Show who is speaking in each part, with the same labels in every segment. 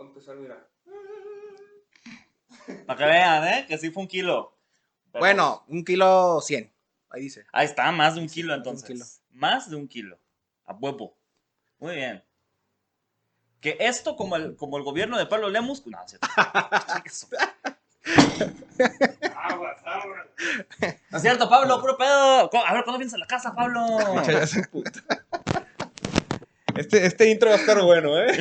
Speaker 1: empezar, mira.
Speaker 2: Para que vean, ¿eh? Que sí fue un kilo. Pero-
Speaker 3: Bueno, un kilo cien. Ahí dice.
Speaker 2: Ahí está, más de un kilo
Speaker 3: más de un
Speaker 2: entonces.
Speaker 3: kilo.
Speaker 2: Más de un kilo. A huevo. Muy bien. Que esto, como el, como el gobierno de Pablo Lemus. No, es cierto.
Speaker 3: Ah,
Speaker 2: Eso.
Speaker 1: Aguas, aguas.
Speaker 2: No es cierto, Pablo, puro pedo. Co- A ver, ¿cuándo vienes a la casa, Pablo?
Speaker 4: Este, este intro va a estar bueno, ¿eh?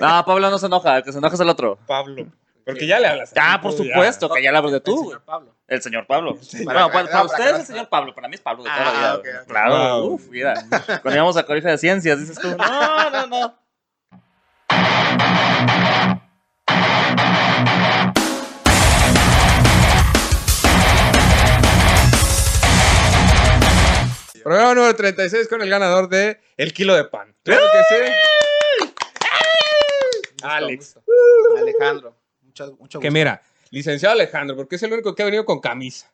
Speaker 2: No, Pablo no se enoja, el que se enoja es el otro.
Speaker 4: Pablo. Porque ya le hablas.
Speaker 2: Ah, por supuesto, que ya le hablas de
Speaker 3: El
Speaker 2: tú.
Speaker 3: señor Pablo.
Speaker 2: El señor Pablo. bueno,
Speaker 3: Para-
Speaker 2: para, para
Speaker 3: ah, para
Speaker 2: ustedes
Speaker 3: que no-
Speaker 2: el señor Pablo, para mí es Pablo de toda
Speaker 3: Ah,
Speaker 2: la vida.
Speaker 3: ok,
Speaker 2: güey.
Speaker 3: ok.
Speaker 2: Claro,
Speaker 4: Wow.
Speaker 2: uf, mira. Cuando íbamos a Colegio de Ciencias, dices tú, no, no, no.
Speaker 4: Programa número 36 con el ganador de El Kilo de Pan. Claro que sí. Alex.
Speaker 3: Alejandro. Mucho, mucho
Speaker 4: Que
Speaker 3: gusto.
Speaker 4: mira, licenciado Alejandro, porque es el único que ha venido con camisa.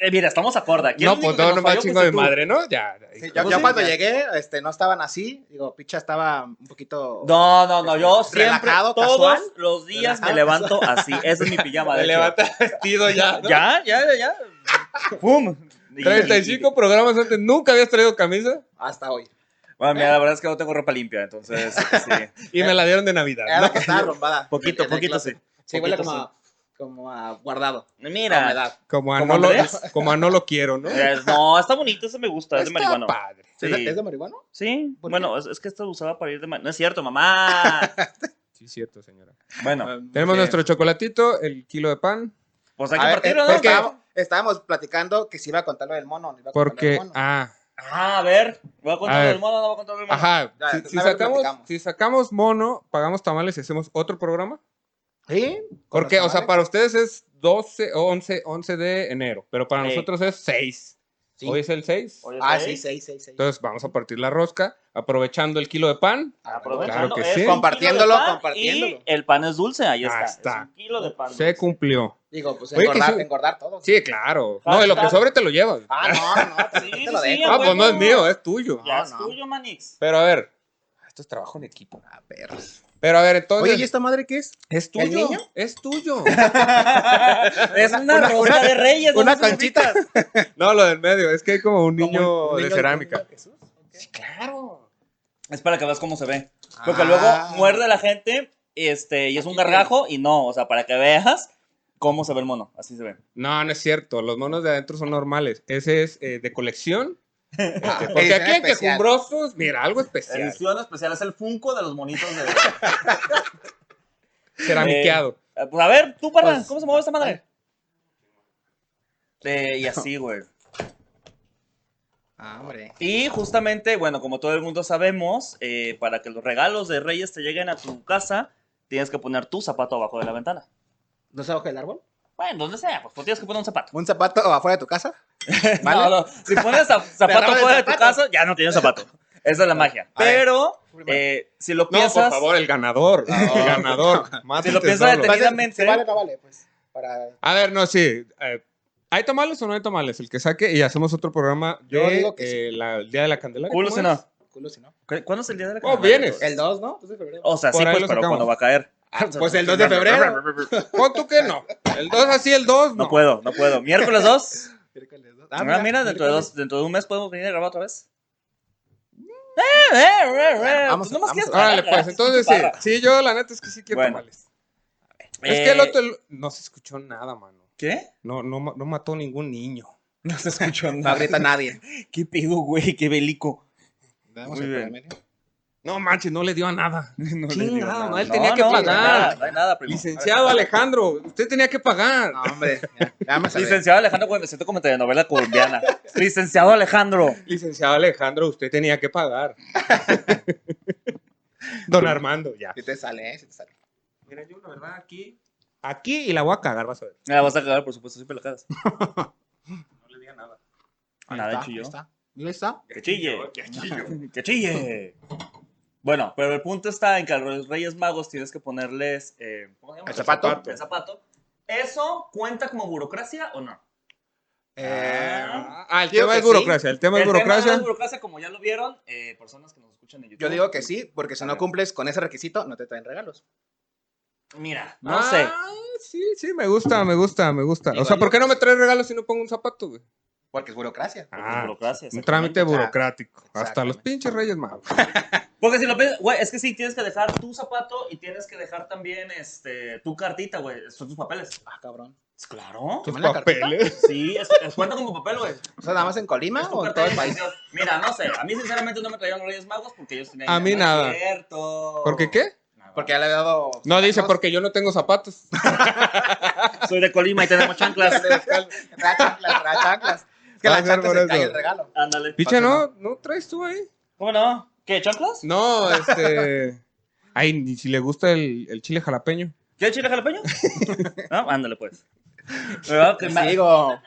Speaker 2: Eh, mira, estamos acorde. Aquí el
Speaker 4: No,
Speaker 2: único
Speaker 4: pues
Speaker 2: que
Speaker 4: no,
Speaker 2: nos
Speaker 4: no más
Speaker 2: falló
Speaker 4: chingo
Speaker 2: fuiste
Speaker 4: de
Speaker 2: tú.
Speaker 4: madre, ¿no? Ya.
Speaker 3: Sí, yo,
Speaker 2: Pues
Speaker 3: yo
Speaker 2: sí,
Speaker 3: cuando
Speaker 2: ya.
Speaker 3: llegué, este, no estaban así. Digo, picha estaba un poquito.
Speaker 2: No, no, no, yo siempre,
Speaker 3: Relajado,
Speaker 2: todos
Speaker 3: casual.
Speaker 2: los días me
Speaker 3: Relajado,
Speaker 2: levanto así. Esa es mi pijama,
Speaker 4: Me
Speaker 2: de hecho.
Speaker 4: levanta vestido ya. ¿no?
Speaker 2: Ya, ya, ya. ¡Pum! Y-
Speaker 4: 35 programas antes, nunca habías traído camisa
Speaker 3: Hasta hoy.
Speaker 2: y- Bueno, mira, la verdad es que no tengo ropa limpia, entonces, sí.
Speaker 4: y me la dieron de Navidad.
Speaker 3: Era
Speaker 4: ¿no?
Speaker 3: la que estaba arrumbada.
Speaker 2: Poquito,
Speaker 3: En- en el
Speaker 2: poquito,
Speaker 3: closet.
Speaker 2: sí.
Speaker 3: Sí, huele
Speaker 2: Poquito,
Speaker 3: como, a- como a guardado. a
Speaker 2: Mira.
Speaker 3: humedad.
Speaker 4: Como a,
Speaker 2: ¿Como
Speaker 4: no lo,
Speaker 2: Andrés?
Speaker 4: como a no lo quiero, ¿no?
Speaker 2: eh, Ah, No, está bonito, ese me gusta, es de
Speaker 4: Está
Speaker 2: marihuana.
Speaker 4: padre.
Speaker 2: Sí.
Speaker 3: ¿Es, de, es de marihuana?
Speaker 2: Sí,
Speaker 3: ¿Por
Speaker 2: bueno, es, es que esto usaba para ir de ma- No es cierto, mamá.
Speaker 4: Sí, cierto, señora.
Speaker 2: bueno,
Speaker 4: Tenemos
Speaker 2: Pues, Sí.
Speaker 4: nuestro chocolatito, el kilo de pan.
Speaker 2: pues hay
Speaker 3: A
Speaker 2: que
Speaker 3: ver,
Speaker 2: partirlo,
Speaker 3: eh,
Speaker 2: ¿no?
Speaker 3: porque estábamos, estábamos platicando que si iba a contar lo del mono. no iba a contar lo
Speaker 4: Porque,
Speaker 3: del mono.
Speaker 4: ah,
Speaker 2: Ah, a ver. ¿Voy a
Speaker 4: A
Speaker 2: contar
Speaker 4: ver.
Speaker 2: el mono no voy a contar el mono?
Speaker 4: ajá.
Speaker 3: Ya,
Speaker 4: Si,
Speaker 3: entonces,
Speaker 4: si
Speaker 3: a ver,
Speaker 4: sacamos,
Speaker 3: platicamos.
Speaker 4: si sacamos mono, pagamos tamales y hacemos otro programa.
Speaker 3: Sí. con
Speaker 4: Porque,
Speaker 3: los
Speaker 4: o sea,
Speaker 3: tamales.
Speaker 4: para ustedes es 12, o 11, 11 de enero, pero para
Speaker 2: Sí.
Speaker 4: nosotros es 6.
Speaker 3: Sí.
Speaker 4: Hoy es el 6.
Speaker 2: Oye,
Speaker 3: Ah,
Speaker 2: ¿sí?
Speaker 3: sí, sí, sí, sí.
Speaker 4: Entonces vamos a partir la rosca, aprovechando el kilo de pan.
Speaker 3: Ah,
Speaker 2: Aprovechando,
Speaker 4: Claro que
Speaker 2: es
Speaker 4: sí.
Speaker 2: un kilo de
Speaker 3: Compartiéndolo,
Speaker 2: pan
Speaker 3: compartiéndolo.
Speaker 2: Y el pan es dulce, ahí
Speaker 4: Ah,
Speaker 2: está.
Speaker 4: está.
Speaker 2: Es un kilo de pan.
Speaker 4: Se cumplió.
Speaker 3: Digo, pues
Speaker 4: Oye, que
Speaker 3: engordar,
Speaker 4: sí.
Speaker 3: engordar todo.
Speaker 4: Sí, claro. No, de lo que sobre te lo llevas.
Speaker 3: Ah, no, no,
Speaker 2: Sí,
Speaker 3: te, te lo
Speaker 2: sí,
Speaker 3: dejo.
Speaker 2: a
Speaker 4: Ah, pues no es
Speaker 2: huevo.
Speaker 4: mío, es tuyo.
Speaker 2: Ya
Speaker 3: No,
Speaker 2: es
Speaker 3: no.
Speaker 2: tuyo, Manix.
Speaker 4: Pero a ver. Esto es trabajo en equipo.
Speaker 3: A ver.
Speaker 4: Pero a ver, entonces.
Speaker 3: ah, Oye, ¿y esta madre qué es?
Speaker 4: es
Speaker 3: ¿el
Speaker 4: tuyo.
Speaker 3: niño?
Speaker 4: Es tuyo.
Speaker 2: es una, rosca de reyes. ¿no?
Speaker 3: una
Speaker 2: ¿No se
Speaker 3: conchita.
Speaker 2: ubicas?
Speaker 4: no, lo del medio. Es que hay como un niño,
Speaker 3: Como un- un
Speaker 4: de
Speaker 3: niño
Speaker 4: cerámica.
Speaker 3: Jesús, ¿ok? Sí, claro.
Speaker 2: Es para que veas cómo se ve. Porque
Speaker 3: Ah.
Speaker 2: luego muerde la gente este, y es un
Speaker 3: Aquí
Speaker 2: gargajo y no, o sea, para que veas cómo se ve el mono. Así se ve.
Speaker 4: No, no es cierto. Los monos de adentro son normales. Ese es eh, de colección. Este, porque
Speaker 3: Edición
Speaker 4: aquí en
Speaker 3: especial.
Speaker 4: Quejumbrosos, mira, algo especial.
Speaker 2: Edición especial es el Funko de los monitos de.
Speaker 4: Ceramiqueado.
Speaker 2: Eh, Pues a ver, tú para,
Speaker 3: Pues,
Speaker 2: ¿cómo se mueve esta madre? Eh, y así, güey.
Speaker 3: Ah, hombre.
Speaker 2: Y justamente, bueno, como todo el mundo sabemos, eh, para que los regalos de Reyes te lleguen a tu casa, tienes que poner tu zapato abajo de la ventana.
Speaker 3: ¿No se abajo del árbol?
Speaker 2: Bueno, donde sea, pues, pues tienes que poner un zapato.
Speaker 3: ¿Un zapato afuera de tu casa? ¿Vale?
Speaker 2: No, no, si pones zap- zapato
Speaker 3: roban el
Speaker 2: fuera de tu
Speaker 3: zapato.
Speaker 2: casa, ya no tienes zapato. Esa es la magia.
Speaker 3: A ver.
Speaker 2: Pero, eh, si lo
Speaker 4: No,
Speaker 2: piensas,
Speaker 4: por favor, el ganador. El ganador. Mátate
Speaker 2: lo piensas
Speaker 4: solo.
Speaker 2: detenidamente- Precisamente.
Speaker 3: Si vale o no vale, pues. Para...
Speaker 4: A ver, no, sí. eh, ¿Hay tamales o no hay tamales? El que saque y hacemos otro programa.
Speaker 3: Yo
Speaker 4: de,
Speaker 3: digo que
Speaker 4: eh, la- el Día de la Candelaria.
Speaker 2: culo
Speaker 4: ¿cómo
Speaker 2: si
Speaker 4: es?
Speaker 2: no.
Speaker 3: Culo, si no.
Speaker 2: ¿Cu- ¿Cuándo es el día de la
Speaker 4: Oh,
Speaker 2: Candelaria?
Speaker 4: vienes.
Speaker 3: El 2, ¿no? Entonces, febrero.
Speaker 2: O sea, sí,
Speaker 4: Por ahí
Speaker 2: pues,
Speaker 4: lo
Speaker 2: pero
Speaker 4: sacamos.
Speaker 2: cuando va a caer.
Speaker 3: Pues el 2 Oh, de febrero.
Speaker 4: Pon tú que no. El 2 así, el 2 no.
Speaker 2: No puedo, no puedo. Miércoles 2.
Speaker 3: Miércoles dos.
Speaker 2: Ah,
Speaker 3: Ah,
Speaker 2: mira, dentro, de dos, dentro de un mes podemos venir a grabar otra vez. Eh, eh, eh, eh,
Speaker 3: Vamos,
Speaker 2: pues nomás
Speaker 3: vamos.
Speaker 2: quieres
Speaker 4: Órale,
Speaker 2: parar,
Speaker 4: pues, entonces sí.
Speaker 2: Para.
Speaker 4: Sí, yo la neta es que sí quiero
Speaker 2: Bueno.
Speaker 4: tamales. Es que el otro el- no se escuchó nada, mano.
Speaker 2: Eh, ¿Qué?
Speaker 4: No, no, ma- no mató ningún niño.
Speaker 2: No se escuchó
Speaker 3: No grita nadie.
Speaker 2: ¿Qué pedo, güey? Qué bélico.
Speaker 3: Vamos
Speaker 2: Muy
Speaker 3: al
Speaker 2: bien.
Speaker 3: promedio.
Speaker 4: No manches, no le dio a nada. No le dio a
Speaker 3: Chingado,
Speaker 4: nada.
Speaker 3: no, él
Speaker 4: No, no,
Speaker 2: no hay
Speaker 4: nada.
Speaker 2: nada, No hay nada, primo.
Speaker 4: Licenciado Alejandro, usted tenía que pagar.
Speaker 3: No, hombre. Ya, ya vamos a ver.
Speaker 2: Licenciado Alejandro, güey, me siento como en telenovela colombiana. Licenciado Alejandro.
Speaker 4: Licenciado Alejandro, usted tenía que pagar. Don Armando, ya.
Speaker 3: Si te sale, ¿eh? Si te sale.
Speaker 4: Mira, yo la verdad aquí. Aquí y la voy a cagar, vas a ver.
Speaker 2: Me la vas a cagar, por supuesto, siempre la cagas.
Speaker 4: No le diga nada.
Speaker 3: Ahí
Speaker 2: Nada,
Speaker 3: está,
Speaker 2: hecho
Speaker 3: ahí
Speaker 2: yo.
Speaker 3: está. Mira, ahí está.
Speaker 2: Que chille. Que chille. Bueno, pero el punto está en que a los Reyes Magos tienes que ponerles. eh, ¿cómo se llama?
Speaker 3: El zapato.
Speaker 2: El zapato. ¿Eso cuenta como burocracia o no?
Speaker 3: Eh,
Speaker 4: Ah, ah, el
Speaker 3: Digo
Speaker 4: tema
Speaker 3: que
Speaker 4: es burocracia. El tema
Speaker 2: El
Speaker 4: es burocracia.
Speaker 2: Tema de burocracia, como ya lo vieron, eh, personas que nos escuchan en YouTube.
Speaker 3: yo digo que sí, porque si no cumples con ese requisito, no te traen regalos.
Speaker 2: Mira, no
Speaker 4: Ah,
Speaker 2: sé.
Speaker 4: Sí, sí, me gusta, me gusta, me gusta.
Speaker 3: Digo
Speaker 4: o sea, ¿por
Speaker 3: yo.
Speaker 4: qué no me traes regalos si no pongo un zapato, güey? Ah,
Speaker 3: Porque es burocracia.
Speaker 2: porque es burocracia,
Speaker 4: un trámite
Speaker 2: Pues exactamente.
Speaker 4: burocrático. Hasta los
Speaker 3: Exactamente.
Speaker 4: pinches reyes magos.
Speaker 2: Porque si lo piensas, güey, es que sí, tienes que dejar tu zapato y tienes que dejar también este, tu cartita, güey. Son tus papeles. Pues,
Speaker 3: Ah, cabrón.
Speaker 2: Claro.
Speaker 4: Tus
Speaker 3: manda la cartita?
Speaker 4: papeles.
Speaker 2: Sí, es, es- cuenta como papel, güey.
Speaker 3: O sea, nada más en Colima
Speaker 2: Es tu
Speaker 3: o en
Speaker 2: cartera
Speaker 3: todo
Speaker 2: de
Speaker 3: el país.
Speaker 2: identificación. Mira, no sé. A mí, sinceramente, no me traían los Reyes Magos porque ellos tenían.
Speaker 4: A mí
Speaker 2: no es
Speaker 4: nada.
Speaker 2: Cierto.
Speaker 4: ¿Por qué qué?
Speaker 2: Nada.
Speaker 3: Porque ya le había dado.
Speaker 4: No, dice porque yo no tengo zapatos.
Speaker 2: soy de Colima y tenemos chanclas.
Speaker 3: Rachaclas, rachaclas. Es que
Speaker 4: Va a
Speaker 3: la
Speaker 4: ser
Speaker 3: chancla
Speaker 4: por
Speaker 3: se
Speaker 4: eso.
Speaker 3: cae el regalo.
Speaker 2: Ándale.
Speaker 4: Picha, no, no traes tú ahí.
Speaker 2: ¿Cómo no? ¿Qué, chanclas?
Speaker 4: No, este. Ay, ni si le gusta el, el chile jalapeño.
Speaker 2: ¿Quieres chile jalapeño? no, ándale, pues. ¿Verdad? Que
Speaker 3: Te
Speaker 2: ma-
Speaker 3: digo.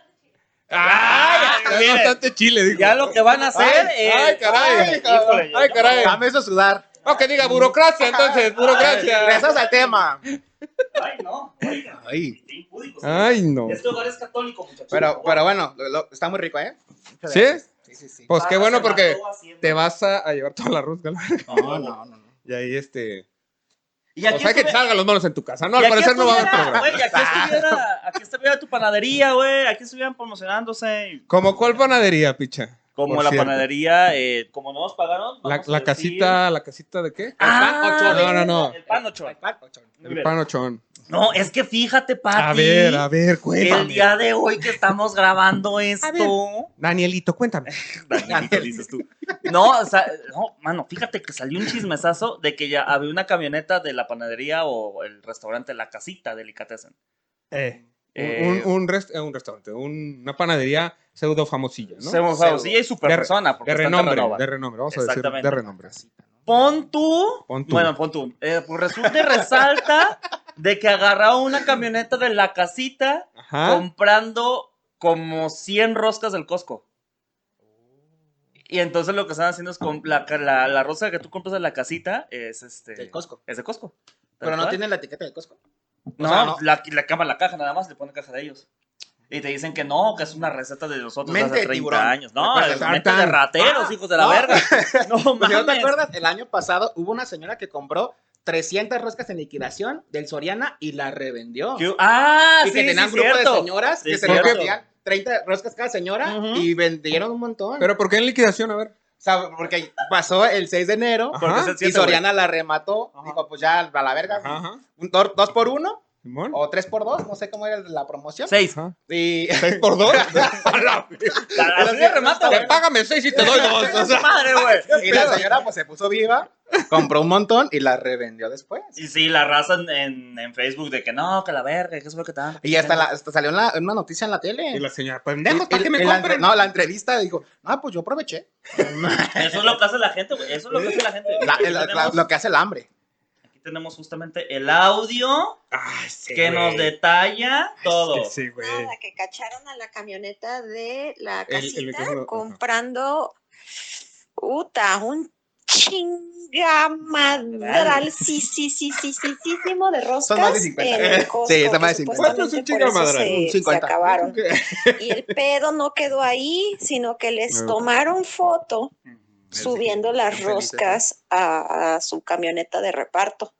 Speaker 4: ¡Ay!
Speaker 2: ay, miren.
Speaker 4: bastante chile, digo.
Speaker 2: Ya lo que van a hacer
Speaker 4: Ay,
Speaker 2: es.
Speaker 4: ay, caray.
Speaker 2: Ay, híjole,
Speaker 4: Ay,
Speaker 2: yo-
Speaker 4: caray.
Speaker 3: Dame eso sudar.
Speaker 4: No, que diga burocracia, entonces, burocracia.
Speaker 3: Regresas al tema.
Speaker 2: Ay, no. Oiga.
Speaker 3: Ay.
Speaker 2: Sí, púdicos.
Speaker 4: Ay, no.
Speaker 2: Este hogar es católico, muchachos.
Speaker 3: Pero, pero bueno, lo- lo- está muy rico, ¿eh? Muchas
Speaker 4: ¿Sí?
Speaker 3: gracias. Sí, sí, sí.
Speaker 4: Pues qué bueno porque te
Speaker 2: va.
Speaker 4: vas a, a llevar toda la rosca. la verga.
Speaker 3: No, no, no. no.
Speaker 4: Y ahí este.
Speaker 2: Y
Speaker 4: O sea, que
Speaker 2: estuve-
Speaker 4: salgan los malos en tu casa. No,
Speaker 2: y
Speaker 4: al
Speaker 2: aquí
Speaker 4: parecer no va a haber
Speaker 2: estuviera,
Speaker 4: programa.
Speaker 2: güey, y aquí estuviera, aquí estuviera tu panadería, güey. Aquí estuvieran promocionándose. y-
Speaker 4: ¿Como cuál panadería, picha?
Speaker 2: Como
Speaker 4: Por
Speaker 2: la
Speaker 4: cierto.
Speaker 2: panadería, eh, como no nos pagaron.
Speaker 4: La,
Speaker 2: vamos a
Speaker 4: la
Speaker 2: decir-
Speaker 4: casita, ¿la casita de qué?
Speaker 2: Ah,
Speaker 3: El pan
Speaker 4: ochón. No, no, no.
Speaker 2: El pan ocho. Muy
Speaker 4: El
Speaker 2: bien.
Speaker 4: panochón.
Speaker 2: No, es que fíjate, Pati.
Speaker 4: A ver, a ver,
Speaker 2: El
Speaker 4: cuéntame.
Speaker 2: día de hoy que estamos grabando esto.
Speaker 4: Danielito, cuéntame.
Speaker 2: Danielito, dices tú. No, o sea, no, mano, fíjate que salió un chismesazo de que ya había una camioneta de la panadería o el restaurante La Casita Delicatessen.
Speaker 4: Eh,
Speaker 2: Eh,
Speaker 4: un, un, rest- eh, un restaurante, un- una panadería pseudo famosilla, ¿no?
Speaker 2: Se mofaba, sí, y super
Speaker 4: De-
Speaker 2: persona. Porque
Speaker 4: de
Speaker 2: está en
Speaker 4: renombre,
Speaker 2: Terranova.
Speaker 4: de renombre, vamos a decir de
Speaker 2: Exactamente.
Speaker 4: renombre.
Speaker 2: Pon tú.
Speaker 4: Pon tú.
Speaker 2: Bueno, pon tú. Eh, pues resulta y resalta de que agarraba una camioneta de la casita
Speaker 4: Ajá.
Speaker 2: comprando como 100 roscas del Costco. Y entonces lo que están haciendo es com- la, ca- la, la rosca que tú compras de la casita es este.
Speaker 3: Del Costco.
Speaker 2: Es de Costco.
Speaker 3: Pero
Speaker 2: Tal
Speaker 3: no
Speaker 2: cual.
Speaker 3: tiene la etiqueta de Costco.
Speaker 2: No,
Speaker 3: o sea, no.
Speaker 2: La, la cama, la caja, nada más le ponen caja de ellos. Y te dicen que no, que es una receta de nosotros de
Speaker 3: Mente
Speaker 2: hace
Speaker 3: de
Speaker 2: 30
Speaker 3: tiburón.
Speaker 2: años. No,
Speaker 3: Recuerda,
Speaker 2: es
Speaker 4: Shark
Speaker 2: mente de
Speaker 4: Tank.
Speaker 2: rateros,
Speaker 3: Ah,
Speaker 2: hijos de la
Speaker 3: no.
Speaker 2: verga. No
Speaker 3: Pues, si no te
Speaker 2: mames.
Speaker 3: acuerdas, el año pasado hubo una señora que compró 300 roscas en liquidación del Soriana y la revendió.
Speaker 2: Que- Ah,
Speaker 3: y
Speaker 2: sí,
Speaker 3: que tenían
Speaker 2: sí,
Speaker 3: un grupo
Speaker 2: cierto.
Speaker 3: de señoras
Speaker 2: Sí,
Speaker 3: que se
Speaker 2: cierto.
Speaker 3: repartían 30 roscas cada señora
Speaker 2: Ujú.
Speaker 3: y vendieron un montón.
Speaker 4: Pero ¿por qué en liquidación? A ver.
Speaker 3: o sea, porque pasó el 6 de enero
Speaker 4: Ajá.
Speaker 2: Porque es el
Speaker 3: y
Speaker 2: siete,
Speaker 3: Soriana la remató.
Speaker 2: Ajá.
Speaker 3: Dijo, pues ya a la verga.
Speaker 4: Ajá, ajá.
Speaker 3: Un, do- dos por uno
Speaker 4: Simón.
Speaker 3: o tres por dos, no sé cómo era la promoción.
Speaker 2: güey. Seis.
Speaker 4: Ajá.
Speaker 3: Y
Speaker 4: ¿Seis por dos? A la verga.
Speaker 2: Así le remata,
Speaker 4: Te
Speaker 2: güey.
Speaker 4: págame seis y te doy dos. O sea,
Speaker 2: madre, güey.
Speaker 3: Y la señora pues se puso viva, compró un montón y la revendió después.
Speaker 2: Y sí, la raza en, en, en Facebook de que no, que la verga, que es lo que te dan.
Speaker 3: Y hasta, la, hasta salió en, la- en una noticia en la tele.
Speaker 4: y la señora, pendejo, ¿para
Speaker 3: Y-
Speaker 4: qué me
Speaker 3: y la entre-
Speaker 4: compren?
Speaker 3: No, la entrevista dijo, ah, pues yo aproveché.
Speaker 2: Eso es lo que hace la gente, güey. Eso es lo que hace la gente.
Speaker 3: La-
Speaker 2: aquí,
Speaker 3: la- la-
Speaker 2: tenemos,
Speaker 3: lo que hace el hambre.
Speaker 2: aquí tenemos justamente el audio
Speaker 4: Ay, sí,
Speaker 2: que
Speaker 4: güey.
Speaker 2: nos detalla todo.
Speaker 4: Sí, sí, güey.
Speaker 1: Ah, la que cacharon a la camioneta de la
Speaker 4: El- el
Speaker 1: casita
Speaker 4: micrófono, ajá.
Speaker 1: comprando Uta, un chingamadral, sí, sí, sí, sí, sí, sí, sí, de
Speaker 3: más de
Speaker 1: roscas
Speaker 3: 50.
Speaker 1: en el Costco,
Speaker 3: Sí, son
Speaker 1: que
Speaker 3: más de 50.
Speaker 1: supuestamente
Speaker 4: ¿Cuánto es un
Speaker 1: por eso
Speaker 4: chingamadral?
Speaker 1: se-
Speaker 3: Un
Speaker 1: se
Speaker 3: 50.
Speaker 1: acabaron. Y el pedo no quedó ahí, sino que les
Speaker 4: Ah.
Speaker 1: tomaron foto subiendo las
Speaker 3: Felices, ¿no?
Speaker 1: roscas a, a su camioneta de reparto.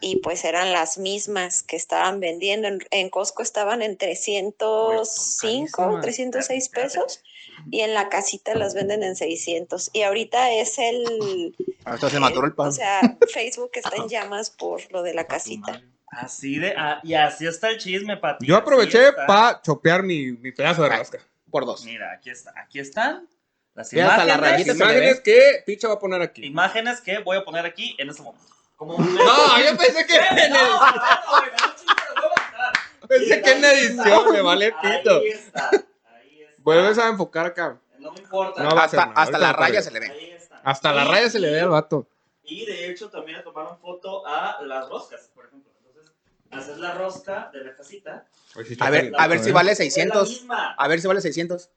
Speaker 1: Y pues eran las mismas que estaban vendiendo. En, en Costco estaban en 305,
Speaker 4: carísimas.
Speaker 1: 306 pesos. Y en la casita las venden en 600. Y ahorita es el.
Speaker 3: Ahorita se
Speaker 1: el-
Speaker 3: mató el pan.
Speaker 1: O sea, Facebook está en llamas por lo de la casita.
Speaker 2: Así de. ah, y así está el chisme, Pati.
Speaker 4: Yo
Speaker 2: así
Speaker 4: aproveché
Speaker 2: está.
Speaker 4: para chopear mi, mi pedazo de
Speaker 3: Ay,
Speaker 4: rosca.
Speaker 3: Por dos.
Speaker 2: Mira, aquí, está, aquí están las
Speaker 3: Mira, hasta la
Speaker 2: imágenes,
Speaker 3: rayita se le
Speaker 4: Imágenes que Picha va a poner aquí.
Speaker 2: imágenes que voy a poner aquí en este momento. Como
Speaker 4: No, yo pensé que en el- pensé que en edición me vale pito.
Speaker 2: Ahí está. Ahí está.
Speaker 4: Vuelves a enfocar acá.
Speaker 2: No me importa.
Speaker 4: No va a ser
Speaker 3: hasta
Speaker 4: nada,
Speaker 3: hasta
Speaker 4: ahorita
Speaker 3: la
Speaker 4: no puede.
Speaker 3: raya se le ve.
Speaker 2: Ahí está.
Speaker 4: Hasta la
Speaker 2: Y-
Speaker 4: raya se le ve al vato.
Speaker 2: Y de hecho también le tomaron foto a las roscas, por ejemplo. Entonces, haces la rosca de la casita.
Speaker 4: Pues
Speaker 3: A ver, a ver si vale 600.
Speaker 2: Es la misma.
Speaker 3: A ver si vale 600.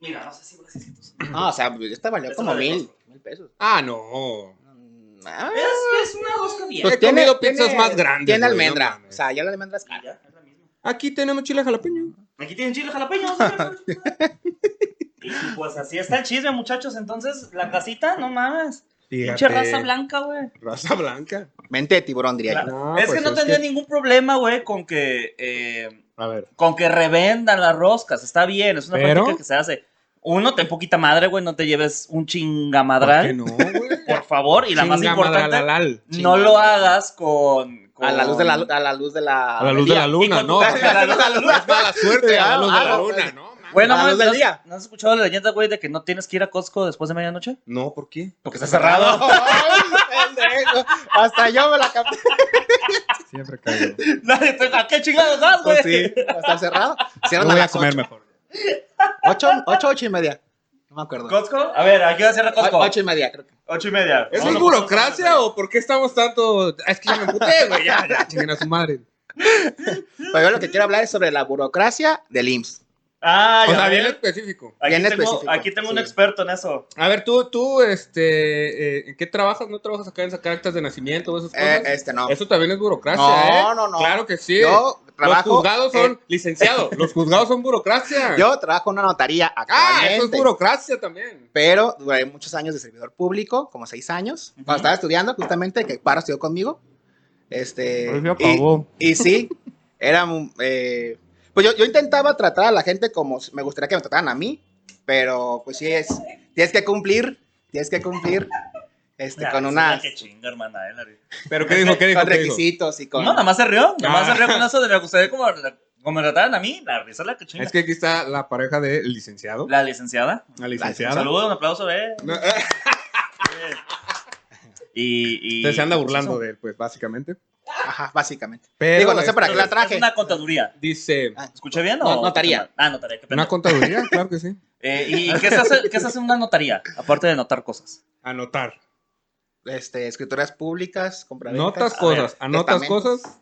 Speaker 2: Mira, no sé si vale 600.
Speaker 3: No, o sea, pues, esta valió
Speaker 2: Esta
Speaker 3: como
Speaker 2: vale
Speaker 3: mil.
Speaker 2: dos.
Speaker 3: Mil pesos.
Speaker 4: Ah, no.
Speaker 3: Ah,
Speaker 2: Es, es una rosca bien.
Speaker 4: Pues
Speaker 3: pues
Speaker 4: he comido pizzas más grandes,
Speaker 3: Tiene
Speaker 4: güey, no
Speaker 3: almendra.
Speaker 4: mames.
Speaker 3: o sea, ya la almendra es cara.
Speaker 2: Y ya, Ah, es la misma.
Speaker 4: Aquí tenemos chile jalapeño.
Speaker 2: Aquí tienen chile jalapeño. y pues así está el chisme, muchachos. Entonces, la casita, no mames.
Speaker 4: Fíjate,
Speaker 2: Pinche raza blanca, güey.
Speaker 4: Raza blanca.
Speaker 3: Mente de tiburón, diría
Speaker 2: Claro.
Speaker 3: yo.
Speaker 4: No,
Speaker 2: es
Speaker 4: pues
Speaker 2: que no
Speaker 4: es
Speaker 2: tendría
Speaker 4: que-
Speaker 2: ningún problema, güey, con que. eh,
Speaker 4: A ver.
Speaker 2: con que revendan las roscas. Está bien, es una
Speaker 4: Pero-
Speaker 2: práctica que se hace. Uno, ten poquita madre, güey, no te lleves un
Speaker 4: ¿Por qué
Speaker 2: chingamadral.
Speaker 4: no, güey?
Speaker 2: Por favor, y la más importante,
Speaker 4: Chingamadralalal.
Speaker 2: no lo hagas con. con-
Speaker 3: A la luz de la, a la luz de la.
Speaker 4: A la luz de la luna, ¿no?
Speaker 2: A la luz de la luna.
Speaker 4: Es mala suerte a la luz de
Speaker 3: Ah,
Speaker 4: la
Speaker 3: no,
Speaker 4: luna,
Speaker 3: pues.
Speaker 4: ¿no? mames.
Speaker 2: Bueno,
Speaker 3: A la
Speaker 2: man,
Speaker 3: luz del
Speaker 2: ¿no has-
Speaker 3: día.
Speaker 2: ¿no has escuchado la leyenda, güey, de que no tienes que ir a Costco después de medianoche?
Speaker 4: No, ¿por qué?
Speaker 2: Porque está cerrado.
Speaker 3: ah, Ay, pendejo. Hasta yo me la capté.
Speaker 4: Siempre caigo.
Speaker 2: Nadie te- ¿A qué chingados vas, güey?
Speaker 4: Pues sí,
Speaker 3: Hasta cerrado.
Speaker 4: yo
Speaker 3: Cierran
Speaker 4: voy a
Speaker 3: las
Speaker 4: comer
Speaker 3: ocho.
Speaker 4: mejor.
Speaker 3: Ocho, ocho, ocho y media. No me acuerdo.
Speaker 2: ¿Costco? A ver, ¿a qué hora cierra Costco?
Speaker 3: O- Ocho y media, creo que.
Speaker 2: Ocho y media.
Speaker 4: ¿Es
Speaker 2: No,
Speaker 4: en
Speaker 2: no,
Speaker 4: burocracia o por qué estamos tanto.? Es que ya me emputé, güey. Ya, ya, chinguen a su madre.
Speaker 3: Pero yo lo que quiero hablar es sobre la burocracia del IMSS.
Speaker 2: Ah,
Speaker 4: O
Speaker 2: ya.
Speaker 4: sea,
Speaker 2: ves.
Speaker 4: bien específico.
Speaker 2: Aquí
Speaker 3: bien
Speaker 2: tengo,
Speaker 3: específico,
Speaker 2: Aquí tengo un
Speaker 3: sí.
Speaker 2: experto en eso.
Speaker 4: A ver, tú, tú, este. eh, ¿En qué trabajas? ¿No trabajas acá en sacar actas de nacimiento o esas cosas?
Speaker 3: Eh, este no.
Speaker 4: Eso también es burocracia, ¿eh?
Speaker 3: No, no, no.
Speaker 4: Claro que sí.
Speaker 3: Yo
Speaker 4: Los
Speaker 3: trabajo.
Speaker 4: juzgados son. Licenciado, los juzgados son burocracia.
Speaker 3: en- yo trabajo en una notaría
Speaker 4: ah, eso es
Speaker 3: actualmente.
Speaker 4: burocracia también.
Speaker 3: pero duré muchos años de servidor público, como seis años. Cuando
Speaker 2: Ujú.
Speaker 3: estaba estudiando, justamente, que Paro estudió conmigo. Este. y- Y sí, era. un, eh, pues yo, yo intentaba tratar a la gente como s- me gustaría que me trataran a mí, pero pues sí es. Tienes que cumplir, tienes que cumplir este,
Speaker 2: Ya,
Speaker 3: con
Speaker 2: sí,
Speaker 3: unas.
Speaker 2: Qué chinga, hermana. eh, la-
Speaker 4: ¿Pero qué dijo? ¿Qué dijo?
Speaker 3: Con
Speaker 4: ¿Qué dijo?
Speaker 3: requisitos y con.
Speaker 2: No, nada más se rió. Nada más
Speaker 4: Ah.
Speaker 2: se rió con eso de me gustaría como, como me trataran a mí. La risa es la que chinga.
Speaker 4: Es que aquí está la pareja de licenciado.
Speaker 2: La licenciada.
Speaker 4: La
Speaker 2: Un
Speaker 4: licenciada.
Speaker 2: saludo, un aplauso, eh.
Speaker 4: No, eh,
Speaker 2: Y, y
Speaker 4: Usted se anda burlando de él, pues, básicamente.
Speaker 3: Ajá, básicamente.
Speaker 4: Pero
Speaker 3: Digo, no sé para
Speaker 4: este,
Speaker 3: qué la traje.
Speaker 2: Es una contaduría.
Speaker 4: Dice
Speaker 3: Ah,
Speaker 2: ¿Escuché bien?
Speaker 3: No,
Speaker 2: o-
Speaker 3: notaría.
Speaker 2: Ah, notaría, qué pena.
Speaker 4: una contaduría, claro que sí.
Speaker 2: ¿Y qué se, hace, qué se hace en una notaría? Aparte de notar cosas.
Speaker 4: Anotar.
Speaker 3: Este, escrituras públicas, compraventas.
Speaker 4: Notas
Speaker 2: A ver,
Speaker 4: cosas, anotas
Speaker 3: testamentos.
Speaker 4: cosas.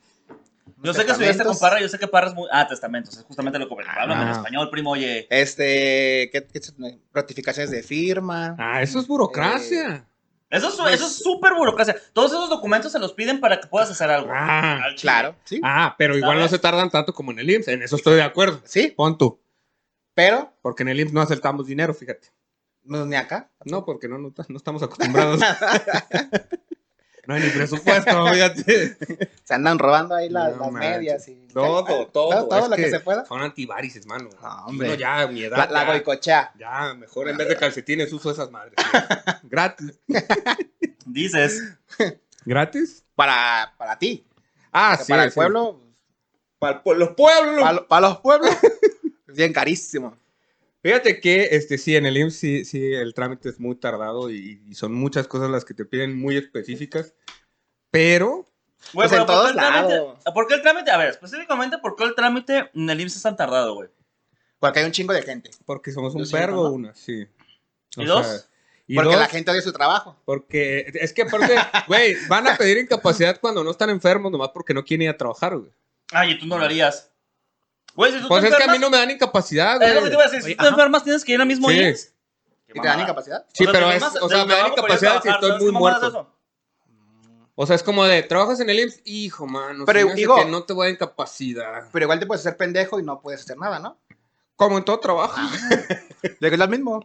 Speaker 2: Yo sé que estudiaste con
Speaker 3: testamentos.
Speaker 2: Parra, yo sé que Parra es muy. Ah, testamentos, es justamente lo que Háblame en
Speaker 4: Ah.
Speaker 2: español, primo, oye.
Speaker 3: Este, ¿qué, qué se- ratificaciones de firma.
Speaker 4: Ah, eso es burocracia.
Speaker 2: Eso es
Speaker 3: Pues
Speaker 2: eso es súper burocracia. Todos esos documentos se los piden para que puedas hacer algo.
Speaker 4: Ah,
Speaker 2: Al chile.
Speaker 3: Eh, Claro, sí.
Speaker 4: ah, pero igual no
Speaker 2: ¿Sabes?
Speaker 4: se tardan tanto como en el IMSS. En eso estoy de acuerdo.
Speaker 3: Sí,
Speaker 4: Pon tú.
Speaker 3: pero
Speaker 4: Porque en el IMSS no aceptamos dinero, fíjate.
Speaker 3: no, ni acá.
Speaker 4: No, porque no, no, no estamos acostumbrados. no hay ni presupuesto, fíjate.
Speaker 3: Se andan robando ahí las,
Speaker 4: No
Speaker 3: las
Speaker 4: manches.
Speaker 3: medias y.
Speaker 4: Todo,
Speaker 3: Todo,
Speaker 4: todo.
Speaker 3: todo
Speaker 4: Es
Speaker 3: lo que,
Speaker 4: que Ah,
Speaker 3: se pueda.
Speaker 4: Son antivarices, mano.
Speaker 3: No,
Speaker 4: Y
Speaker 3: hombre.
Speaker 4: uno ya, a mi edad.
Speaker 3: La, la
Speaker 4: ya-
Speaker 3: boicochea.
Speaker 4: Ya, mejor en vez de calcetines uso esas madres. tío. Gratis.
Speaker 2: Dices.
Speaker 4: ¿Gratis?
Speaker 3: Para, para ti.
Speaker 4: Ah,
Speaker 3: que
Speaker 4: sí.
Speaker 3: para el
Speaker 4: sí.
Speaker 3: pueblo.
Speaker 4: Para el- los pueblos.
Speaker 3: Para, los pueblos. bien carísimo.
Speaker 4: Fíjate que este, sí, en el IMSS sí, sí, el trámite es muy tardado y, y son muchas cosas las que te piden muy específicadas. Pero,
Speaker 2: Güey,
Speaker 3: Pues
Speaker 2: pero
Speaker 3: en
Speaker 2: ¿por qué
Speaker 3: todos
Speaker 2: el trámite-
Speaker 3: lados.
Speaker 2: ¿Por qué el trámite? A ver, específicamente, ¿por qué el trámite en el IMSS es tan tardado, güey?
Speaker 3: Porque hay un chingo de gente.
Speaker 4: porque somos un
Speaker 3: Yo siento,
Speaker 4: vergo,
Speaker 3: ¿no?
Speaker 4: una, sí.
Speaker 2: ¿Y dos?
Speaker 4: y
Speaker 3: porque
Speaker 4: dos,
Speaker 3: la gente odia su trabajo.
Speaker 4: Porque es que aparte, güey, van a pedir incapacidad cuando no están enfermos, nomás porque no quieren ir a trabajar, güey.
Speaker 2: Ay, tú no lo harías. Güey, si tú
Speaker 4: Pues
Speaker 2: te
Speaker 4: es que a mí
Speaker 2: enfermas-
Speaker 4: no me dan incapacidad,
Speaker 2: Es lo que te iba
Speaker 4: güey.
Speaker 2: a decir, si
Speaker 3: Oye,
Speaker 2: tú te
Speaker 3: ajá.
Speaker 2: enfermas tienes que ir al mismo
Speaker 4: Sí.
Speaker 2: IMSS. Qué
Speaker 3: ¿Y te dan
Speaker 2: mamada.
Speaker 3: incapacidad?
Speaker 4: Sí,
Speaker 2: te
Speaker 4: pero es,
Speaker 2: enfermas
Speaker 4: o sea,
Speaker 2: del
Speaker 4: me dan
Speaker 2: trabajo para ir a
Speaker 4: incapacidad si
Speaker 2: trabajar,
Speaker 4: estoy
Speaker 2: ¿sabes
Speaker 4: muy
Speaker 2: cómo mandas
Speaker 4: muerto.
Speaker 2: eso?
Speaker 4: O sea, es como de, ¿trabajas en el IMSS? Hijo, mano,
Speaker 3: Pero
Speaker 4: se me hace
Speaker 3: digo-
Speaker 4: que no te voy a incapacidad.
Speaker 3: Pero igual te puedes hacer pendejo y no puedes hacer nada, ¿no?
Speaker 4: Como en todo trabajo.
Speaker 3: De que es lo mismo.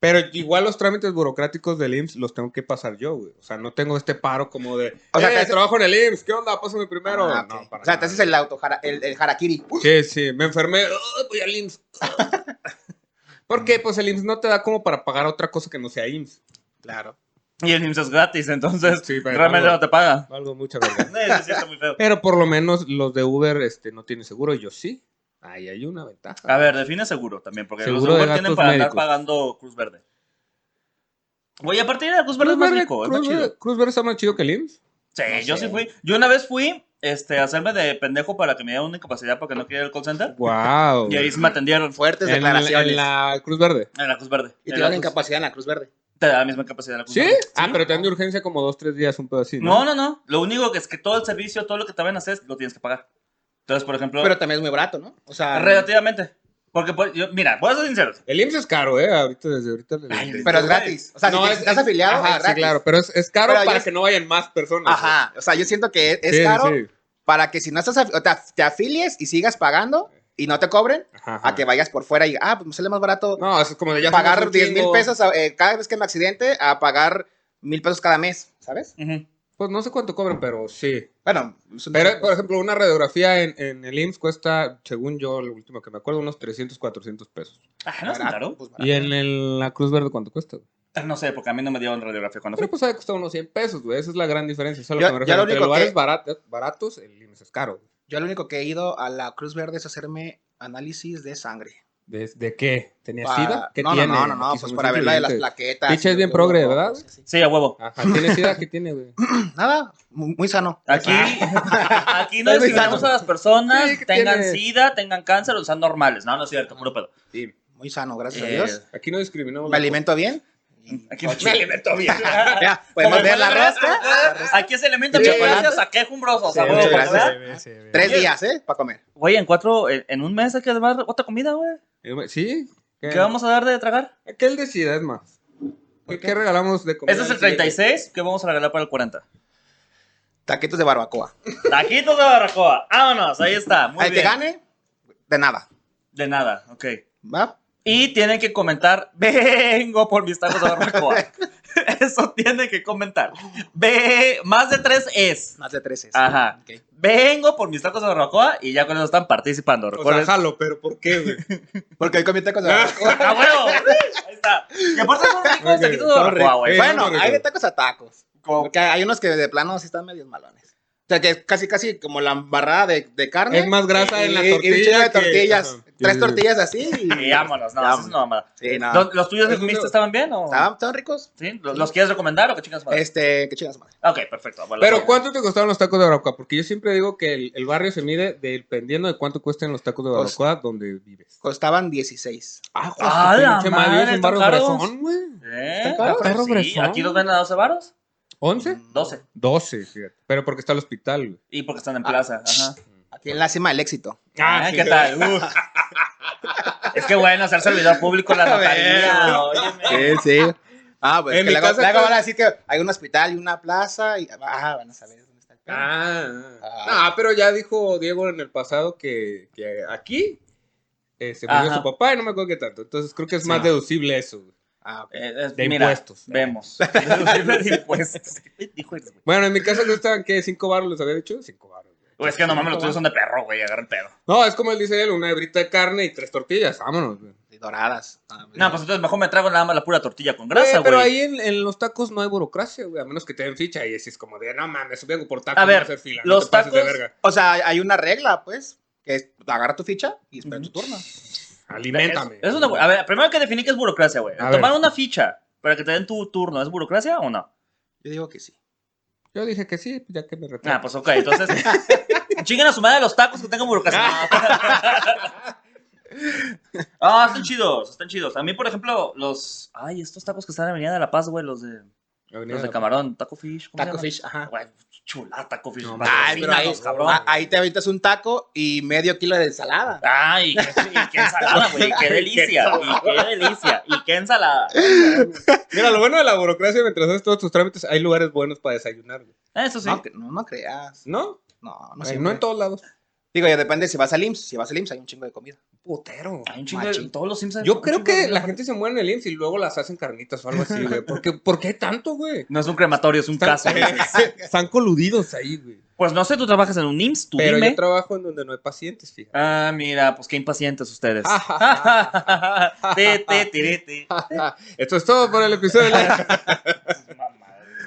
Speaker 4: Pero igual los trámites burocráticos del IMSS los tengo que pasar yo, güey. O sea, no tengo este paro como de,
Speaker 3: O sea,
Speaker 4: "Eh,
Speaker 3: te hace-
Speaker 4: trabajo en el IMSS, ¿qué onda? Pásame primero.
Speaker 3: Ah, ok.
Speaker 4: No, para
Speaker 3: o sea,
Speaker 4: nada.
Speaker 3: te haces el auto, jara- el, el harakiri.
Speaker 4: Sí, sí, me enfermé, "Ay, voy al IMSS. Porque pues el IMSS no te da como para pagar otra cosa que no sea IMSS.
Speaker 3: Claro.
Speaker 2: Y el IMSS es gratis, entonces
Speaker 4: Sí, pero
Speaker 2: realmente
Speaker 4: no.
Speaker 2: no te paga.
Speaker 4: Algo mucha verdad.
Speaker 2: No, eso sí está muy feo.
Speaker 4: Pero por lo menos los de Uber este, no tienen seguro, y yo sí. Ahí hay una ventaja.
Speaker 2: A ver, define seguro también, porque
Speaker 4: Seguro
Speaker 2: los
Speaker 4: de
Speaker 2: seguros tienen
Speaker 4: gastos
Speaker 2: para
Speaker 4: médicos.
Speaker 2: andar pagando Cruz Verde. Güey, a partir de la Cruz Verde
Speaker 4: Cruz
Speaker 2: es más
Speaker 4: Verde,
Speaker 2: rico, es más
Speaker 4: Cruz Verde-
Speaker 2: chido.
Speaker 4: Cruz Verde está más chido que el IMSS.
Speaker 2: Sí,
Speaker 3: No
Speaker 2: yo
Speaker 3: sé.
Speaker 2: sí fui. Yo una vez fui este, a hacerme de pendejo para que me dieran una incapacidad porque no quería ir al call center.
Speaker 4: Wow.
Speaker 2: Y ahí sí me atendieron
Speaker 3: Fuertes
Speaker 4: en, la-
Speaker 3: declaraciones.
Speaker 4: en la Cruz Verde.
Speaker 2: en la Cruz Verde.
Speaker 3: Y
Speaker 2: En la
Speaker 3: te dan la
Speaker 2: Cruz-
Speaker 3: incapacidad en la Cruz Verde.
Speaker 2: Te da la misma incapacidad en la Cruz
Speaker 4: ¿Sí?
Speaker 2: Verde.
Speaker 4: Ah, pero te dan de urgencia como dos, tres días, un pedo así.
Speaker 2: No, no, no. Lo único que es que todo el servicio, todo lo que te van a hacer, lo tienes que pagar. Entonces, por ejemplo,
Speaker 3: Pero también es muy barato, ¿no? O sea,
Speaker 2: relativamente. Porque, pues, yo- mira, voy a ser sincero.
Speaker 4: El IMSS es caro, ¿eh? Ahorita, desde ahorita. le-
Speaker 2: Ay,
Speaker 3: pero es gratis. O sea,
Speaker 4: No,
Speaker 3: si
Speaker 4: es-
Speaker 3: te- estás
Speaker 4: es-
Speaker 3: afiliado,
Speaker 4: Ajá,
Speaker 3: es gratis.
Speaker 4: sí, claro. Pero es, es caro
Speaker 3: Pero ahí
Speaker 4: para
Speaker 3: es-
Speaker 4: que no vayan más personas.
Speaker 3: Ajá. O sea, yo siento que es,
Speaker 4: güey.
Speaker 3: es
Speaker 4: Sí,
Speaker 3: caro
Speaker 4: sí.
Speaker 3: para que si no estás, afi- o te, af- te afilies y sigas pagando, y no te cobren,
Speaker 4: Ajá, ajá.
Speaker 3: a que vayas por fuera y, ah, pues me sale más barato
Speaker 4: No, eso es como de ya
Speaker 3: pagar
Speaker 4: somos un
Speaker 3: 10 mil
Speaker 4: chingo.
Speaker 3: pesos eh, cada vez que me accidente a pagar mil pesos cada mes, ¿sabes?
Speaker 2: Ujú.
Speaker 4: Pues no sé cuánto cobran, pero sí.
Speaker 3: Bueno, es un-
Speaker 4: Pero, por ejemplo, una radiografía en, en el IMSS cuesta, según yo, lo último que me acuerdo, unos 300, 400 pesos.
Speaker 2: Ah, no es tan
Speaker 3: barato,
Speaker 2: caro. Ah,
Speaker 3: pues, barato.
Speaker 4: ¿Y en el- la Cruz Verde cuánto cuesta? güey?
Speaker 2: No sé, porque a mí no me dieron radiografía cuando fui.
Speaker 4: Pero pues ha costado unos 100 pesos, güey. Esa es la gran diferencia. Eso es a lo
Speaker 3: Yo-
Speaker 4: que me
Speaker 3: yo
Speaker 4: refiero.
Speaker 3: lo
Speaker 4: Entre
Speaker 3: único que-
Speaker 4: lugares barato- baratos, el IMSS es caro. güey.
Speaker 3: Yo lo único que he ido a la Cruz Verde es hacerme análisis de sangre.
Speaker 4: ¿De, de qué? ¿Tenía
Speaker 3: Para-
Speaker 4: SIDA? ¿Qué
Speaker 3: no,
Speaker 4: tiene?
Speaker 3: no, no, no,
Speaker 4: Aquí
Speaker 3: pues
Speaker 4: somos
Speaker 3: para ver la de las
Speaker 4: incluyentes.
Speaker 3: plaquetas.
Speaker 4: Pinche es bien
Speaker 3: Yo-
Speaker 4: progre, ¿verdad?
Speaker 3: pues, sí.
Speaker 2: Sí, a huevo.
Speaker 4: Ajá, ¿tiene SIDA? ¿Qué tiene, güey?
Speaker 3: Nada, muy, muy sano.
Speaker 2: Aquí, aquí no
Speaker 3: Es muy
Speaker 2: discriminamos
Speaker 3: sano.
Speaker 2: a las personas,
Speaker 4: Sí, que
Speaker 2: tengan
Speaker 4: tiene-
Speaker 2: sida, tengan cáncer o sean normales. No, no es cierto, puro pedo.
Speaker 4: Sí.
Speaker 3: Muy sano, gracias a
Speaker 2: Eh,
Speaker 3: Dios.
Speaker 4: Aquí no discriminamos.
Speaker 3: pues. Me alimento bien. Y-
Speaker 2: Ah. Aquí me alimento bien.
Speaker 3: Ya, podemos
Speaker 2: Como
Speaker 3: ver
Speaker 2: el
Speaker 3: la
Speaker 2: Manuel
Speaker 3: rosca.
Speaker 2: Aquí se alimenta
Speaker 3: Sí.
Speaker 2: bien gracias a qué jumbroso.
Speaker 4: Sí,
Speaker 2: a huevo,
Speaker 4: muchas
Speaker 2: ¿verdad?
Speaker 3: gracias. Tres
Speaker 2: Bien.
Speaker 3: días, ¿eh? Para comer.
Speaker 2: Güey, en cuatro, en, en un mes hay que dar otra comida, güey.
Speaker 4: Eh, ¿Sí? ¿Qué,
Speaker 2: ¿Qué vamos a dar de tragar?
Speaker 4: Aquel de SIDA es más. ¿Qué, qué regalamos de comer?
Speaker 2: Este es el 36, que vamos a regalar para el 40.
Speaker 3: Taquitos de barbacoa.
Speaker 2: Taquitos de barbacoa. Vámonos, ahí está. Muy
Speaker 3: Al
Speaker 2: bien.
Speaker 3: que gane, de nada.
Speaker 2: De nada, ok.
Speaker 3: ¿Va?
Speaker 2: Y tienen que comentar, vengo por mis tacos de barbacoa. Eso tienen que comentar. Ve, más de tres es.
Speaker 3: Más de tres es.
Speaker 2: Ajá.
Speaker 3: Ok.
Speaker 2: Vengo por mis tacos de barbacoa y ya con eso están participando.
Speaker 4: O sea,
Speaker 2: Recuerden.
Speaker 4: jalo, pero ¿por qué, güey?
Speaker 3: Porque hoy comí tacos de barbacoa.
Speaker 2: ¡Ah, huevo! Ahí está. Que aparte son ricos los taquitos de
Speaker 4: Son
Speaker 2: barbacoa, güey.
Speaker 4: ricos.
Speaker 3: bueno,
Speaker 4: no, no, no.
Speaker 3: hay de tacos a tacos.
Speaker 2: Como-
Speaker 3: Porque hay unos que de plano sí están medios malones. O sea, que casi, casi como la barrada de, de carne.
Speaker 4: Es más grasa en la
Speaker 3: Y- y un
Speaker 4: tortilla.
Speaker 3: chingo de
Speaker 4: que-
Speaker 3: tortillas.
Speaker 4: Ajá.
Speaker 3: Tres
Speaker 4: Sí.
Speaker 3: tortillas así.
Speaker 2: Y vámonos, no,
Speaker 3: Ya,
Speaker 2: eso es una mamada.
Speaker 3: Sí, no.
Speaker 2: ¿Los, los tuyos que
Speaker 4: Es un-
Speaker 2: comiste estaban bien o...?
Speaker 3: ¿Estaban estaban ricos?
Speaker 2: ¿Sí? ¿Los, los quieres recomendar o qué chingas madre?
Speaker 3: Este, qué chingas madre.
Speaker 2: Ok, perfecto. bueno,
Speaker 4: Pero
Speaker 2: ya.
Speaker 4: ¿cuánto te costaron los tacos de barbacoa? Porque yo siempre digo que el, el barrio se mide dependiendo de cuánto cuesten los tacos de
Speaker 3: Pues-
Speaker 4: barbacoa donde vives.
Speaker 3: Costaban 16.
Speaker 4: Ah,
Speaker 2: ¡Ah, la
Speaker 4: pinche madre, es
Speaker 2: madre,
Speaker 4: un barrio
Speaker 2: tan caros!
Speaker 4: fresón, güey.
Speaker 2: ¿Eh?
Speaker 4: caros?
Speaker 2: Ah,
Speaker 4: Perro
Speaker 2: sí,
Speaker 4: fresón.
Speaker 2: aquí los venden a 12 varos.
Speaker 4: ¿11?
Speaker 3: Mm,
Speaker 2: 12.
Speaker 4: 12, fíjate. Pero porque está el hospital, güey.
Speaker 2: Y porque
Speaker 4: Ah.
Speaker 2: están en plaza. Ajá.
Speaker 3: Aquí en la cima del éxito.
Speaker 2: Ah, ¿Qué tal? Uf. es que bueno, ser servidor público en la notaría. óyeme.
Speaker 3: Sí, sí. Ah, pues
Speaker 4: En
Speaker 3: que
Speaker 4: mi
Speaker 3: luego,
Speaker 4: casa
Speaker 3: luego
Speaker 4: con-
Speaker 3: van a decir que hay un hospital y una plaza y ah, van a saber dónde está el pedo.
Speaker 4: Ah,
Speaker 3: Ah.
Speaker 4: Ah, pero ya dijo Diego en el pasado que, que aquí eh, se murió
Speaker 2: Ajá.
Speaker 4: su papá y no me acuerdo qué tanto. Entonces creo que es
Speaker 2: Sí.
Speaker 4: más deducible eso. güey.
Speaker 3: Ah, ok.
Speaker 2: Eh, es-
Speaker 4: De
Speaker 2: mira,
Speaker 4: impuestos.
Speaker 2: Vemos. Deducible de impuestos. ¿Qué dijo ese, güey?
Speaker 4: Bueno, en mi casa costaban, ¿qué? ¿Cinco baros les había dicho? Cinco baros. güey.
Speaker 2: Güey, Pues Es que no mames, los tuyos son de perro, güey. Agarra el pedo.
Speaker 4: No, es como él dice él, una hebrita de carne y tres tortillas. Vámonos, güey.
Speaker 3: Y doradas. Ah,
Speaker 2: No, pues entonces mejor me trago nada más la pura tortilla con
Speaker 4: Güey,
Speaker 2: grasa,
Speaker 4: Eh, pero
Speaker 2: güey.
Speaker 4: ahí en, en los tacos no hay burocracia, güey. A menos que te den ficha y así es como de, no mames, vengo por tacos,
Speaker 2: A
Speaker 4: no
Speaker 2: ver,
Speaker 4: hacer fila,
Speaker 2: los
Speaker 4: no te pases
Speaker 2: tacos-
Speaker 4: de verga.
Speaker 3: O sea, hay una regla, pues, que es agarra tu ficha y espera tu turno.
Speaker 4: Aliméntame.
Speaker 2: Es una bu- a ver, primero hay que definir qué es burocracia, güey.
Speaker 4: A
Speaker 2: Tomar
Speaker 4: ver.
Speaker 2: una ficha para que te den tu turno, ¿es burocracia o no?
Speaker 3: Yo digo que sí.
Speaker 4: Yo dije que sí, ya que me retracto.
Speaker 2: Ah, pues ok, entonces. chinguen a su madre los tacos que tengan burocracia. Ah, están chidos, están chidos. A mí, por ejemplo, los. Ay, estos tacos que están en Avenida de la Paz, güey, los de.
Speaker 4: Avenida
Speaker 2: Los de
Speaker 4: La-
Speaker 2: camarón, taco fish. ¿cómo se
Speaker 3: Taco
Speaker 2: llama?
Speaker 3: fish, ajá.
Speaker 2: Güey, chulada, taco fish.
Speaker 4: No,
Speaker 3: Ay, pero ahí,
Speaker 2: Patrocínanos, cabrón.
Speaker 3: ah, ahí te avientas un taco y medio kilo de ensalada.
Speaker 2: Ay, qué, y qué ensalada, güey. Qué delicia. Y qué delicia. Y qué ensalada.
Speaker 4: Mira, lo bueno de la burocracia, mientras haces todos tus trámites, hay lugares buenos para desayunar, güey.
Speaker 2: Eso sí.
Speaker 3: No, cre- no, no creas.
Speaker 4: ¿no?
Speaker 3: No, no
Speaker 4: No,
Speaker 3: sé.
Speaker 4: no en todos lados.
Speaker 3: Digo, ya depende si vas al IMSS. Si vas al IMSS hay un chingo de comida.
Speaker 4: Putero.
Speaker 2: Hay un chingo de-
Speaker 3: Machín.
Speaker 2: Todos los Simpsons.
Speaker 4: Yo creo que la gente se muere en el IMSS y luego las hacen carnitas o algo así, güey. ¿Por qué, por qué tanto, güey?
Speaker 2: No es un crematorio, es un
Speaker 4: Están,
Speaker 2: caso. dices.
Speaker 4: están coludidos ahí, güey.
Speaker 2: Pues no sé, tú trabajas en un IMSS, tú
Speaker 4: Pero
Speaker 2: dime.
Speaker 4: yo trabajo en donde no hay pacientes, fíjate.
Speaker 2: Ah, mira, pues qué impacientes ustedes.
Speaker 4: Ah,
Speaker 2: Ti, ti, ti, ti.
Speaker 4: Esto es todo por el episodio de la...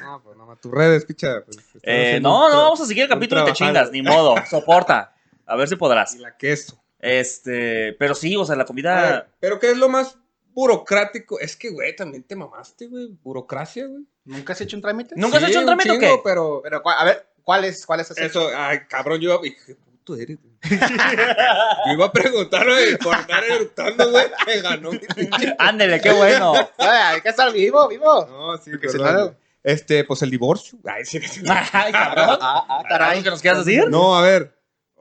Speaker 4: Ah, pues nada más tus redes, picha. pues, están
Speaker 2: Eh,
Speaker 4: haciendo
Speaker 2: no,
Speaker 4: un
Speaker 2: no,
Speaker 4: tra-
Speaker 2: vamos a seguir el capítulo y te chingas, ni modo, soporta. A ver si podrás.
Speaker 4: Y la queso.
Speaker 2: Este, pero sí, o sea, la
Speaker 4: A
Speaker 2: comida.
Speaker 4: ver, Pero ¿qué es lo más burocrático? Es que, güey, también te mamaste, güey. Burocracia, güey.
Speaker 3: ¿Nunca has hecho un trámite?
Speaker 2: No. ¿Nunca has hecho un trámite o
Speaker 4: chingo,
Speaker 2: qué?
Speaker 4: pero...
Speaker 3: Pero, ¿cuál- a ver, ¿cuál es? ¿Cuál es así?
Speaker 4: Eso, ay, cabrón, yo iba, ¿qué puto eres? güey? yo iba a preguntar, güey, por andar eructando, güey, me ganó. mi pinche-
Speaker 2: Ándele, qué bueno.
Speaker 3: Ay, hay que estar vivo, vivo.
Speaker 4: No, sí,
Speaker 3: Porque se
Speaker 4: perdón,
Speaker 3: la-
Speaker 4: güey. Este, pues el divorcio. Ay, sí, sí.
Speaker 2: Ay, cabrón.
Speaker 3: Ah, ah,
Speaker 2: ¿Algo
Speaker 3: caray.
Speaker 2: que nos quieras decir?
Speaker 4: No, a ver.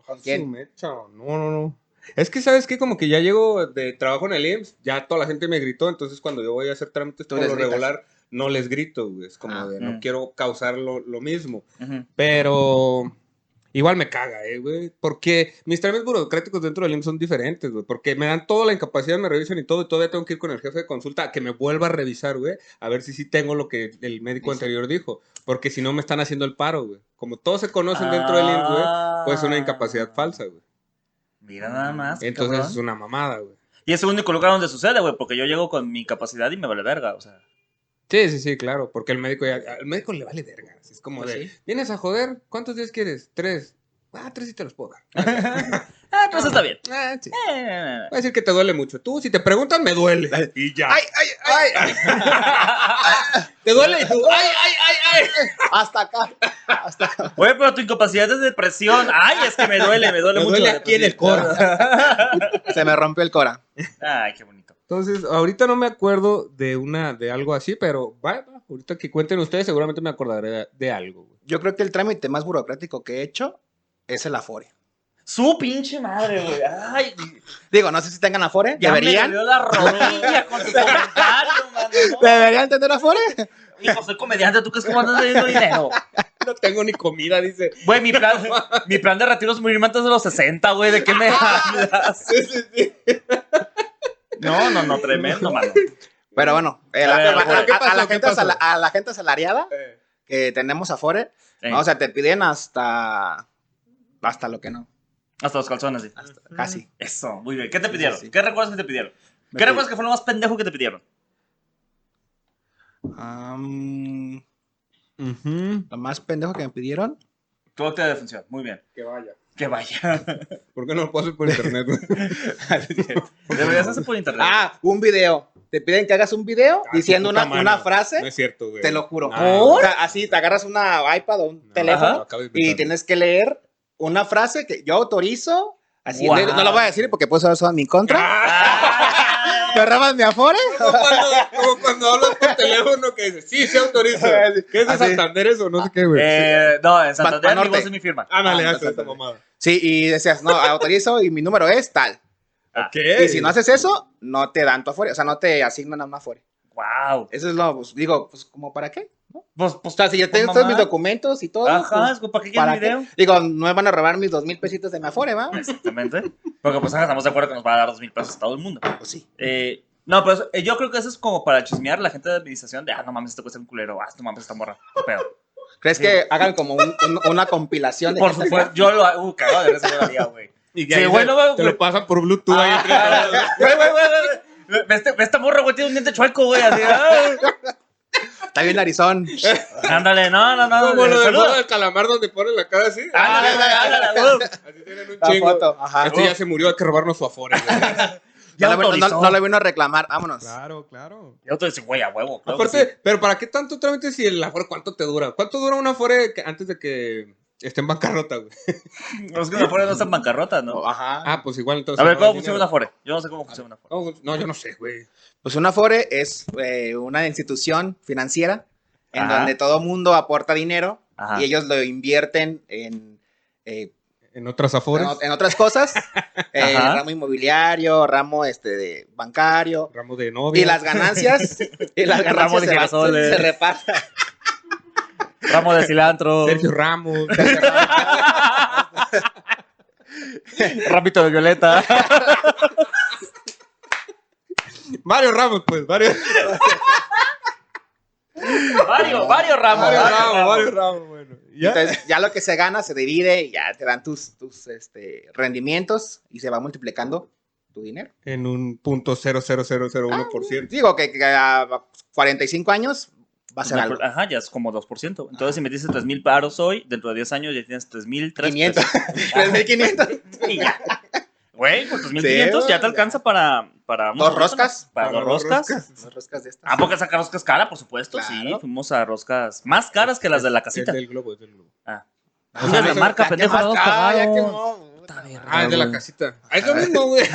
Speaker 3: ¿Con
Speaker 4: Su
Speaker 3: quién?
Speaker 4: mecha, No, no, no. Es que, ¿sabes qué? Como que ya llego de trabajo en el IMSS, ya toda la gente me gritó, entonces cuando yo voy a hacer trámites
Speaker 3: Tú
Speaker 4: por
Speaker 3: les
Speaker 4: lo
Speaker 3: gritas.
Speaker 4: regular, no les grito, güey. Es como
Speaker 3: Ah,
Speaker 4: de,
Speaker 2: mm.
Speaker 4: no quiero causar lo, lo mismo.
Speaker 2: Ujú.
Speaker 4: Pero... Igual me caga, eh, güey. Porque mis trámites burocráticos dentro del IMSS son diferentes, güey. Porque me dan toda la incapacidad, me revisan y todo, y todavía tengo que ir con el jefe de consulta a que me vuelva a revisar, güey. A ver si sí tengo lo que el médico anterior dijo. Porque si no me están haciendo el paro, güey. Como todos se conocen dentro del IMSS, güey, pues es una incapacidad falsa, güey.
Speaker 2: Mira nada más.
Speaker 4: Entonces
Speaker 2: Ah, cabrón.
Speaker 4: es una mamada, güey.
Speaker 2: Y es el único lugar donde sucede, güey, porque yo llego con mi capacidad y me vale verga, o sea.
Speaker 4: Sí, sí, sí, claro, porque el médico ya, al médico le vale verga. Es como
Speaker 2: Pues
Speaker 4: de, vienes a joder, ¿cuántos días quieres? Tres. Ah, tres y te los puedo dar.
Speaker 2: Ah, pues está bien.
Speaker 4: Ah, sí.
Speaker 2: Eh,
Speaker 4: Va a decir que te duele mucho. Tú, si te preguntan, me duele. Y ya.
Speaker 3: ¡Ay, ay, ay!
Speaker 2: eh.
Speaker 4: Te duele y tú, ay, ay, ay, ay.
Speaker 3: Hasta acá. Hasta acá.
Speaker 2: Güey, pero tu incapacidad es depresión. Ay, es que me duele, me duele
Speaker 4: Me
Speaker 2: mucho.
Speaker 4: duele
Speaker 2: la
Speaker 4: aquí en el
Speaker 2: depresión.
Speaker 3: Se me rompió el cora.
Speaker 2: Ay, qué bonito.
Speaker 4: Entonces, ahorita no me acuerdo de una, de algo así, pero va, va, ahorita que cuenten ustedes, seguramente me acordaré de, de algo, güey.
Speaker 3: Yo creo que el trámite más burocrático que he hecho es el Afore.
Speaker 2: Su pinche madre, güey. Ay,
Speaker 3: Digo, no sé si tengan Afore.
Speaker 2: ya
Speaker 3: ¿Deberían?
Speaker 2: me dolió la rodilla con tu comentario, mano. No.
Speaker 3: ¿Deberían tener Afore?
Speaker 2: Hijo, soy comediante, ¿tú crees que me andas debiendo dinero?
Speaker 4: No tengo ni comida, dice.
Speaker 2: Güey, mi plan, mi plan de retiro es morirme antes de los 60, güey. ¿De qué me hablas? No, no, no, tremendo, mano.
Speaker 3: Pero bueno, eh,
Speaker 2: A
Speaker 3: la-
Speaker 2: ver,
Speaker 3: a,
Speaker 2: Afore.
Speaker 3: a-
Speaker 4: ¿Qué
Speaker 3: a
Speaker 4: pasó?
Speaker 3: la
Speaker 4: ¿Qué
Speaker 3: gente
Speaker 4: pasó?
Speaker 3: asala- a la gente asalariada
Speaker 4: Eh,
Speaker 3: que tenemos Afore,
Speaker 2: Eh,
Speaker 3: no, o sea, te piden hasta. Hasta lo que no,
Speaker 2: hasta los calzones, sí.
Speaker 3: casi.
Speaker 2: Eso, muy bien. ¿Qué te pidieron?
Speaker 3: sí.
Speaker 2: ¿Qué recuerdas que te pidieron? ¿Qué
Speaker 3: Me pid-
Speaker 2: recuerdas que fue lo más pendejo que te pidieron?
Speaker 3: Am,
Speaker 4: ujú,
Speaker 3: lo más pendejo que me pidieron.
Speaker 2: Tu acta de defunción, muy bien.
Speaker 4: Que vaya.
Speaker 2: Que vaya.
Speaker 4: ¿Por qué no lo puedo hacer por internet, güey?
Speaker 2: Deberías hacer por internet.
Speaker 3: Ah, un video. Te piden que hagas un video
Speaker 4: Ah,
Speaker 3: diciendo
Speaker 4: tu puta
Speaker 3: una,
Speaker 4: mano.
Speaker 3: una frase.
Speaker 4: No es cierto, güey.
Speaker 3: Te lo juro.
Speaker 4: No,
Speaker 3: O sea, así te agarras una iPad o un
Speaker 4: no,
Speaker 3: teléfono
Speaker 4: lo acabo de
Speaker 3: y
Speaker 4: inventar.
Speaker 3: tienes que leer una frase que yo autorizo. Así
Speaker 2: Wow.
Speaker 3: no, no la voy a decir porque puede ser en mi contra.
Speaker 2: Ah.
Speaker 3: ¿Te roban mi afore?
Speaker 4: Como cuando, como cuando hablas por teléfono que dices, sí, se autoriza. ¿Qué es de
Speaker 3: Así.
Speaker 4: Santander eso? No sé qué, güey.
Speaker 2: Eh, no, en
Speaker 3: Pa- pa
Speaker 2: Santander mi
Speaker 3: norte.
Speaker 2: voz y mi firma.
Speaker 4: Ándale,
Speaker 3: ah,
Speaker 4: haz
Speaker 3: Santander.
Speaker 4: esta mamada.
Speaker 3: Sí, y decías, no, autorizo y mi número es tal.
Speaker 4: Ok.
Speaker 3: Y si no haces eso, no te dan tu afore. O sea, no te asignan a un afore.
Speaker 2: Wow.
Speaker 3: Eso es lo, pues, digo, pues, ¿como para qué?
Speaker 2: Pues, pues,
Speaker 3: O sea, si yo tengo todos mis documentos y todo.
Speaker 2: Ajá,
Speaker 3: pues,
Speaker 2: es ¿para qué quieres
Speaker 3: ¿para
Speaker 2: el
Speaker 3: qué?
Speaker 2: video?
Speaker 3: Digo, no me van a robar mis dos mil pesitos de mi afore, ¿va?
Speaker 2: Exactamente. Porque pues ajá, estamos de acuerdo que nos va a dar dos mil pesos a todo el mundo.
Speaker 3: Pues sí.
Speaker 2: Eh, no, pero eso- eh, yo creo que eso es como para chismear la gente de administración de, ah, no mames, esto cuesta un culero, ah, no mames, esta morra, qué pedo.
Speaker 3: ¿Crees
Speaker 2: Sí.
Speaker 3: que hagan como un- un- una compilación de
Speaker 2: Por
Speaker 3: gente-
Speaker 2: supuesto, yo lo hago, uh, cagado, de eso lo haría, güey.
Speaker 4: Y
Speaker 2: Sí,
Speaker 4: ahí
Speaker 2: güey,
Speaker 4: se-
Speaker 2: no, güey,
Speaker 4: te
Speaker 2: güey.
Speaker 4: lo pasan por Bluetooth ahí entre
Speaker 2: Ah, Güey, güey, güey, güey, güey. Ve Este, ve esta morra, güey, tiene un diente chueco, güey, así, ah,
Speaker 3: Está bien, Arizón.
Speaker 2: ándale, no, no, no,
Speaker 4: Como lo del
Speaker 2: ah, saludos. Ah.
Speaker 4: juego del calamar donde ponen la cara así.
Speaker 2: Ándale, güey, ándale, güey.
Speaker 4: Así tienen un
Speaker 3: La
Speaker 4: chingo.
Speaker 3: foto. Ah, Ajá.
Speaker 4: Este ya se murió, hay que robarnos su afore, güey.
Speaker 2: Ya
Speaker 3: No, lo- no,
Speaker 2: autorizó.
Speaker 3: no lo vino a reclamar. Vámonos.
Speaker 4: Claro, claro.
Speaker 2: Y otro dice, güey, a huevo. claro que
Speaker 4: Aparte,
Speaker 2: sí.
Speaker 4: pero ¿para qué tanto trámite si el afore cuánto te dura? ¿Cuánto dura un afore que- antes de que esté en bancarrota, güey?
Speaker 2: No, es que una Fore no está en bancarrota, ¿no?
Speaker 3: Ajá.
Speaker 4: Ah, pues igual entonces.
Speaker 2: A ver,
Speaker 4: no,
Speaker 2: ¿cómo
Speaker 4: el
Speaker 2: funciona
Speaker 4: dinero.
Speaker 2: una Fore? Yo no sé cómo funciona una Fore.
Speaker 4: ¿Cómo fun- No, yo no sé, güey.
Speaker 3: Pues una FORE es eh, una institución financiera en
Speaker 2: Ajá.
Speaker 3: donde todo mundo aporta dinero
Speaker 2: Ajá.
Speaker 3: y ellos lo invierten en, eh,
Speaker 4: En otras
Speaker 3: en,
Speaker 4: afores.
Speaker 3: o- en otras cosas, eh,
Speaker 2: Ajá.
Speaker 3: ramo inmobiliario, ramo este de bancario
Speaker 4: Ramo de novia.
Speaker 3: y las ganancias y las
Speaker 2: Ramo
Speaker 3: ganancias
Speaker 2: de
Speaker 3: se, va-
Speaker 2: girasoles.
Speaker 3: se reparten.
Speaker 2: Ramo de cilantro,
Speaker 4: Sergio Ramos.
Speaker 2: rapito de violeta.
Speaker 4: Mario Ramos, pues. Mario,
Speaker 2: Varios,
Speaker 4: Mario
Speaker 2: varios ramos. varios
Speaker 4: Ramos,
Speaker 2: Ah, ramos.
Speaker 4: Mario Ramos, bueno. ¿Ya?
Speaker 3: Entonces, ya lo que se gana se divide y ya te dan tus, tus este, rendimientos y se va multiplicando tu dinero.
Speaker 4: en un punto 0.0001%.
Speaker 3: Digo que, que a 45 años va a ser algo.
Speaker 2: Ajá, ya es como 2%. Entonces, si metiste 3 mil paros hoy, dentro de 10 años ya tienes 3 mil,
Speaker 3: 500. 3.500.
Speaker 2: Güey, con 3 mil 500
Speaker 3: Sí,
Speaker 2: ya te
Speaker 3: ya.
Speaker 2: alcanza para. para una
Speaker 3: Dos
Speaker 2: rosca,
Speaker 3: roscas.
Speaker 2: ¿no? Para dos roscas.
Speaker 3: Las roscas de estas.
Speaker 2: Ah, porque saca roscas cara, por supuesto. Sí,
Speaker 3: Claro.
Speaker 2: fuimos a roscas más caras que las de la casita.
Speaker 4: Es del globo, es del globo.
Speaker 2: Ah, Digas la
Speaker 4: sí,
Speaker 2: marca,
Speaker 3: Ya
Speaker 2: pendejo,
Speaker 3: quemaste-
Speaker 2: no nos
Speaker 3: pues, ah, ya
Speaker 2: pagaron.
Speaker 3: quemó.
Speaker 2: Puta verga,
Speaker 4: Ah, es de la
Speaker 2: güey.
Speaker 4: casita. Ah, es lo mismo, güey.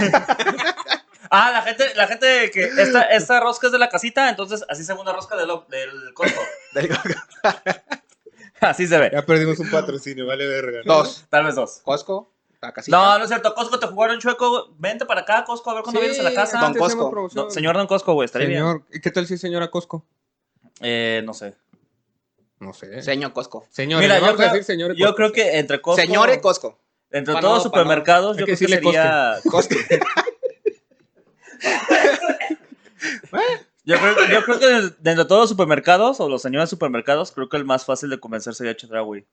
Speaker 2: Ah, la gente, la gente que esta, esta rosca es de la casita, entonces así se ve una rosca del, del costo. Así se ve.
Speaker 4: Ya perdimos un patrocinio, vale verga. ¿no?
Speaker 3: Dos.
Speaker 2: Tal vez dos.
Speaker 3: Costco. La casita.
Speaker 2: No, no es cierto. Costco te jugaron chueco. güey. Vente para acá, Costco, a ver cuándo vienes a la casa.
Speaker 3: Don
Speaker 4: antes
Speaker 3: Costco.
Speaker 4: hacemos promoción.
Speaker 2: No, señor Don Costco, güey, estaría bien.
Speaker 4: Señor, ¿y qué tal si es señora Costco?
Speaker 2: Eh, no sé.
Speaker 4: No sé.
Speaker 3: Señor Costco.
Speaker 4: Señores,
Speaker 2: Mira,
Speaker 4: le
Speaker 2: yo
Speaker 4: vamos a
Speaker 2: creo-
Speaker 4: decir señores.
Speaker 2: Yo
Speaker 4: Costco.
Speaker 2: creo que entre Costco,
Speaker 3: Señores Costco.
Speaker 2: entre
Speaker 4: Pa'
Speaker 2: todos los
Speaker 4: no, pa' no.
Speaker 2: supermercados,
Speaker 4: Hay
Speaker 2: yo
Speaker 4: que
Speaker 2: creo que
Speaker 4: decirle
Speaker 2: sería.
Speaker 3: Costco.
Speaker 2: Yo creo, yo creo que de- de entre todos los supermercados o los señores supermercados, creo que el más fácil de convencer sería Chedraui.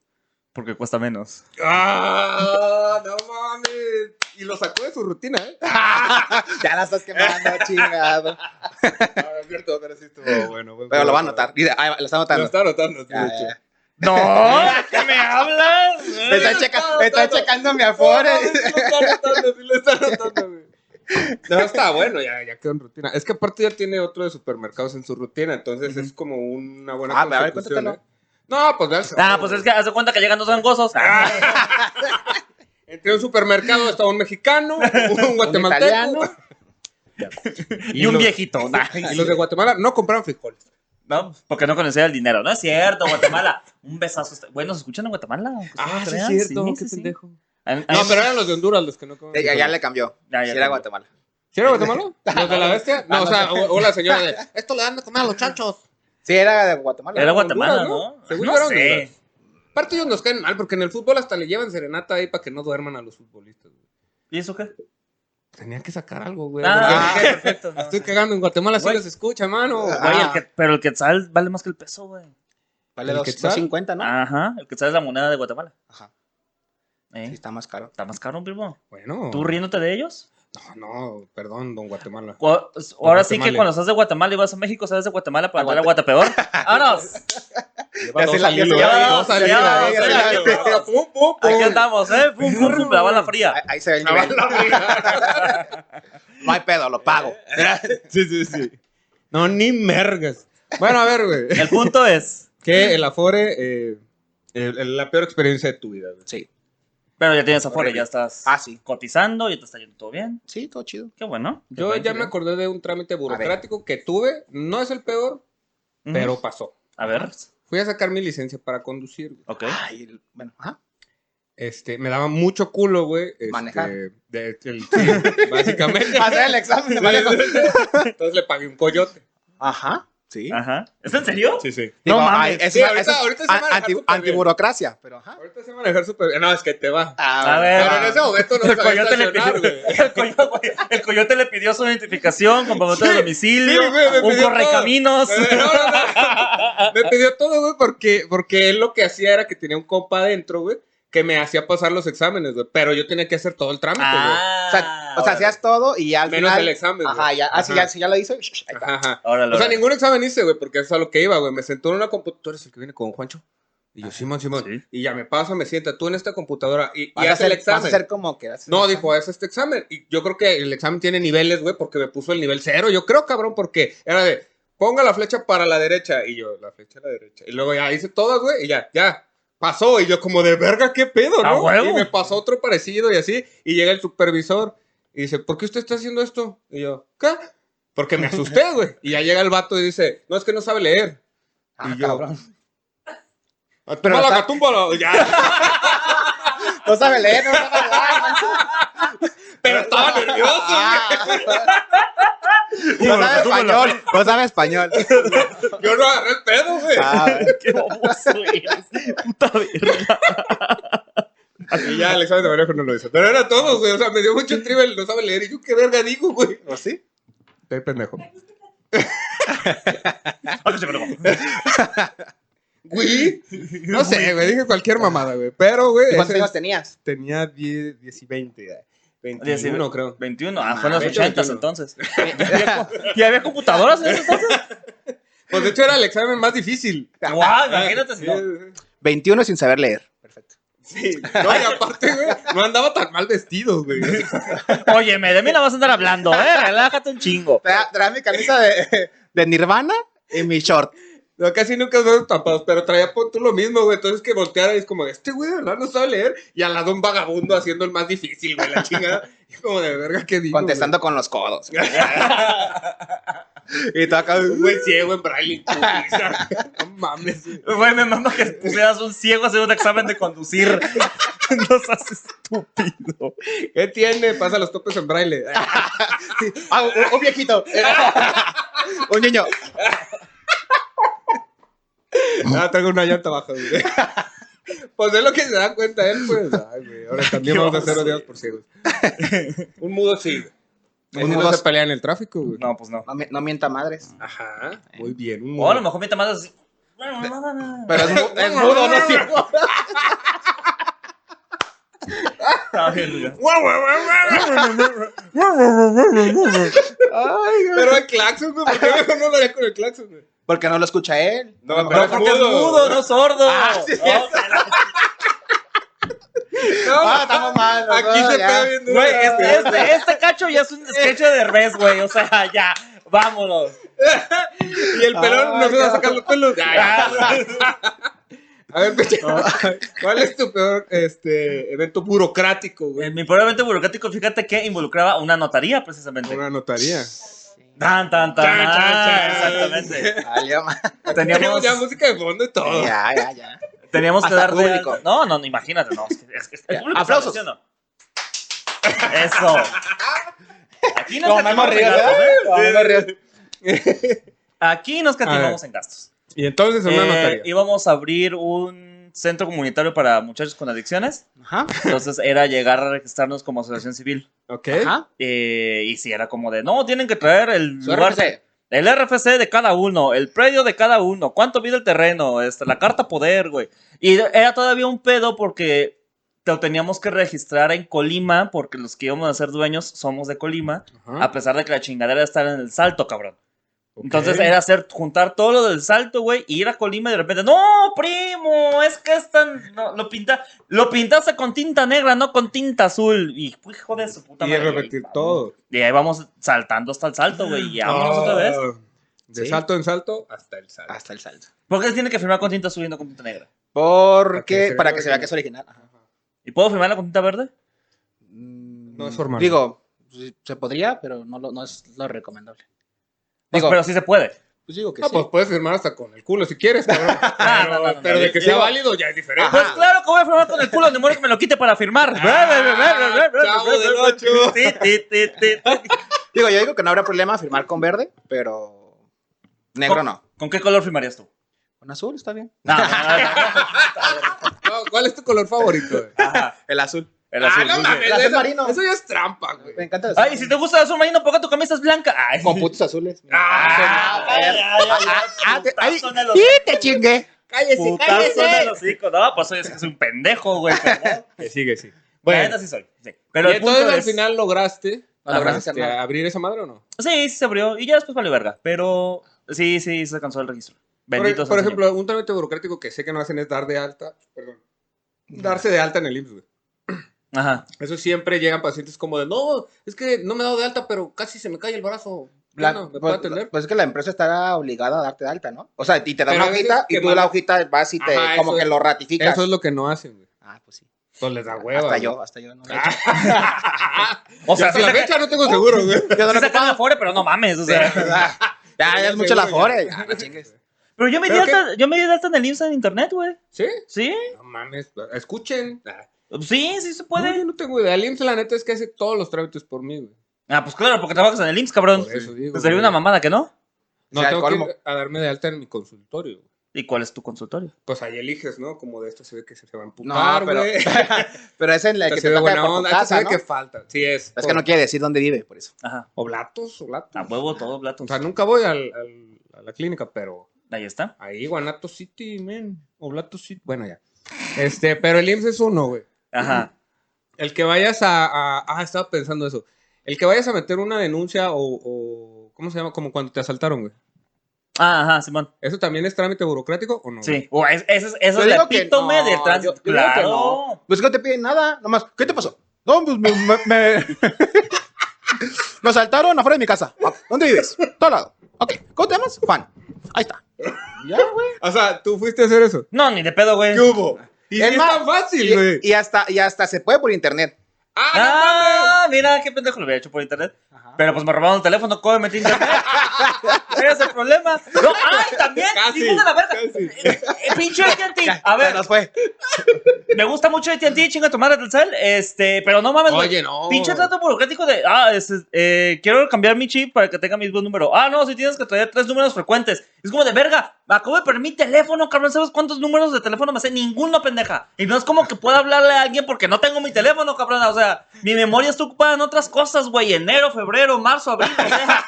Speaker 2: Porque cuesta menos.
Speaker 4: ¡Ah! ¡No mames! Y lo sacó de su rutina, ¿eh?
Speaker 3: ya la estás quemando, chingado.
Speaker 4: Ah, es cierto, pero sí estuvo bueno. buen
Speaker 3: Pero lo va a
Speaker 4: pedo.
Speaker 3: notar. Mira, ahí va, Lo está
Speaker 4: Lo
Speaker 3: anotando.
Speaker 4: está anotando. sí,
Speaker 3: Ya,
Speaker 4: de hecho.
Speaker 3: ya.
Speaker 2: ¡No! ¿Qué me hablas?
Speaker 3: Me está, checa- me está checando mi afore.
Speaker 4: No, está bueno, ya, ya quedó en rutina. Es que aparte ya tiene otro de supermercados en su rutina, entonces es como una buena
Speaker 3: Ah, pero a ver,
Speaker 4: consecución,
Speaker 3: cuéntatelo.
Speaker 4: ¿eh? No, pues veas.
Speaker 2: Ah, pues es que hace cuenta que llegan dos gangosos. ah,
Speaker 4: Ah. Entre un supermercado está un mexicano, un guatemalteco.
Speaker 3: italiano.
Speaker 2: y un
Speaker 4: los-
Speaker 2: viejito. Nah.
Speaker 4: Y los de Guatemala no compraron frijoles.
Speaker 2: No, porque no conocía el dinero. No es cierto, Guatemala. Un besazo. Bueno, ¿se escuchan en Guatemala? Aunque
Speaker 4: Ah,
Speaker 2: ustedes no crean. Ah, Sí, sí, sí. A- a-
Speaker 4: No, pero eran los de Honduras los que no compraron.
Speaker 3: Eh, Ya, ya le cambió.
Speaker 4: Ah,
Speaker 2: Ya, ya
Speaker 3: si era
Speaker 2: cambió.
Speaker 3: Guatemala.
Speaker 4: ¿Sí era Guatemala? ¿Los de la bestia? No, o sea, o, o la señora de. Esto le dan de comer a los chanchos.
Speaker 3: Sí, era de Guatemala.
Speaker 2: Era
Speaker 4: Honduras,
Speaker 2: Guatemala,
Speaker 4: ¿no?
Speaker 2: ¿no?
Speaker 4: Según
Speaker 2: No
Speaker 4: yo era
Speaker 2: sé.
Speaker 4: Honduras. Aparte ellos nos caen mal porque en el fútbol hasta le llevan serenata ahí para que no duerman a los futbolistas. güey.
Speaker 2: ¿Y eso qué?
Speaker 4: Tenía que sacar algo, güey.
Speaker 2: Ah,
Speaker 4: Porque-
Speaker 2: perfecto. no.
Speaker 4: Estoy cagando en Guatemala, sí
Speaker 2: Güey.
Speaker 4: los escucha, mano.
Speaker 3: Ah,
Speaker 2: Güey, el que- pero el quetzal vale más que el peso, güey.
Speaker 3: Vale
Speaker 4: ¿El
Speaker 3: dos-
Speaker 4: Quetzal?
Speaker 3: 250, ¿no?
Speaker 2: Ajá, el quetzal es la moneda de Guatemala.
Speaker 3: Ajá.
Speaker 2: ¿Eh?
Speaker 3: Sí, está más caro.
Speaker 2: Está más caro, primo.
Speaker 4: Bueno.
Speaker 2: ¿Tú riéndote de ellos?
Speaker 4: No, no, perdón, don Guatemala.
Speaker 2: Cu- Ahora sí
Speaker 4: Guatemala.
Speaker 2: que cuando estás de Guatemala y vas a México, sales de Guatemala para entrar a Guatapeor. ¡Vámonos!
Speaker 4: Lleva
Speaker 3: Ya
Speaker 4: dos
Speaker 3: se la- ya
Speaker 4: al hilo,
Speaker 3: se la-
Speaker 4: eh,
Speaker 3: ya
Speaker 4: dos
Speaker 2: se
Speaker 4: al
Speaker 2: la-
Speaker 4: hilo,
Speaker 2: ya
Speaker 4: eh, ya
Speaker 2: se la-
Speaker 4: se la-
Speaker 2: ya
Speaker 4: Pum, pum, pum.
Speaker 2: Aquí andamos, ¿eh? Pum, pum, pum, la bala
Speaker 3: Ahí,
Speaker 2: fría.
Speaker 3: ahí se ve el nivel. No hay pedo, lo pago.
Speaker 4: Sí, sí, sí. No, ni mergas. Bueno, a ver, güey.
Speaker 2: El punto es.
Speaker 4: Que el Afore, eh, el- el- la peor experiencia de tu vida, güey.
Speaker 3: Sí.
Speaker 2: Pero ya tienes afuera, ya estás
Speaker 3: Ah, sí.
Speaker 2: cotizando, ya te está yendo todo bien.
Speaker 3: Sí, todo chido.
Speaker 2: Qué bueno. qué ¿eh?
Speaker 4: Yo
Speaker 2: bueno,
Speaker 4: ya
Speaker 2: qué
Speaker 4: me
Speaker 2: bien.
Speaker 4: acordé de un trámite burocrático que tuve. No es el peor,
Speaker 2: Ujú.
Speaker 4: pero pasó.
Speaker 2: A ver,
Speaker 4: Fui a sacar mi licencia para conducir. güey.
Speaker 2: ok.
Speaker 3: Ay, el- bueno, ajá.
Speaker 4: Este, me daba mucho culo, güey. este,
Speaker 3: Manejar.
Speaker 4: de- el- sí, básicamente.
Speaker 3: Hacer el examen de manejo.
Speaker 4: Entonces le pagué un coyote.
Speaker 3: Ajá. Sí.
Speaker 2: Ajá. ¿Es en serio?
Speaker 4: Sí, sí.
Speaker 2: No
Speaker 3: Digo,
Speaker 2: mames.
Speaker 3: ay, es
Speaker 4: Sí,
Speaker 3: una-
Speaker 4: ahorita-
Speaker 3: es un-
Speaker 4: ahorita se
Speaker 3: an-
Speaker 4: maneja
Speaker 3: anti-
Speaker 4: súper bien.
Speaker 3: antiburocracia, pero ajá.
Speaker 4: Ahorita sé manejar súper bien. No, es que te va.
Speaker 3: Ah.
Speaker 2: A ver.
Speaker 4: Pero en ese momento no
Speaker 2: El
Speaker 4: sabía
Speaker 2: coyote, le
Speaker 4: estacionar,
Speaker 2: pidió,
Speaker 4: güey.
Speaker 2: el, coyote, el coyote le pidió su identificación, comprobante
Speaker 4: Sí,
Speaker 2: de domicilio,
Speaker 4: sí, güey, me
Speaker 2: un
Speaker 4: pidió
Speaker 2: correcaminos.
Speaker 4: todo. No, no, no. Me pidió todo, güey, porque, porque él lo que hacía era que tenía un compa adentro, güey, que me hacía pasar los exámenes, güey. Pero yo tenía que hacer todo el
Speaker 2: Ah,
Speaker 4: trámite, güey.
Speaker 3: O sea, o sea, hacías todo y ya Ah, al
Speaker 4: Menos
Speaker 3: final.
Speaker 4: el examen, güey.
Speaker 3: Ajá, ya, ah, sí,
Speaker 4: Ajá.
Speaker 3: ya, sí, ya lo hizo. ahí está.
Speaker 4: Ajá, ajá.
Speaker 2: Órale,
Speaker 4: O sea,
Speaker 2: órale.
Speaker 4: ningún examen hice, güey, porque eso es a lo que iba, güey. Me sentó en una computadora, el que viene con Juancho. Y
Speaker 3: Ah,
Speaker 4: yo, Simón, Simón.
Speaker 2: Sí.
Speaker 4: Y ya me pasa, me sienta tú en esta computadora y, y
Speaker 3: Vas a
Speaker 4: hace el
Speaker 3: hacer- vas a
Speaker 4: examen.
Speaker 3: hacer como que. haces
Speaker 4: No,
Speaker 3: el
Speaker 4: dijo, es este examen. Y yo creo que el examen tiene niveles, güey, porque me puso el nivel cero. Yo creo, cabrón, porque era de, ponga la flecha para la derecha. Y yo, la flecha a la derecha. Y luego ya hice todas, güey, y ya, ya. Pasó. Y yo, como de verga, qué pedo,
Speaker 2: ¡A
Speaker 4: ¿no?
Speaker 2: huevo!
Speaker 4: Y me pasó otro parecido y así. Y llega el supervisor y dice, ¿por qué usted está haciendo esto? Y yo, ¿qué? Porque me asusté, güey. Y ya llega el vato y dice, no, es que no sabe leer. y
Speaker 3: examen. Ah,
Speaker 4: yo,
Speaker 3: cabrón.
Speaker 4: Pero
Speaker 3: Pero
Speaker 4: la
Speaker 3: está-
Speaker 4: ya.
Speaker 3: No sabe leer, no sabe hablar.
Speaker 4: Pero estaba nervioso.
Speaker 3: Ah. No sabe español, no sabe español.
Speaker 4: Yo no agarré el pedo, güey.
Speaker 3: Ah,
Speaker 2: Qué baboso eres. Puta verga.
Speaker 4: Y ya el examen de manejo no lo hizo. Pero era todo, güey. O sea, me dio mucho trivial, no sabe leer. Y yo, ¿qué verga digo, güey?
Speaker 3: ¿o sí?
Speaker 4: Estoy pendejo.
Speaker 2: Ah, que se me lo-
Speaker 4: Güey. No sé, güey. Dije cualquier mamada, güey. Pero, güey.
Speaker 3: ¿Y ¿Cuántos
Speaker 4: ese
Speaker 3: años
Speaker 4: es-
Speaker 3: tenías?
Speaker 4: Tenía 10, 10 y 20. ya. 21,
Speaker 2: Diecinueve.
Speaker 4: creo.
Speaker 2: 21, ah, fue en los
Speaker 4: mames.
Speaker 2: 80 entonces. ¿Ya había, co- ya había computadoras en ese entonces?
Speaker 4: Pues de hecho era el examen más difícil.
Speaker 2: Guau, imagínate si no.
Speaker 3: 21 sin saber leer. Perfecto.
Speaker 4: Sí. No, y aparte, güey, no andaba tan mal vestido, güey.
Speaker 2: Óyeme, de mí no vas a andar hablando, eh, relájate un chingo.
Speaker 3: Tra- Traía mi camisa de, de Nirvana y mi short.
Speaker 4: No, casi nunca andaban tapados, pero traía pon tú lo mismo, güey. Entonces que volteara y es como, este güey de verdad no sabe leer. Y al lado un vagabundo haciendo el más difícil, güey, la chingada. Y como de verga, ¿qué digo? güey?
Speaker 3: Contestando con los codos. y tú acá.
Speaker 4: Un güey ciego en braille. putiza. no mames. güey.
Speaker 2: Güey, me mama que pusieras un ciego a hacer un examen de conducir. No seas estúpido.
Speaker 4: ¿Qué tiene? Pasa los topes en braille.
Speaker 3: Ah, un, un viejito. un niño.
Speaker 4: Ah, traigo una llanta baja, güey. Pues es lo que se da cuenta él, pues. Ay, güey. Ahora también vamos a
Speaker 2: Dios,
Speaker 4: hacer
Speaker 2: güey.
Speaker 4: odiados por ciegos. Un mudo sí.
Speaker 3: Ese
Speaker 4: Un mudo
Speaker 3: no
Speaker 4: se
Speaker 3: se-
Speaker 4: pelea en el tráfico, güey.
Speaker 2: No, pues no.
Speaker 3: No, mi- no mientan madres.
Speaker 4: Ajá. Muy bien, un mudo.
Speaker 2: O a lo mejor mientras más así. No, no, no, no, no.
Speaker 3: Pero es, mu- es mudo, no es ciego.
Speaker 2: Está bien, ya.
Speaker 3: Ay, güey.
Speaker 4: Pero el claxon, güey. ¿Por qué mejor no lo haría con el claxon, güey?
Speaker 3: Porque no lo escucha él.
Speaker 4: No,
Speaker 2: No, porque es mudo, no sordo.
Speaker 3: Ah, sí,
Speaker 2: No,
Speaker 3: cierto. Ah, estamos mal. los
Speaker 4: Aquí
Speaker 3: dos,
Speaker 4: se
Speaker 3: ya.
Speaker 4: pega bien duro.
Speaker 2: Güey, este, este, este cacho ya es un sketch de res, güey. O sea, ya, vámonos.
Speaker 4: Y el pelón
Speaker 3: Ay,
Speaker 4: no se va a
Speaker 3: ya.
Speaker 4: sacar los pelos.
Speaker 2: Ah,
Speaker 4: A ver, Peche, ¿cuál es tu peor este, evento burocrático, güey?
Speaker 2: en mi probablemente burocrático, fíjate que involucraba una notaría, precisamente.
Speaker 4: Una notaría.
Speaker 2: Tan, tan, tan.
Speaker 4: Chan, chan, chan.
Speaker 2: Exactamente.
Speaker 3: Valió ma-
Speaker 4: Tenemos
Speaker 2: Teníamos,
Speaker 4: ya música de fondo y todo.
Speaker 3: Ya, ya, ya.
Speaker 2: teníamos que
Speaker 3: Hasta
Speaker 2: dar de
Speaker 3: público.
Speaker 2: alta- No, no, no, imagínate, no. es que- es que el
Speaker 3: Ya,
Speaker 2: público
Speaker 3: aplausos.
Speaker 2: sabe, ¿sí o no? Eso. Aquí nos catimamos en gastos, ¿eh? Aquí nos catimamos en gastos.
Speaker 4: Y entonces una
Speaker 2: Eh,
Speaker 4: notaría.
Speaker 2: íbamos a abrir un centro comunitario para muchachos con adicciones.
Speaker 3: Ajá.
Speaker 2: Entonces era llegar a registrarnos como asociación civil.
Speaker 4: Ok.
Speaker 3: Ajá.
Speaker 2: Eh, y si era como de, no, tienen que traer el
Speaker 3: Su
Speaker 2: lugar-
Speaker 3: RFC.
Speaker 2: el RFC de cada uno, el predio de cada uno, cuánto mide el terreno, este, la carta poder, güey. Y era todavía un pedo porque lo teníamos que registrar en Colima, porque los que íbamos a ser dueños somos de Colima,
Speaker 4: Ajá.
Speaker 3: Ah, pues,
Speaker 2: a pesar de que la chingadera está en el salto, cabrón.
Speaker 4: Ok.
Speaker 2: Entonces era hacer juntar todo lo del salto, güey, y ir a Colima y de repente, no, primo, es que están, no, lo pinta, lo pintaste con tinta negra, no con tinta azul, y hijo de su puta
Speaker 4: Y
Speaker 3: eh,
Speaker 2: madre.
Speaker 4: repetir
Speaker 2: güey.
Speaker 4: todo.
Speaker 2: Y ahí vamos saltando hasta el salto, güey, y vámonos otra vez.
Speaker 4: Ah, De
Speaker 3: Sí.
Speaker 4: salto en salto hasta el salto.
Speaker 3: Hasta el salto.
Speaker 2: ¿Por qué se tiene que firmar con tinta azul y no con tinta negra?
Speaker 3: Porque,
Speaker 4: Para que se
Speaker 3: para
Speaker 4: vea
Speaker 3: que se
Speaker 4: original.
Speaker 3: vea que es original. Ajá.
Speaker 2: ¿Y puedo firmarla con tinta verde?
Speaker 3: No
Speaker 4: es formal.
Speaker 3: Mm, Digo, sí, se podría, pero no, lo- no es lo recomendable.
Speaker 2: Pues,
Speaker 3: Digo,
Speaker 2: pero sí se puede.
Speaker 3: pues digo que
Speaker 4: No,
Speaker 3: sí.
Speaker 4: pues puedes firmar hasta con el culo si quieres, cabrón.
Speaker 2: Ah,
Speaker 4: Pero,
Speaker 2: no, no, no,
Speaker 4: pero
Speaker 2: no,
Speaker 4: de que
Speaker 2: yo-
Speaker 4: sea válido ya es diferente.
Speaker 2: Pues claro que voy a firmar con el culo, ni modo que me lo quite para firmar.
Speaker 4: Ah, Chavo del Ocho.
Speaker 2: Ti, ti, ti, ti.
Speaker 3: Digo, yo digo que no habrá problema firmar con verde, pero negro
Speaker 2: Con-
Speaker 3: no.
Speaker 2: ¿Con qué color firmarías tú?
Speaker 3: Con azul está bien.
Speaker 2: No, no, no, no.
Speaker 4: No, ¿Cuál es tu color favorito? güey?
Speaker 2: Ajá.
Speaker 3: El azul.
Speaker 2: El azul.
Speaker 4: ah, no
Speaker 2: muy bien.
Speaker 4: mames,
Speaker 3: El azul
Speaker 4: eso,
Speaker 3: marino.
Speaker 4: eso ya es trampa, güey.
Speaker 3: Me encanta el azul.
Speaker 2: Ay, si te gusta el azul marino, ¿por qué tu camisa es blanca? Ay,
Speaker 3: Con putos azules.
Speaker 4: Ah,
Speaker 2: ay, ay, ay, ay,
Speaker 3: ah, te- ay,
Speaker 2: putazo en el
Speaker 3: ¡Sí, te chingué!
Speaker 4: cállese,
Speaker 2: Putazo en el hocico. No, pues soy, soy un pendejo, güey. perdón.
Speaker 4: Que sigue, sí.
Speaker 2: Bueno,
Speaker 4: Bueno,
Speaker 2: sí soy. sí. Pero
Speaker 4: y
Speaker 2: el punto
Speaker 4: entonces al
Speaker 2: es...
Speaker 4: final lograste,
Speaker 3: No lograste
Speaker 4: este,
Speaker 3: hacer nada.
Speaker 4: abrir esa madre o no?
Speaker 2: Sí, sí se abrió. Y ya después valió verga. Pero sí, sí, se cansó el registro.
Speaker 4: Por, e-
Speaker 2: Bendito sea
Speaker 4: por
Speaker 2: el
Speaker 4: ejemplo, un trámite burocrático que sé que no hacen es dar de alta, perdón, darse de alta en el IMSS, güey.
Speaker 2: Señor. Ajá.
Speaker 4: Eso siempre llegan pacientes como de, no, es que no me he dado de alta, pero casi se me cae el brazo.
Speaker 3: La-
Speaker 4: Bueno, ¿Me puede
Speaker 3: pues,
Speaker 4: atender?
Speaker 3: pues es que la empresa estará obligada a darte de alta, ¿no? O sea, y te da
Speaker 4: Pero a
Speaker 3: una
Speaker 4: veces
Speaker 3: hojita
Speaker 4: que
Speaker 3: y tú
Speaker 4: mandan-
Speaker 3: la hojita vas y te
Speaker 4: Ajá,
Speaker 3: como
Speaker 4: eso-
Speaker 3: que lo ratificas.
Speaker 4: Eso es lo que no hacen, güey.
Speaker 3: Ah, pues sí.
Speaker 4: Pues les da hueva.
Speaker 3: hasta
Speaker 4: güey.
Speaker 3: yo, hasta yo no lo he hecho.
Speaker 4: Ah.
Speaker 2: O
Speaker 4: Yo
Speaker 2: sea,
Speaker 4: hasta
Speaker 2: sí
Speaker 4: la
Speaker 2: saca-
Speaker 4: fecha no tengo seguro, güey.
Speaker 3: Yo no
Speaker 2: sí
Speaker 3: lo he
Speaker 2: sacan
Speaker 3: ocupado.
Speaker 2: Afore, pero no mames. O sea.
Speaker 3: Sí, ¿verdad? Ya, ya es mucho la fore. Ya, no chingues.
Speaker 2: Pero yo me di
Speaker 4: ¿Pero qué?
Speaker 2: alta, yo me di de alta en el IMSS en internet, güey.
Speaker 4: ¿Sí?
Speaker 2: ¿Sí?
Speaker 4: No mames, escuchen.
Speaker 2: Sí, sí se
Speaker 4: No,
Speaker 2: puede.
Speaker 4: yo no tengo idea. El IMSS, la neta, es que hace todos los trámites por mí, güey.
Speaker 2: Ah, pues claro, porque trabajas en el IMSS, cabrón.
Speaker 4: Por eso digo,
Speaker 2: Pues sería
Speaker 4: güey.
Speaker 2: una mamada que no.
Speaker 4: No,
Speaker 3: O sea,
Speaker 4: tengo
Speaker 3: colmo.
Speaker 4: que ir a darme de alta en mi consultorio. güey.
Speaker 2: ¿Y cuál es tu consultorio?
Speaker 4: Pues ahí eliges, ¿no? Como de esto se ve que se, se va a emputar,
Speaker 3: No, pero,
Speaker 4: güey.
Speaker 3: pero es en la
Speaker 4: Esta
Speaker 3: que
Speaker 4: se
Speaker 3: te
Speaker 4: ve
Speaker 3: toca
Speaker 4: buena
Speaker 3: por tu
Speaker 4: onda. Esta se
Speaker 3: casa,
Speaker 4: ve
Speaker 3: ¿no?
Speaker 4: que falta. Sí, es.
Speaker 3: Es que no quiere decir dónde vive, por eso.
Speaker 2: Ajá.
Speaker 4: Oblatos, oblatos.
Speaker 2: A huevo todo, plato.
Speaker 4: O sea, nunca voy al- al- a la clínica, pero
Speaker 2: Ahí está.
Speaker 4: ahí, Guanato City, men. Oblato City. Bueno, ya. Este, pero el IMSS es uno, güey.
Speaker 2: Ajá.
Speaker 4: El que vayas a, a- Ah, estaba pensando eso. El que vayas a meter una denuncia o. o- ¿Cómo se llama? Como cuando te asaltaron, güey.
Speaker 2: Ah, ajá, Simón.
Speaker 4: ¿Eso también es trámite burocrático o no? güey?
Speaker 2: Sí. O es- ese es- eso
Speaker 3: Yo
Speaker 2: es la
Speaker 3: digo que
Speaker 2: epítome
Speaker 3: no,
Speaker 2: del tránsito.
Speaker 3: yo- yo digo que
Speaker 2: Claro.
Speaker 3: no. Pues que no te piden nada, nomás. ¿Qué te pasó? No, pues me. me, me- me asaltaron afuera de mi casa. Ah, ¿Dónde vives? Todo lado. Ok, ¿cómo te llamas? Juan. Ahí está. Ya, güey.
Speaker 4: O sea, tú fuiste a hacer eso.
Speaker 2: No, ni de pedo, güey.
Speaker 4: ¿Qué hubo? Y
Speaker 3: Es
Speaker 4: es
Speaker 3: más,
Speaker 4: tan fácil, güey.
Speaker 3: Y, y hasta, y hasta se puede por internet.
Speaker 4: ¡Ah, no mames!
Speaker 2: Ah, mira, qué pendejo lo hubiera hecho por internet. Pero pues me robaron el teléfono, ¿cómo me metí internet? Ese es el problema. No, ay, también,
Speaker 4: Casi,
Speaker 2: hijos de la verga.
Speaker 4: casi.
Speaker 2: Eh, eh, pinche AT&T. A
Speaker 3: Se
Speaker 2: ver,
Speaker 3: nos fue.
Speaker 2: me gusta mucho AT&T, chinga tu madre Telcel, este, pero no mames, güey.
Speaker 4: Oye, no.
Speaker 2: Pinche trato burocrático de, ah, este, eh, quiero cambiar mi chip para que tenga mi mismo número. Ah, no, si tienes que traer tres números frecuentes. Es como de verga, me acabo de perder mi teléfono, cabrón, ¿sabes cuántos números de teléfono me sé? Ninguno, pendeja. Y no es como que pueda hablarle a alguien porque no tengo mi teléfono, cabrón. O sea, mi memoria está ocupada en otras cosas, güey. Enero, febrero, marzo, abril, o sea,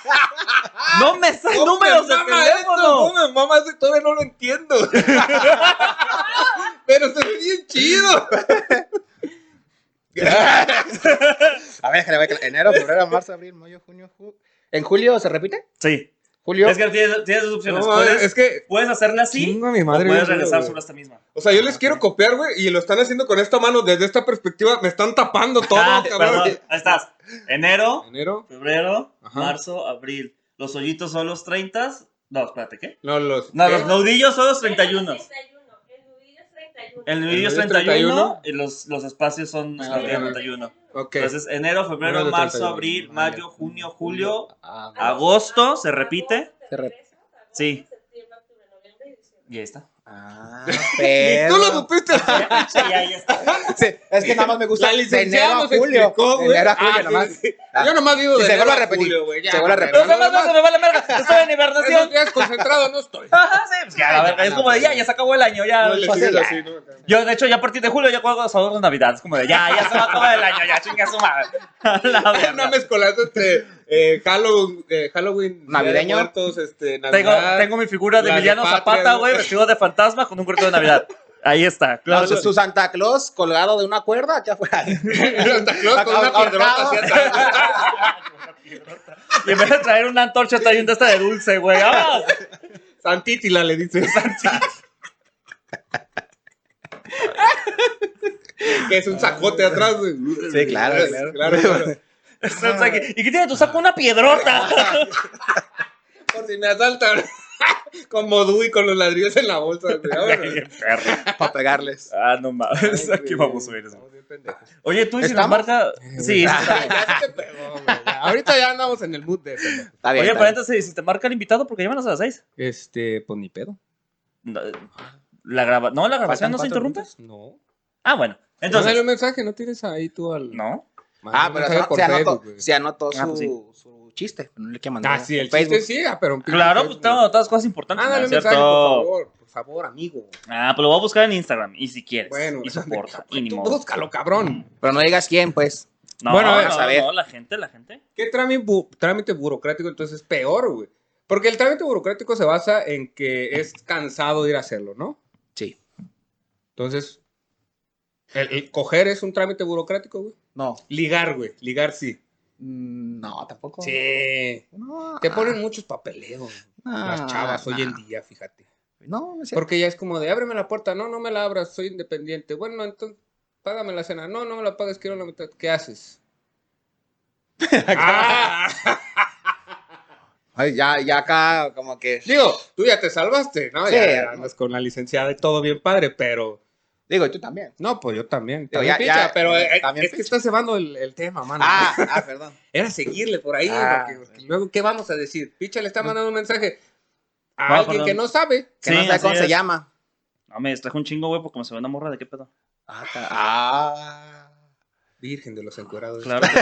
Speaker 2: No me sé
Speaker 4: ¡Oh,
Speaker 2: números de
Speaker 4: me mama esto,
Speaker 2: teléfono.
Speaker 4: ¡Oh, me mama esto! Todavía no lo entiendo. Pero se ve bien chido.
Speaker 3: A ver, déjale, voy a cal- enero, febrero, marzo, abril, mayo, junio, julio. ¿En julio se repite?
Speaker 2: Sí,
Speaker 3: Julio.
Speaker 2: es que tienes, tienes dos opciones.
Speaker 4: No,
Speaker 2: puedes,
Speaker 4: es que.
Speaker 2: puedes hacerle así
Speaker 4: Chingo a mi
Speaker 2: o
Speaker 4: madre.
Speaker 2: puedes
Speaker 4: bien chido,
Speaker 2: regresar
Speaker 4: güey.
Speaker 2: sobre esta misma.
Speaker 4: O sea, yo les quiero copiar, güey, y lo están haciendo con esta mano desde esta perspectiva. Me están tapando todo,
Speaker 2: Ah,
Speaker 4: cabrón.
Speaker 2: perdón, ahí estás. Enero,
Speaker 4: Enero.
Speaker 2: febrero,
Speaker 4: Ajá.
Speaker 2: marzo, abril. Los hoyitos son los 30. No, espérate, ¿qué?
Speaker 4: No, los.
Speaker 2: No,
Speaker 4: ¿qué?
Speaker 2: los nudillos son los 31.
Speaker 5: El nudillo es 31.
Speaker 2: El
Speaker 4: nudillo
Speaker 2: nudillo es
Speaker 4: es
Speaker 2: 31,
Speaker 4: 31.
Speaker 2: y los, los espacios son los
Speaker 3: Ah,
Speaker 2: días
Speaker 3: bueno.
Speaker 2: 31.
Speaker 4: Ok.
Speaker 2: Entonces, enero, febrero,
Speaker 4: Enero de
Speaker 2: marzo,
Speaker 4: 31.
Speaker 2: abril,
Speaker 4: Vale.
Speaker 2: mayo, junio, julio.
Speaker 3: Ah,
Speaker 2: Ah. Agosto, ¿se repite?
Speaker 3: Se rep-
Speaker 2: Sí.
Speaker 5: septiembre, octubre, noviembre y diciembre.
Speaker 2: Y ahí está.
Speaker 3: ah,
Speaker 4: Ni
Speaker 3: pero.
Speaker 4: tú lo supiste.
Speaker 2: Y ahí está.
Speaker 3: Sí, es que nada más me gusta
Speaker 4: La
Speaker 3: de
Speaker 4: licenciada
Speaker 3: enero a
Speaker 4: nos
Speaker 3: julio.
Speaker 4: explicó,
Speaker 3: de
Speaker 4: güey.
Speaker 3: enero a julio,
Speaker 4: Ah,
Speaker 3: nomás.
Speaker 4: sí, sí. Yo nomás vivo
Speaker 3: Y
Speaker 4: de
Speaker 3: se
Speaker 4: enero
Speaker 3: vuelve a repetir.
Speaker 4: julio, güey, ya,
Speaker 3: Se vuelve a
Speaker 4: no,
Speaker 3: repetir.
Speaker 2: Los
Speaker 4: no,
Speaker 2: demás no
Speaker 4: no,
Speaker 2: se me vale verga. Estoy en
Speaker 4: Esos
Speaker 2: hibernación.
Speaker 4: días concentrado no estoy.
Speaker 2: Ajá, sí. pues Ya, la verga. Es como de ya, ya se acabó el año. Ya,
Speaker 4: No, le
Speaker 3: pues,
Speaker 4: sigues
Speaker 3: ya.
Speaker 4: así, ¿no?
Speaker 2: Yo, de hecho, ya a partir de julio ya juego sabor de Navidad. Es como de ya, ya se va todo el año, ya chinga su madre. A la verga.
Speaker 4: Una mezcolanza entre eh, Halloween, eh, Halloween Día de
Speaker 3: Navideño.
Speaker 4: Muertos, este,
Speaker 2: tengo,
Speaker 4: Navidad.
Speaker 2: tengo mi figura de
Speaker 4: la de
Speaker 2: Emiliano
Speaker 4: Patria,
Speaker 2: Zapata,
Speaker 4: güey.
Speaker 2: güey, vestido de fantasma con un gorrito de Navidad. Ahí está, claro.
Speaker 3: Su- Su Santa Claus colgado de una cuerda aquí afuera.
Speaker 4: Santa Claus con una piedrota
Speaker 3: Ahorcado.
Speaker 4: así atrás.
Speaker 2: Y en vez de traer una antorcha, trae un de esta de dulce, güey. ¡Ah!
Speaker 4: Santítila le dice. que es un sacote atrás. güey.
Speaker 3: Sí, claro,
Speaker 4: claro.
Speaker 3: claro.
Speaker 4: claro.
Speaker 2: O sea, que- ¿Y qué tiene? Tú saco una
Speaker 4: Ah,
Speaker 2: piedrota.
Speaker 4: Por si me asaltan. Como Dewey con los ladrillos en la bolsa. güey. Vámonos.
Speaker 2: Qué perro.
Speaker 3: Para pegarles.
Speaker 2: Ah, no mames.
Speaker 4: Ay,
Speaker 2: Aquí
Speaker 4: güey.
Speaker 2: vamos a eres.
Speaker 4: Estamos bien pendejos.
Speaker 2: Oye, tú y
Speaker 3: ¿Estamos?
Speaker 2: Dinamarca.
Speaker 4: Eh,
Speaker 2: Sí.
Speaker 4: ah, Ya se te pegó, güey. Ya, Ahorita ya andamos en el mood de pendejo.
Speaker 3: Está bien.
Speaker 2: Oye,
Speaker 3: está
Speaker 2: pero
Speaker 3: bien.
Speaker 2: entonces, si te marca el invitado, porque llévanos a las seis.
Speaker 4: Este, pues ni pedo.
Speaker 2: No, eh, La graba... no, la grabación
Speaker 3: Faltan
Speaker 2: Ah, no se
Speaker 3: cuatro
Speaker 2: interrumpe.
Speaker 4: No.
Speaker 2: Ah, bueno.
Speaker 4: Pues Entonces,
Speaker 2: Entonces,
Speaker 4: un mensaje, no tienes ahí tú al.
Speaker 2: no.
Speaker 3: Ah, pero se, se anotó, se anotó
Speaker 2: Ah, pues
Speaker 3: su, su chiste. No le quiero
Speaker 4: Ah,
Speaker 3: mandar.
Speaker 4: sí, el
Speaker 3: por Facebook.
Speaker 4: chiste sí, ah, pero un pinche
Speaker 2: Claro, pues
Speaker 4: Facebook.
Speaker 2: tengo todas cosas importantes.
Speaker 4: Ah,
Speaker 2: ¿no
Speaker 4: dale
Speaker 2: es
Speaker 4: un mensaje,
Speaker 2: cierto?
Speaker 4: por favor, por favor, amigo.
Speaker 2: Ah, pues lo voy a buscar en Instagram. Y si quieres.
Speaker 4: Bueno,
Speaker 2: y soporta.
Speaker 4: tú
Speaker 2: Y ni modo.
Speaker 4: búscalo, cabrón.
Speaker 3: Pero no digas quién, pues.
Speaker 2: No,
Speaker 4: Bueno, a ver,
Speaker 2: no,
Speaker 3: a ver.
Speaker 2: no, la gente, la gente.
Speaker 4: ¿Qué trámite, bu- trámite burocrático entonces es peor, güey? Porque el trámite burocrático se basa en que es cansado ir a hacerlo, ¿no?
Speaker 3: Sí.
Speaker 4: Entonces, el, el coger es un trámite burocrático, güey.
Speaker 3: No.
Speaker 4: Ligar, güey. Ligar sí.
Speaker 3: Mm, No, tampoco.
Speaker 4: Sí.
Speaker 3: No,
Speaker 4: Te
Speaker 3: ah,
Speaker 4: ponen muchos papeleos.
Speaker 3: ah,
Speaker 4: Las chavas hoy en
Speaker 3: nah.
Speaker 4: día, fíjate.
Speaker 3: No, no es cierto.
Speaker 4: Porque ya es como de, ábreme la puerta, no, no me la abras, soy independiente. Bueno, entonces, págame la cena. No, no me la pagues, quiero la mitad. ¿Qué haces? Ah,
Speaker 3: Ay, ya, ya acá, como que.
Speaker 4: digo, tú ya te salvaste, ¿no?
Speaker 3: Sí.
Speaker 4: ya andas con la licenciada y todo bien padre, pero...
Speaker 3: Digo, y tú también.
Speaker 4: No, pues yo también.
Speaker 3: Digo,
Speaker 4: también
Speaker 3: ya- ya-
Speaker 4: picha, pero eh, eh,
Speaker 3: también
Speaker 4: es que
Speaker 3: picha.
Speaker 4: estás cebando el, el tema, mano.
Speaker 3: Ah, ah, perdón.
Speaker 4: Era seguirle por ahí,
Speaker 3: Ah,
Speaker 4: porque, porque luego, ¿qué vamos a decir? Picha le está mandando un mensaje a
Speaker 3: Ah,
Speaker 2: No,
Speaker 4: alguien
Speaker 2: perdón.
Speaker 4: que no sabe.
Speaker 3: Que no
Speaker 2: Sí,
Speaker 3: sé
Speaker 2: así
Speaker 3: cómo se
Speaker 2: es.
Speaker 3: llama.
Speaker 2: No, me distrajo un chingo, güey, porque me se ve una morra de qué pedo.
Speaker 3: Ah, ca- ah.
Speaker 4: Virgen de los encuerados.
Speaker 2: Claro.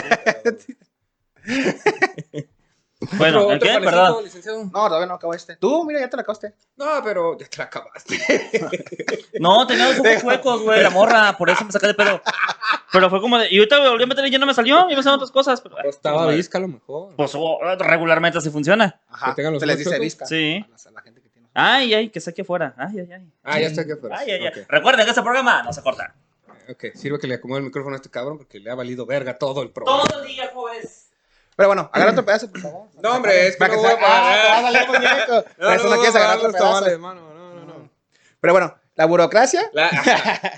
Speaker 4: Otro-
Speaker 2: bueno,
Speaker 4: otro
Speaker 2: ¿en qué?
Speaker 4: panecito,
Speaker 2: Perdón.
Speaker 4: licenciado.
Speaker 3: No, todavía no acabó este. Tú, mira, ya te la acabaste.
Speaker 4: No, pero ya te la acabaste.
Speaker 2: No, tenía los ojos huecos, güey, la morra, por eso me saqué de pedo. Pero fue como de. Y ahorita me volví a meter y ya no me salió, iba a hacer otras cosas. Pero,
Speaker 4: Pues estaba
Speaker 2: Ay,
Speaker 4: visca a lo mejor.
Speaker 2: Pues oh, regularmente así funciona.
Speaker 3: Ajá.
Speaker 4: Que tengan los
Speaker 3: Se les
Speaker 4: ojos
Speaker 3: dice
Speaker 4: chuecos.
Speaker 3: visca.
Speaker 2: Sí.
Speaker 3: A la- a la gente que tiene-
Speaker 2: Ay, ay, que saque afuera. Ay, ay, ay.
Speaker 4: Ah, ya está que fuera.
Speaker 2: Ay, ay, ay. Recuerden que este programa no se corta.
Speaker 4: ok, sirve que le acomode el micrófono a este cabrón porque le ha valido verga todo el programa.
Speaker 2: Todo el día, jóvenes.
Speaker 3: Pero bueno, agarra otro pedazo, por favor.
Speaker 4: No, hombre, es que
Speaker 3: Para
Speaker 4: no
Speaker 3: se-
Speaker 4: voy a parar.
Speaker 3: Ah, te va a salir muñeco. Por eso no quieres agarrar otro pedazo.
Speaker 4: mano. No, no, no.
Speaker 3: Pero bueno, la burocracia.
Speaker 4: La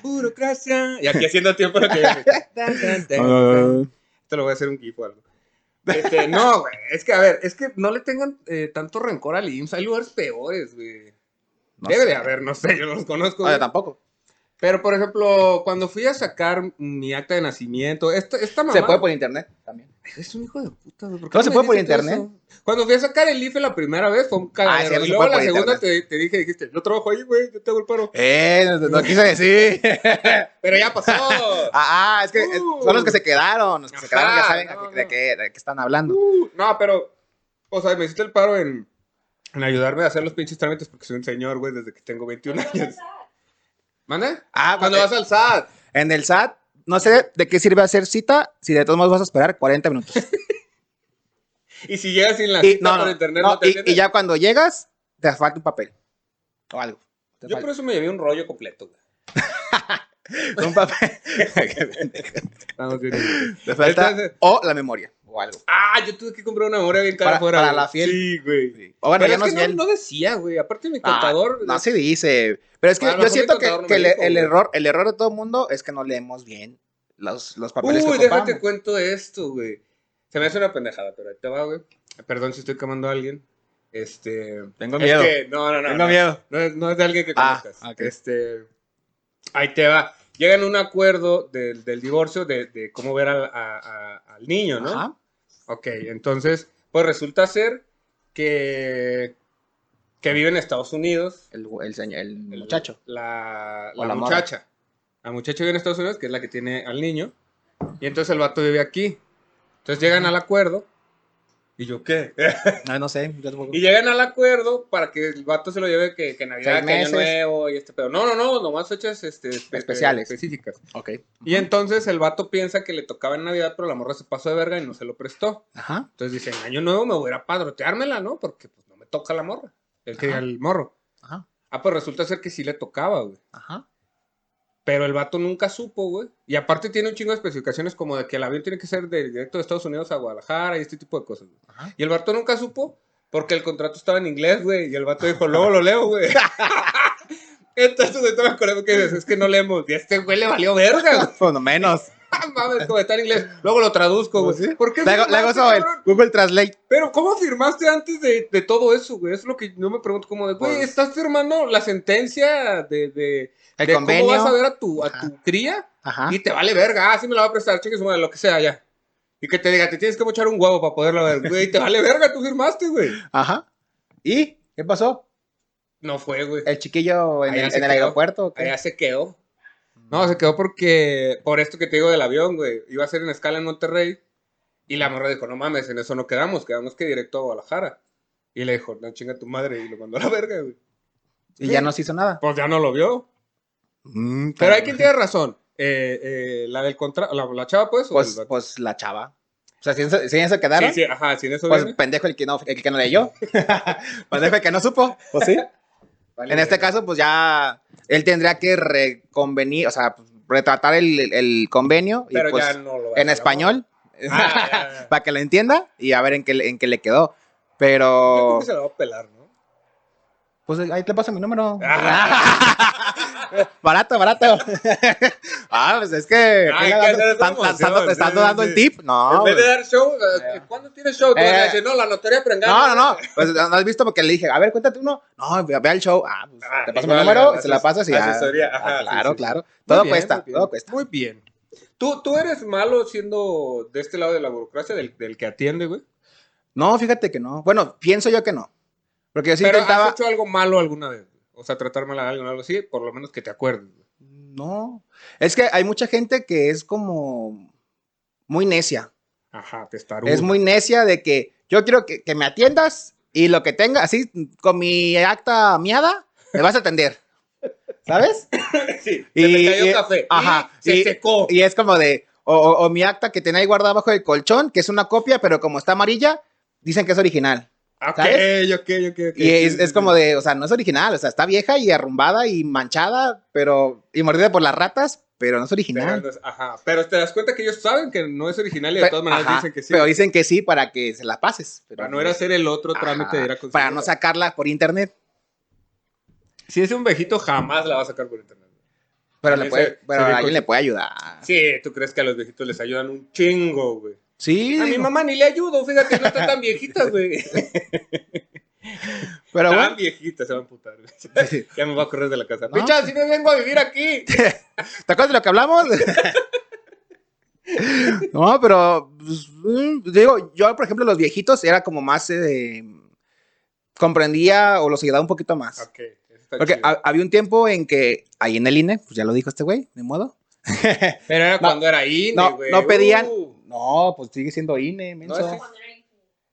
Speaker 4: burocracia. Y aquí haciendo tiempo de que. Tan, tan,
Speaker 3: eh,
Speaker 4: tan. Esto lo voy a hacer un gif o algo. Este, no, güey. Es que, a ver, es que no le tengan eh, tanto rencor al IMSS. Hay lugares peores, güey.
Speaker 3: No
Speaker 4: Debe
Speaker 3: sé.
Speaker 4: de haber, no sé, yo no los conozco.
Speaker 3: No, yo
Speaker 4: güey.
Speaker 3: tampoco.
Speaker 4: Pero, por ejemplo, cuando fui a sacar mi acta de nacimiento, esta, esta mamá...
Speaker 3: Se puede por internet también.
Speaker 4: Es un hijo de puta, güey. ¿por qué
Speaker 3: ¿Cómo se
Speaker 4: me
Speaker 3: puede por
Speaker 4: dijiste
Speaker 3: internet?
Speaker 4: eso? Cuando fui a sacar el IFE la primera vez fue un
Speaker 3: Ah, sí,
Speaker 4: cagadero.
Speaker 3: no
Speaker 4: y
Speaker 3: se
Speaker 4: luego
Speaker 3: puede
Speaker 4: la
Speaker 3: por
Speaker 4: segunda
Speaker 3: internet.
Speaker 4: te, te dije, dijiste, yo trabajo ahí, güey, yo te hago el paro.
Speaker 3: Eh, no, no quise decir.
Speaker 4: Pero ya pasó.
Speaker 3: Ah, ah, es que eh, son los que se quedaron. Los que se
Speaker 4: Ajá,
Speaker 3: quedaron ya saben
Speaker 4: no,
Speaker 3: de,
Speaker 4: no.
Speaker 3: qué, de qué están hablando.
Speaker 4: Uh, no, pero, o sea, me hiciste el paro en, en ayudarme a hacer los pinches trámites porque soy un señor, güey, desde que tengo 21 años. ¿Manda?
Speaker 3: Ah,
Speaker 4: Cuando
Speaker 3: eh,
Speaker 4: vas al SAT.
Speaker 3: En el SAT, no sé de qué sirve hacer cita si de todos modos vas a esperar 40 minutos.
Speaker 4: Y si llegas sin la
Speaker 3: Y,
Speaker 4: cita
Speaker 3: no, no,
Speaker 4: por internet,
Speaker 3: no,
Speaker 4: no, te
Speaker 3: y- y,
Speaker 4: atienden.
Speaker 3: ya cuando llegas, te falta un papel o algo. Te
Speaker 4: Yo
Speaker 3: falta
Speaker 4: por eso me llevé un rollo completo, güey.
Speaker 3: Un papel. Qué pendejo. te falta
Speaker 4: Entonces-
Speaker 3: o la memoria o algo.
Speaker 4: Ah, yo tuve que comprar una memoria bien cara
Speaker 3: Para-
Speaker 4: fuera.
Speaker 3: para
Speaker 4: güey.
Speaker 3: la fiel.
Speaker 4: Sí, güey.
Speaker 3: Sí. O bueno,
Speaker 4: Pero
Speaker 3: ya
Speaker 4: es
Speaker 3: no
Speaker 4: que
Speaker 3: es bien.
Speaker 4: no, decía, güey. Aparte mi
Speaker 3: Ah,
Speaker 4: contador.
Speaker 3: no se dice. Pero es que
Speaker 4: Ah, a lo
Speaker 3: yo
Speaker 4: mejor
Speaker 3: siento
Speaker 4: mi
Speaker 3: que,
Speaker 4: contador no
Speaker 3: que
Speaker 4: me
Speaker 3: el,
Speaker 4: dijo,
Speaker 3: el
Speaker 4: güey.
Speaker 3: error, el error de todo el mundo es que no leemos bien los, los papeles
Speaker 4: Uy,
Speaker 3: que
Speaker 4: déjate
Speaker 3: ocupamos.
Speaker 4: cuento esto, güey. Se me hace una pendejada, pero ahí te va, güey. Perdón si estoy quemando a alguien. Este.
Speaker 2: Tengo
Speaker 4: es
Speaker 2: miedo.
Speaker 4: que- no, no, no. no,
Speaker 2: miedo.
Speaker 4: No es, no es de alguien que
Speaker 3: Ah,
Speaker 4: conozcas.
Speaker 3: ok.
Speaker 4: Este. Ahí te va. Llegan a un acuerdo del, del divorcio de, de cómo ver al, a- a- al niño, ¿no?
Speaker 3: Ajá.
Speaker 4: Ok, entonces, pues resulta ser que, que vive en Estados Unidos.
Speaker 3: El, el, señor- el
Speaker 4: El-
Speaker 3: muchacho.
Speaker 4: La,
Speaker 3: O
Speaker 4: la
Speaker 3: la morra.
Speaker 4: muchacha. La muchacha vive en Estados Unidos, que es la que tiene al niño. Y entonces el vato vive aquí. Entonces llegan al acuerdo. ¿Y yo qué?
Speaker 3: Ah, No, no sé. yo tampoco.
Speaker 4: Y llegan al acuerdo para que el vato se lo lleve que, que Navidad,
Speaker 3: Seis
Speaker 4: que Año
Speaker 3: meses.
Speaker 4: Nuevo y este pedo. No, no, no, nomás fechas este, espe-
Speaker 3: Especiales.
Speaker 4: Específicas.
Speaker 3: Ok.
Speaker 4: Y entonces el vato piensa que le tocaba en Navidad, pero la morra se pasó de verga y no se lo prestó.
Speaker 3: Ajá.
Speaker 4: Entonces dicen, año nuevo me voy a ir a padroteármela, ¿no? Porque pues, no me toca la morra. El que
Speaker 3: Ajá.
Speaker 4: el morro.
Speaker 3: Ajá.
Speaker 4: Ah, pues resulta ser que sí le tocaba, güey.
Speaker 3: Ajá.
Speaker 4: Pero el vato nunca supo, güey. Y aparte tiene un chingo de especificaciones como de que el avión tiene que ser de directo de Estados Unidos a Guadalajara y este tipo de cosas. güey.
Speaker 3: Ajá.
Speaker 4: Y el vato nunca supo porque el contrato estaba en inglés, güey. Y el vato dijo, luego lo leo, güey. Entonces, güey, te me acuerdo que dices, es que no leemos. Y a este güey le valió verga, güey.
Speaker 3: Por lo menos.
Speaker 4: Ah, Mames, como está en inglés. Luego lo traduzco, güey. ¿Por qué
Speaker 3: Pues Luego, luego
Speaker 4: firmaste,
Speaker 3: eso, el
Speaker 4: cabrón?
Speaker 3: Google Translate.
Speaker 4: Pero, ¿cómo firmaste antes de, de todo eso, güey? Es lo que yo me pregunto, como de, güey,
Speaker 3: Pues-
Speaker 4: ¿estás firmando la sentencia de, de,
Speaker 3: El
Speaker 4: de
Speaker 3: convenio.
Speaker 4: cómo vas a ver a tu, a
Speaker 3: Ajá.
Speaker 4: tu cría?
Speaker 3: Ajá.
Speaker 4: Y te vale verga, ah, sí me la va a prestar, chingue su madre, lo que sea, ya. Y que te diga, te tienes que mochar un huevo para poderla ver, güey, te vale verga, tú firmaste, güey.
Speaker 3: Ajá. ¿Y qué pasó?
Speaker 4: No fue, güey.
Speaker 3: ¿El chiquillo en
Speaker 4: Allá
Speaker 3: el,
Speaker 4: se
Speaker 3: en el
Speaker 4: quedó.
Speaker 3: aeropuerto? o qué?
Speaker 4: Allá se quedó. No, se quedó porque, por esto que te digo del avión, güey, iba a ser en escala en Monterrey. Y la morra dijo, no mames, en eso no quedamos, quedamos que directo a Guadalajara. Y le dijo, no chinga tu madre, y lo mandó a la verga, güey.
Speaker 3: Y ya no se hizo nada.
Speaker 4: Pues ya no lo vio.
Speaker 3: Mm,
Speaker 4: Pero hay quien tiene razón. Eh, eh, la del contrato, la, la chava, pues. o el
Speaker 3: Pues,
Speaker 4: vato.
Speaker 3: pues la chava. O sea, si en eso, si en eso quedaron,
Speaker 4: sí, sí, ajá, sin eso
Speaker 3: pues
Speaker 4: viene.
Speaker 3: pendejo el que no, el que no leyó. pendejo el que no supo. Pues sí.
Speaker 4: Vale,
Speaker 3: En este
Speaker 4: verga.
Speaker 3: caso, pues ya él tendría que reconvenir, o sea, pues, retratar el, el- el convenio y,
Speaker 4: Pero
Speaker 3: pues,
Speaker 4: ya no lo va a
Speaker 3: en
Speaker 4: hacer,
Speaker 3: español
Speaker 4: amor. Ah, ya, ya.
Speaker 3: para que lo entienda y a ver en qué, le- en qué le quedó.
Speaker 4: Yo
Speaker 3: Pero
Speaker 4: creo que se la va a pelar, ¿no?
Speaker 3: pues ahí te paso mi número. Ah,
Speaker 4: Ah.
Speaker 3: barato, barato. ah, pues es que
Speaker 4: Hay que
Speaker 3: están-
Speaker 4: hacer esa
Speaker 3: están- están-
Speaker 4: promoción,
Speaker 3: te están
Speaker 4: sí,
Speaker 3: dando el
Speaker 4: sí.
Speaker 3: tip.
Speaker 4: en
Speaker 3: No,
Speaker 4: vez de
Speaker 3: pues.
Speaker 4: dar show, eh, ¿cuándo tienes show? Tú
Speaker 3: Eh.
Speaker 4: vas a decir, no, la notaría prengada.
Speaker 3: no, no, no. Pues no has visto porque le dije, a ver, cuéntate uno. No, ve, ve al show. Ah, pues,
Speaker 4: Ah,
Speaker 3: te paso mi
Speaker 4: igual,
Speaker 3: número,
Speaker 4: ases-
Speaker 3: se la pasas y ya.
Speaker 4: asesoría, ajá,
Speaker 3: Ah,
Speaker 4: sí,
Speaker 3: claro,
Speaker 4: sí.
Speaker 3: claro.
Speaker 4: Muy
Speaker 3: Todo
Speaker 4: bien,
Speaker 3: cuesta,
Speaker 4: muy bien.
Speaker 3: todo cuesta.
Speaker 4: Muy bien. ¿Tú, tú eres malo siendo de este lado de la burocracia, del, del que atiende, güey.
Speaker 3: No, fíjate que no. Bueno, pienso yo que no. Porque yo sí
Speaker 4: Pero
Speaker 3: intentaba.
Speaker 4: has hecho algo malo alguna vez. güey? O sea, tratar mal a alguien o algo así, por lo menos que te acuerdes. güey.
Speaker 3: No. Es que hay mucha gente que es como muy necia.
Speaker 4: Ajá, testarudo.
Speaker 3: Es muy necia de que yo quiero que, que me atiendas y lo que tenga, así con mi acta miada, me vas a atender. ¿Sabes?
Speaker 4: Sí,
Speaker 3: Y-
Speaker 4: se me cayó
Speaker 3: y-
Speaker 4: café.
Speaker 3: ajá,
Speaker 4: Y se
Speaker 3: y-
Speaker 4: secó.
Speaker 3: Y es como de, o, o- o mi acta que tenía ahí guardada abajo del colchón, que es una copia, pero como está amarilla, dicen que es original.
Speaker 4: Ok,
Speaker 3: ¿sabes?
Speaker 4: ok, ok, ok.
Speaker 3: Y es, es como de, o sea, no es original, o sea, está vieja y arrumbada y manchada, pero, y mordida por las ratas, pero no es
Speaker 4: Pero,
Speaker 3: original.
Speaker 4: no es- ajá, pero te das cuenta que ellos saben que no es original y de
Speaker 3: Pe-
Speaker 4: todas maneras
Speaker 3: ajá,
Speaker 4: dicen que sí.
Speaker 3: Pero dicen que sí para que se la pases. Pero
Speaker 4: para no ir a hacer el otro
Speaker 3: Ajá,
Speaker 4: trámite de ir a conseguir.
Speaker 3: Para no sacarla por internet.
Speaker 4: Si es un viejito, jamás la va a sacar por internet.
Speaker 3: Pero,
Speaker 4: También
Speaker 3: le puede,
Speaker 4: se-
Speaker 3: pero
Speaker 4: se ve
Speaker 3: alguien
Speaker 4: con-
Speaker 3: le puede ayudar. Sí.
Speaker 4: pues. Sí, tú crees que a los viejitos les ayudan un chingo, güey. A mi mamá ni le ayudo, fíjate, no está tan viejita, güey.
Speaker 3: Pero
Speaker 4: Tan
Speaker 3: bueno,
Speaker 4: viejita se va a amputar.
Speaker 3: Sí.
Speaker 4: ya me va a correr de la casa.
Speaker 3: ¿No?
Speaker 4: Picha, si no vengo a vivir aquí.
Speaker 3: ¿te acuerdas de lo que hablamos? no, pero pues, mm, digo, yo, por ejemplo, los viejitos era como más eh, comprendía o los ayudaba un poquito más.
Speaker 4: Ok, eso está
Speaker 3: Porque
Speaker 4: chido.
Speaker 3: ha- había un tiempo en que ahí en el INE, pues ya lo dijo este güey, de modo.
Speaker 4: Pero era
Speaker 3: no,
Speaker 4: cuando era INE,
Speaker 3: no,
Speaker 4: güey.
Speaker 3: no pedían-
Speaker 4: Uh.
Speaker 3: No, pues sigue siendo INE, menso.
Speaker 4: No,
Speaker 3: No,
Speaker 4: es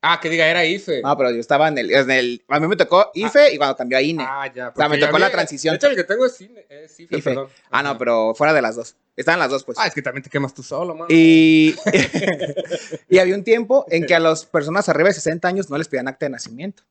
Speaker 4: Ah, que diga, era IFE.
Speaker 3: pero yo estaba en el, en el- a mí me tocó IFE y cuando cambió a INE. Ah,
Speaker 4: Ah, ya.
Speaker 3: O sea, me
Speaker 4: porque
Speaker 3: tocó
Speaker 4: ya
Speaker 3: la
Speaker 4: había-
Speaker 3: transición.
Speaker 4: De hecho, el que tengo es INE, es IFE,
Speaker 3: IFE. Ah,
Speaker 4: perdón.
Speaker 3: no,
Speaker 4: Ajá.
Speaker 3: pero fuera de las dos. Estaban las dos, pues.
Speaker 4: Ah, es que también te quemas tú solo, mano. Ah,
Speaker 3: Y, y había un tiempo en que a las personas arriba de 60 años no les pedían acta de nacimiento.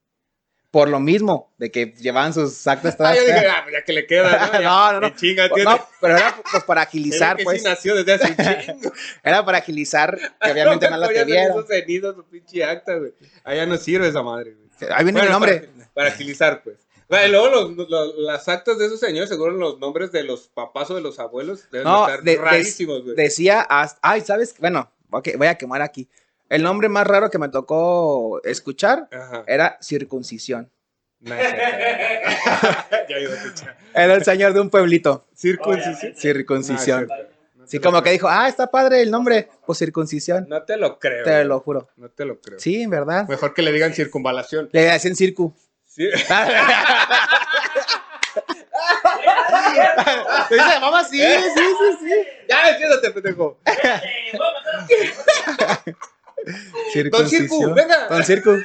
Speaker 3: Por lo mismo, de que llevaban sus actas
Speaker 4: Ah,
Speaker 3: todas.
Speaker 4: yo dije,
Speaker 3: feas.
Speaker 4: ah, pues ya que le queda, ¿no? Ya,
Speaker 3: No, no, no.
Speaker 4: me chinga, tiene.
Speaker 3: no, pero era pues para agilizar,
Speaker 4: Creo que
Speaker 3: pues.
Speaker 4: sí nació desde hace un chingo.
Speaker 3: Era para agilizar, que obviamente no la
Speaker 4: Podían hacer
Speaker 3: pedieron.
Speaker 4: esos cenidos, su pinche acta, güey. Allá no sirve esa madre, güey.
Speaker 3: Ahí viene el
Speaker 4: Bueno,
Speaker 3: nombre.
Speaker 4: Para, para agilizar, pues. Bueno, y luego los- los- las actas de esos señores, seguro los nombres de los papás o de los abuelos deben
Speaker 3: No,
Speaker 4: estar
Speaker 3: de- de-
Speaker 4: rarísimos, güey.
Speaker 3: Decía, hasta- ay, ¿sabes? qué? Bueno, ok, voy a quemar aquí. El nombre más raro que me tocó escuchar
Speaker 4: Ajá.
Speaker 3: era circuncisión.
Speaker 4: No, es cierto. ya iba a escuchar.
Speaker 3: Era el señor de un pueblito.
Speaker 4: Circuncisión.
Speaker 3: Circuncisión.
Speaker 4: No, Ah, es cierto. No te
Speaker 3: Sí,
Speaker 4: lo
Speaker 3: como que
Speaker 4: creo.
Speaker 3: dijo, ah, está padre el nombre. Pues circuncisión.
Speaker 4: No te lo creo.
Speaker 3: Te
Speaker 4: güey.
Speaker 3: lo juro.
Speaker 4: No te lo creo.
Speaker 3: Sí, en verdad.
Speaker 4: Mejor que le digan circunvalación.
Speaker 3: Le hacían circu.
Speaker 4: Sí.
Speaker 3: Dice, mamá, sí, sí, sí, sí.
Speaker 4: ya, entiéndate, pendejo. Don Circu, venga.
Speaker 3: Don circu.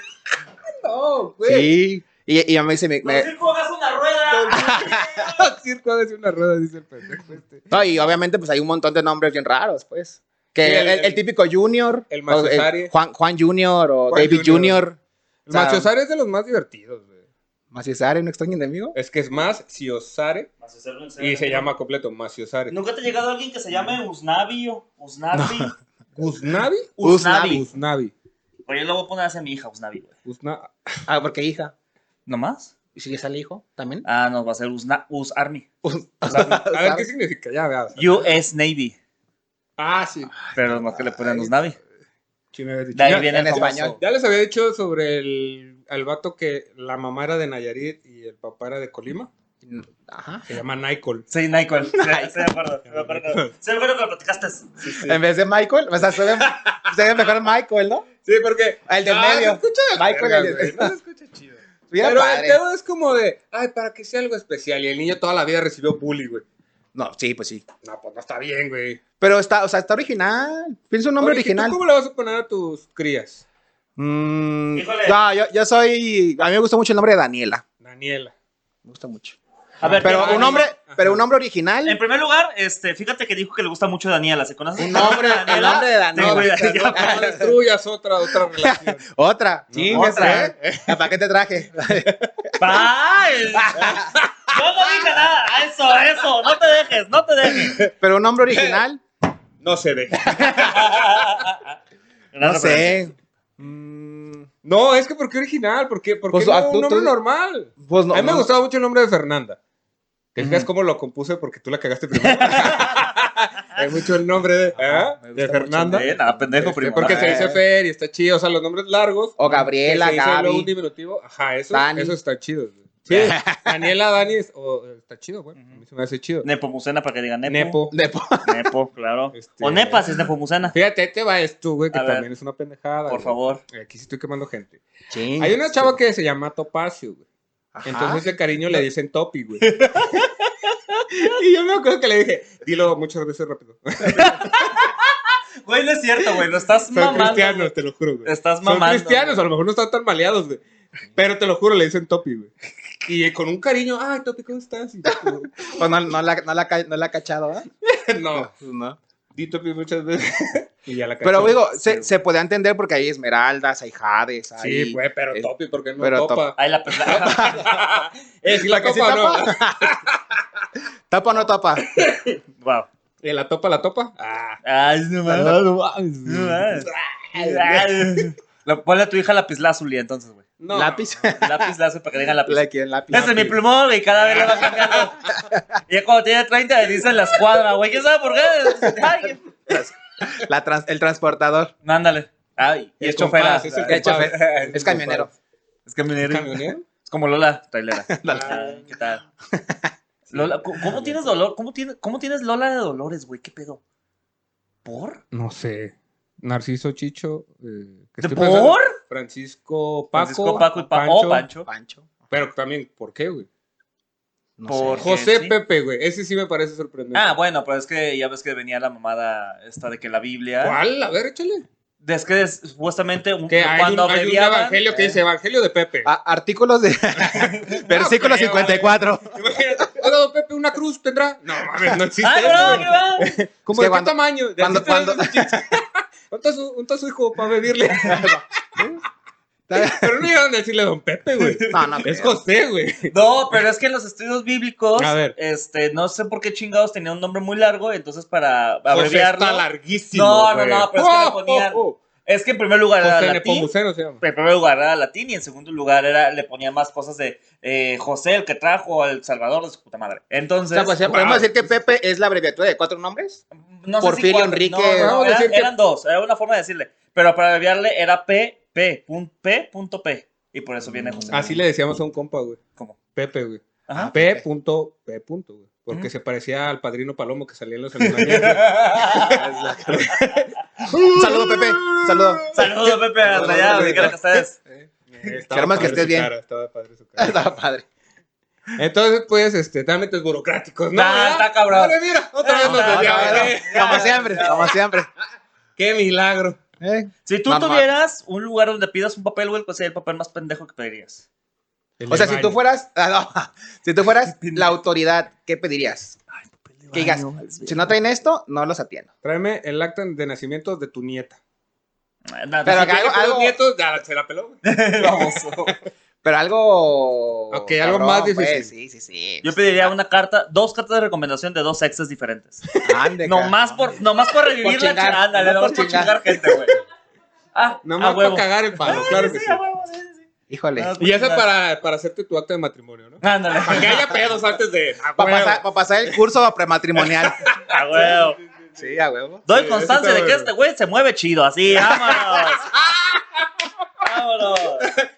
Speaker 4: No, güey.
Speaker 3: Sí. Y, y a mí se me... me-
Speaker 5: una rueda.
Speaker 4: Don Circo, hágase una rueda, dice el pendejo este.
Speaker 3: No, y obviamente pues hay un montón de nombres bien raros, pues. Que
Speaker 4: Sí, el-
Speaker 3: el, el
Speaker 4: el-
Speaker 3: típico Junior.
Speaker 4: el
Speaker 3: o eh,
Speaker 4: Maciosarie.
Speaker 3: Juan, Juan Junior o
Speaker 4: Juan
Speaker 3: David
Speaker 4: Junior.
Speaker 3: Junior.
Speaker 4: El
Speaker 3: O sea,
Speaker 4: Machiosare es de los más divertidos, güey.
Speaker 3: Maciosare, un extraño enemigo.
Speaker 4: Es que es más Ciosare y se llama completo Maciosare.
Speaker 2: ¿Nunca te ha llegado alguien que se llame Usnavi o Usnavi?
Speaker 4: ¿Guznavi?
Speaker 2: Usnavi.
Speaker 4: Guznavi.
Speaker 2: Oye, yo lo voy a poner así a mi hija, Usnavi, güey.
Speaker 4: Guzna-
Speaker 3: Ah, porque hija.
Speaker 2: ¿No más?
Speaker 3: ¿Y si ya sale hijo también?
Speaker 2: Ah, no, va a ser Usna Us Army.
Speaker 4: A ver qué significa, ya veas.
Speaker 2: US Navy.
Speaker 4: Ah, sí.
Speaker 2: Pero más que le ponen Usnavi.
Speaker 4: Sí, me habías dicho.
Speaker 2: De ahí
Speaker 4: Ya-
Speaker 2: viene
Speaker 3: en
Speaker 2: el famoso.
Speaker 3: español.
Speaker 4: Ya les había dicho sobre el, el vato que la mamá era de Nayarit y el papá era de Colima.
Speaker 3: Ajá.
Speaker 4: Se llama Nicol.
Speaker 2: Sí, Nicole. Sí, sí, me acuerdo. Me acuerdo. Sí, me acuerdo que lo platicaste.
Speaker 3: En vez de Michael, o sea, se ve, se ve mejor Michael, ¿no?
Speaker 4: Sí, porque.
Speaker 3: El del
Speaker 4: Ah, se
Speaker 3: medio.
Speaker 4: escucha de
Speaker 3: Michael,
Speaker 4: verga,
Speaker 3: el-
Speaker 4: güey. No se escucha chido.
Speaker 3: Mira,
Speaker 4: Pero
Speaker 3: padre.
Speaker 4: el tema es como de, ay, para que sea algo especial. Y el niño toda la vida recibió bullying, güey.
Speaker 3: No, sí, pues sí.
Speaker 4: No, pues no está bien, güey.
Speaker 3: Pero está, o sea, está original. Piensa un nombre
Speaker 4: Oye, ¿y tú
Speaker 3: original.
Speaker 4: ¿Cómo le vas a poner a tus crías?
Speaker 3: Mm,
Speaker 2: Híjole.
Speaker 3: no, yo, yo soy. A mí me gusta mucho el nombre de Daniela.
Speaker 4: Daniela.
Speaker 3: Me gusta mucho.
Speaker 2: A ver,
Speaker 3: Pero
Speaker 2: ¿qué-
Speaker 3: un nombre,
Speaker 4: Ajá. Em,
Speaker 3: pero un nombre
Speaker 2: En
Speaker 3: original.
Speaker 2: primer lugar, este, fíjate que dijo que le gusta mucho Daniela. ¿Se conoce?
Speaker 3: Un nombre- el nombre de Daniela.
Speaker 2: Te voy a-
Speaker 4: No,
Speaker 2: ya,
Speaker 4: no destruyas otra, otra relación.
Speaker 3: Otra.
Speaker 4: No,
Speaker 3: Chingue,
Speaker 2: otra.
Speaker 3: ¿eh? ¿Para qué te traje?
Speaker 2: Bye. Yo no dije nada. Ah, Eso, eso. No te dejes, no te dejes.
Speaker 3: Pero un nombre original.
Speaker 4: No se ve.
Speaker 3: No sé. Mm,
Speaker 4: No, es que ¿por qué original? ¿Por qué, por qué
Speaker 3: Pues,
Speaker 4: no
Speaker 3: ah,
Speaker 4: un
Speaker 3: tú-
Speaker 4: nombre
Speaker 3: tú-
Speaker 4: normal?
Speaker 3: pues no.
Speaker 4: a mí me
Speaker 3: no.
Speaker 4: gustaba mucho el nombre de Fernanda. Que fijas
Speaker 3: Ujú.
Speaker 4: cómo lo compuse porque tú la cagaste primero. es mucho el nombre de, ¿eh?
Speaker 3: Ajá, me gusta
Speaker 4: de
Speaker 3: mucho
Speaker 4: Fernanda.
Speaker 2: Eh, nada, pendejo
Speaker 4: Este,
Speaker 2: primero. "Ah".
Speaker 4: porque se
Speaker 3: Eh.
Speaker 4: dice Fer y está chido. O sea, los nombres largos.
Speaker 3: O Gabriela,
Speaker 4: que se dice
Speaker 3: Gaby.
Speaker 4: luego un diminutivo. Ajá, eso,
Speaker 3: Dani.
Speaker 4: eso está chido. güey. Sí, Daniela, Dani, es- o, está chido, güey. A mí se me hace chido.
Speaker 2: Ah, Nepomucena para que digan Nepo.
Speaker 4: Nepo.
Speaker 3: De po-
Speaker 2: Nepo, claro.
Speaker 4: Este-
Speaker 2: O Nepa si es Nepomucena.
Speaker 4: Fíjate, ahí te va esto, güey, que
Speaker 2: A ver.
Speaker 4: también es una pendejada.
Speaker 2: Por
Speaker 4: güey.
Speaker 2: favor.
Speaker 4: Aquí sí estoy quemando gente.
Speaker 3: Chingue.
Speaker 4: Hay una chava que se llama Topacio, güey.
Speaker 3: Ajá.
Speaker 4: Entonces de cariño le dicen Topi, güey. y yo me acuerdo que le dije, dilo muchas veces rápido.
Speaker 2: Güey, no es cierto, güey. Lo estás
Speaker 4: Son
Speaker 2: mamando.
Speaker 4: cristianos, te lo juro, güey.
Speaker 2: Estás
Speaker 4: Son
Speaker 2: mamando,
Speaker 4: cristianos,
Speaker 2: güey.
Speaker 4: a lo mejor no están tan maleados, güey. Pero te lo juro, le dicen Topi, güey. Y eh, con un cariño, ay, Topi, ¿cómo estás? Y yo, como,
Speaker 3: Pues no, no la, no, la, ca- no la ha cachado, ¿eh?
Speaker 4: no,
Speaker 3: No.
Speaker 4: di Topi muchas veces. y ya la cachó.
Speaker 3: Pero digo,
Speaker 4: Sí,
Speaker 3: se, se podía entender porque hay esmeraldas, hay jades, hay.
Speaker 4: Sí, pues. güey, pero
Speaker 3: es-
Speaker 4: Topi, ¿por qué no
Speaker 3: pero
Speaker 4: topa?
Speaker 2: Ahí la pendeja.
Speaker 4: Eh, si la
Speaker 3: ¿Para que sí
Speaker 4: copa o no.
Speaker 3: ¿Tapa o no tapa?
Speaker 2: wow.
Speaker 4: Eh, la topa, la topa. Ah.
Speaker 2: Ay, no mames. No mames. Ay. La- Ponle a tu hija lápiz lazuli entonces, güey.
Speaker 4: No.
Speaker 3: Lápiz.
Speaker 2: Lápiz lazuli para que digan lápiz.
Speaker 3: La quieren lápiz.
Speaker 2: Ese es mi
Speaker 3: Lápiz.
Speaker 2: plumón, güey, cada vez le va cambiando. Y ya cuando tiene 30 le dicen la escuadra, güey. ¿Quién sabe por qué? Ay,
Speaker 3: La trans- el transportador.
Speaker 2: Mándale. Ay, y
Speaker 4: El
Speaker 2: es chofera.
Speaker 4: compás, es el
Speaker 2: Ay,
Speaker 3: El chofer.
Speaker 4: compadre.
Speaker 3: Es camionero.
Speaker 2: Es camionero.
Speaker 4: ¿Camionero?
Speaker 2: Es Como Lola, trailera.
Speaker 3: Dale.
Speaker 2: ¿Qué tal? Lola, ¿cómo- ¿cómo tienes dolor? ¿Cómo, tiene- ¿Cómo tienes Lola de dolores, güey? ¿Qué pedo? ¿Por?
Speaker 4: No sé. Narciso Chicho. eh, que
Speaker 2: ¿De
Speaker 4: estoy pensando-
Speaker 2: por?
Speaker 4: Francisco Paco.
Speaker 2: Francisco Paco y Pa-
Speaker 4: Pancho,
Speaker 2: oh, Pancho.
Speaker 3: Pancho.
Speaker 4: Pero también, ¿por qué, güey?
Speaker 3: No
Speaker 2: Por-
Speaker 3: sé.
Speaker 4: José
Speaker 2: sí.
Speaker 4: Pepe, güey. Ese sí me parece sorprendente.
Speaker 2: Ah, bueno, pero es que ya ves que venía la mamada esta de que la Biblia.
Speaker 4: ¿Cuál? A ver, échale.
Speaker 2: Es que es- supuestamente un-
Speaker 4: Que hay un,
Speaker 2: cuando eh.
Speaker 4: hay
Speaker 2: Ah.
Speaker 4: un
Speaker 2: abreviaban-
Speaker 4: evangelio que dice Evangelio de Pepe.
Speaker 3: A- artículos de. Versículo
Speaker 4: creo,
Speaker 3: 54.
Speaker 4: Imagínate, oiga, don Pepe, una cruz tendrá. No mames, no existe.
Speaker 2: ¡Ay,
Speaker 4: eso,
Speaker 2: no,
Speaker 4: güey.
Speaker 2: qué va!
Speaker 4: ¿Cómo
Speaker 3: Es que
Speaker 4: de
Speaker 3: cuando-
Speaker 4: qué tamaño? ¿De
Speaker 3: cuando-
Speaker 4: así te das
Speaker 3: cuando-
Speaker 4: esos chichis? ¿Unta su, unta su hijo para beberle? Pero no llegaron a decirle don Pepe, güey.
Speaker 3: No, no,
Speaker 4: Es
Speaker 3: creo.
Speaker 4: José, güey.
Speaker 2: No, pero es que en los estudios bíblicos,
Speaker 4: A ver.
Speaker 2: este, no sé por qué chingados tenía un nombre muy largo, entonces para
Speaker 4: José
Speaker 2: abreviarlo.
Speaker 4: Pues está larguísimo.
Speaker 2: No, no,
Speaker 4: güey.
Speaker 2: no, pero es que le
Speaker 4: Oh, oh,
Speaker 2: ponían-
Speaker 4: oh.
Speaker 2: Es que en primer lugar era
Speaker 4: José
Speaker 2: latín.
Speaker 4: Nepomuceno se llama.
Speaker 2: En primer lugar era latín y en segundo lugar era, le ponía más cosas de eh, José, el que trajo al Salvador de su puta madre.
Speaker 3: O
Speaker 2: Entonces,
Speaker 3: sea, pues,
Speaker 4: Wow.
Speaker 3: ¿Podemos decir que Pepe es la abreviatura de cuatro nombres?
Speaker 2: no sé
Speaker 3: Porfirio
Speaker 2: cuatro-
Speaker 3: Enrique,
Speaker 2: no, no,
Speaker 4: vamos a
Speaker 2: eran,
Speaker 4: decir que-
Speaker 2: eran dos, era una forma de decirle. Pero para abreviarle era P, P, pun- P, punto P. Y por eso viene José.
Speaker 4: Así le decíamos a un compa, güey.
Speaker 2: ¿Cómo? Ah,
Speaker 4: Pepe, güey.
Speaker 2: Ajá.
Speaker 4: P. punto, P. punto, güey. Porque
Speaker 2: Ujú.
Speaker 4: se parecía al padrino Palomo que salía en los alemanes.
Speaker 3: Un saludo, Pepe. Un saludo.
Speaker 2: Saludos, Pepe, hasta allá, donde quiera que estés.
Speaker 4: Eh,
Speaker 3: Queremos que estés bien.
Speaker 4: estaba padre su cara.
Speaker 3: Estaba padre.
Speaker 4: Entonces, pues, este, trámites burocráticos, ¿no?
Speaker 2: Nah,
Speaker 4: ¿verdad?
Speaker 2: está cabrón.
Speaker 4: Madre, mira, otra vez nos
Speaker 2: Está
Speaker 4: desviamos,
Speaker 2: cabrón.
Speaker 4: ¿eh?
Speaker 3: Como siempre, como siempre.
Speaker 4: Qué milagro.
Speaker 3: Eh,
Speaker 2: Si tú
Speaker 3: Mamá.
Speaker 2: tuvieras un lugar donde pidas un papel, güey, pues sería el papel más pendejo que pedirías.
Speaker 3: O sea, si tú fueras. ah, no. Si tú fueras la autoridad, ¿qué pedirías? Que digas, si no traen esto, no los atiendo.
Speaker 4: Tráeme el acta de nacimiento de tu nieta.
Speaker 2: Nada,
Speaker 3: Pero
Speaker 2: sí,
Speaker 3: acá-
Speaker 4: Tiene puros
Speaker 3: algo-
Speaker 4: nietos, ya se la peló. güey.
Speaker 2: baboso.
Speaker 3: Pero algo.
Speaker 4: Ok, algo más difícil.
Speaker 3: pues, sí, sí, sí.
Speaker 2: Yo pediría una carta, dos cartas de recomendación de dos exes diferentes.
Speaker 3: Ande, cara.
Speaker 2: Nomás por, nomás por revivir
Speaker 3: Por
Speaker 2: la
Speaker 3: chingar,
Speaker 2: chingada. Ándale, nomás
Speaker 3: nomás por
Speaker 2: por
Speaker 3: chingar.
Speaker 2: chingar gente, güey. Ah,
Speaker 4: Nomás
Speaker 2: a huevo.
Speaker 4: para cagar el palo,
Speaker 2: Ah,
Speaker 4: claro
Speaker 2: sí,
Speaker 4: que sí.
Speaker 2: a huevo, sí, sí, sí.
Speaker 3: Híjole.
Speaker 2: Nomás por
Speaker 4: Y esa
Speaker 2: chingar.
Speaker 4: para, para hacerte tu acta de matrimonio, ¿no?
Speaker 2: Ándale.
Speaker 4: Para que haya pedos antes de. a
Speaker 3: Para
Speaker 4: huevo.
Speaker 3: pasar, pa' pasar el curso prematrimonial.
Speaker 2: A huevo.
Speaker 3: sí, a huevo.
Speaker 2: Doy
Speaker 4: Sí, eso
Speaker 2: constancia
Speaker 4: está
Speaker 2: de que
Speaker 4: bueno.
Speaker 2: este güey se mueve chido, así, vámonos. vámonos.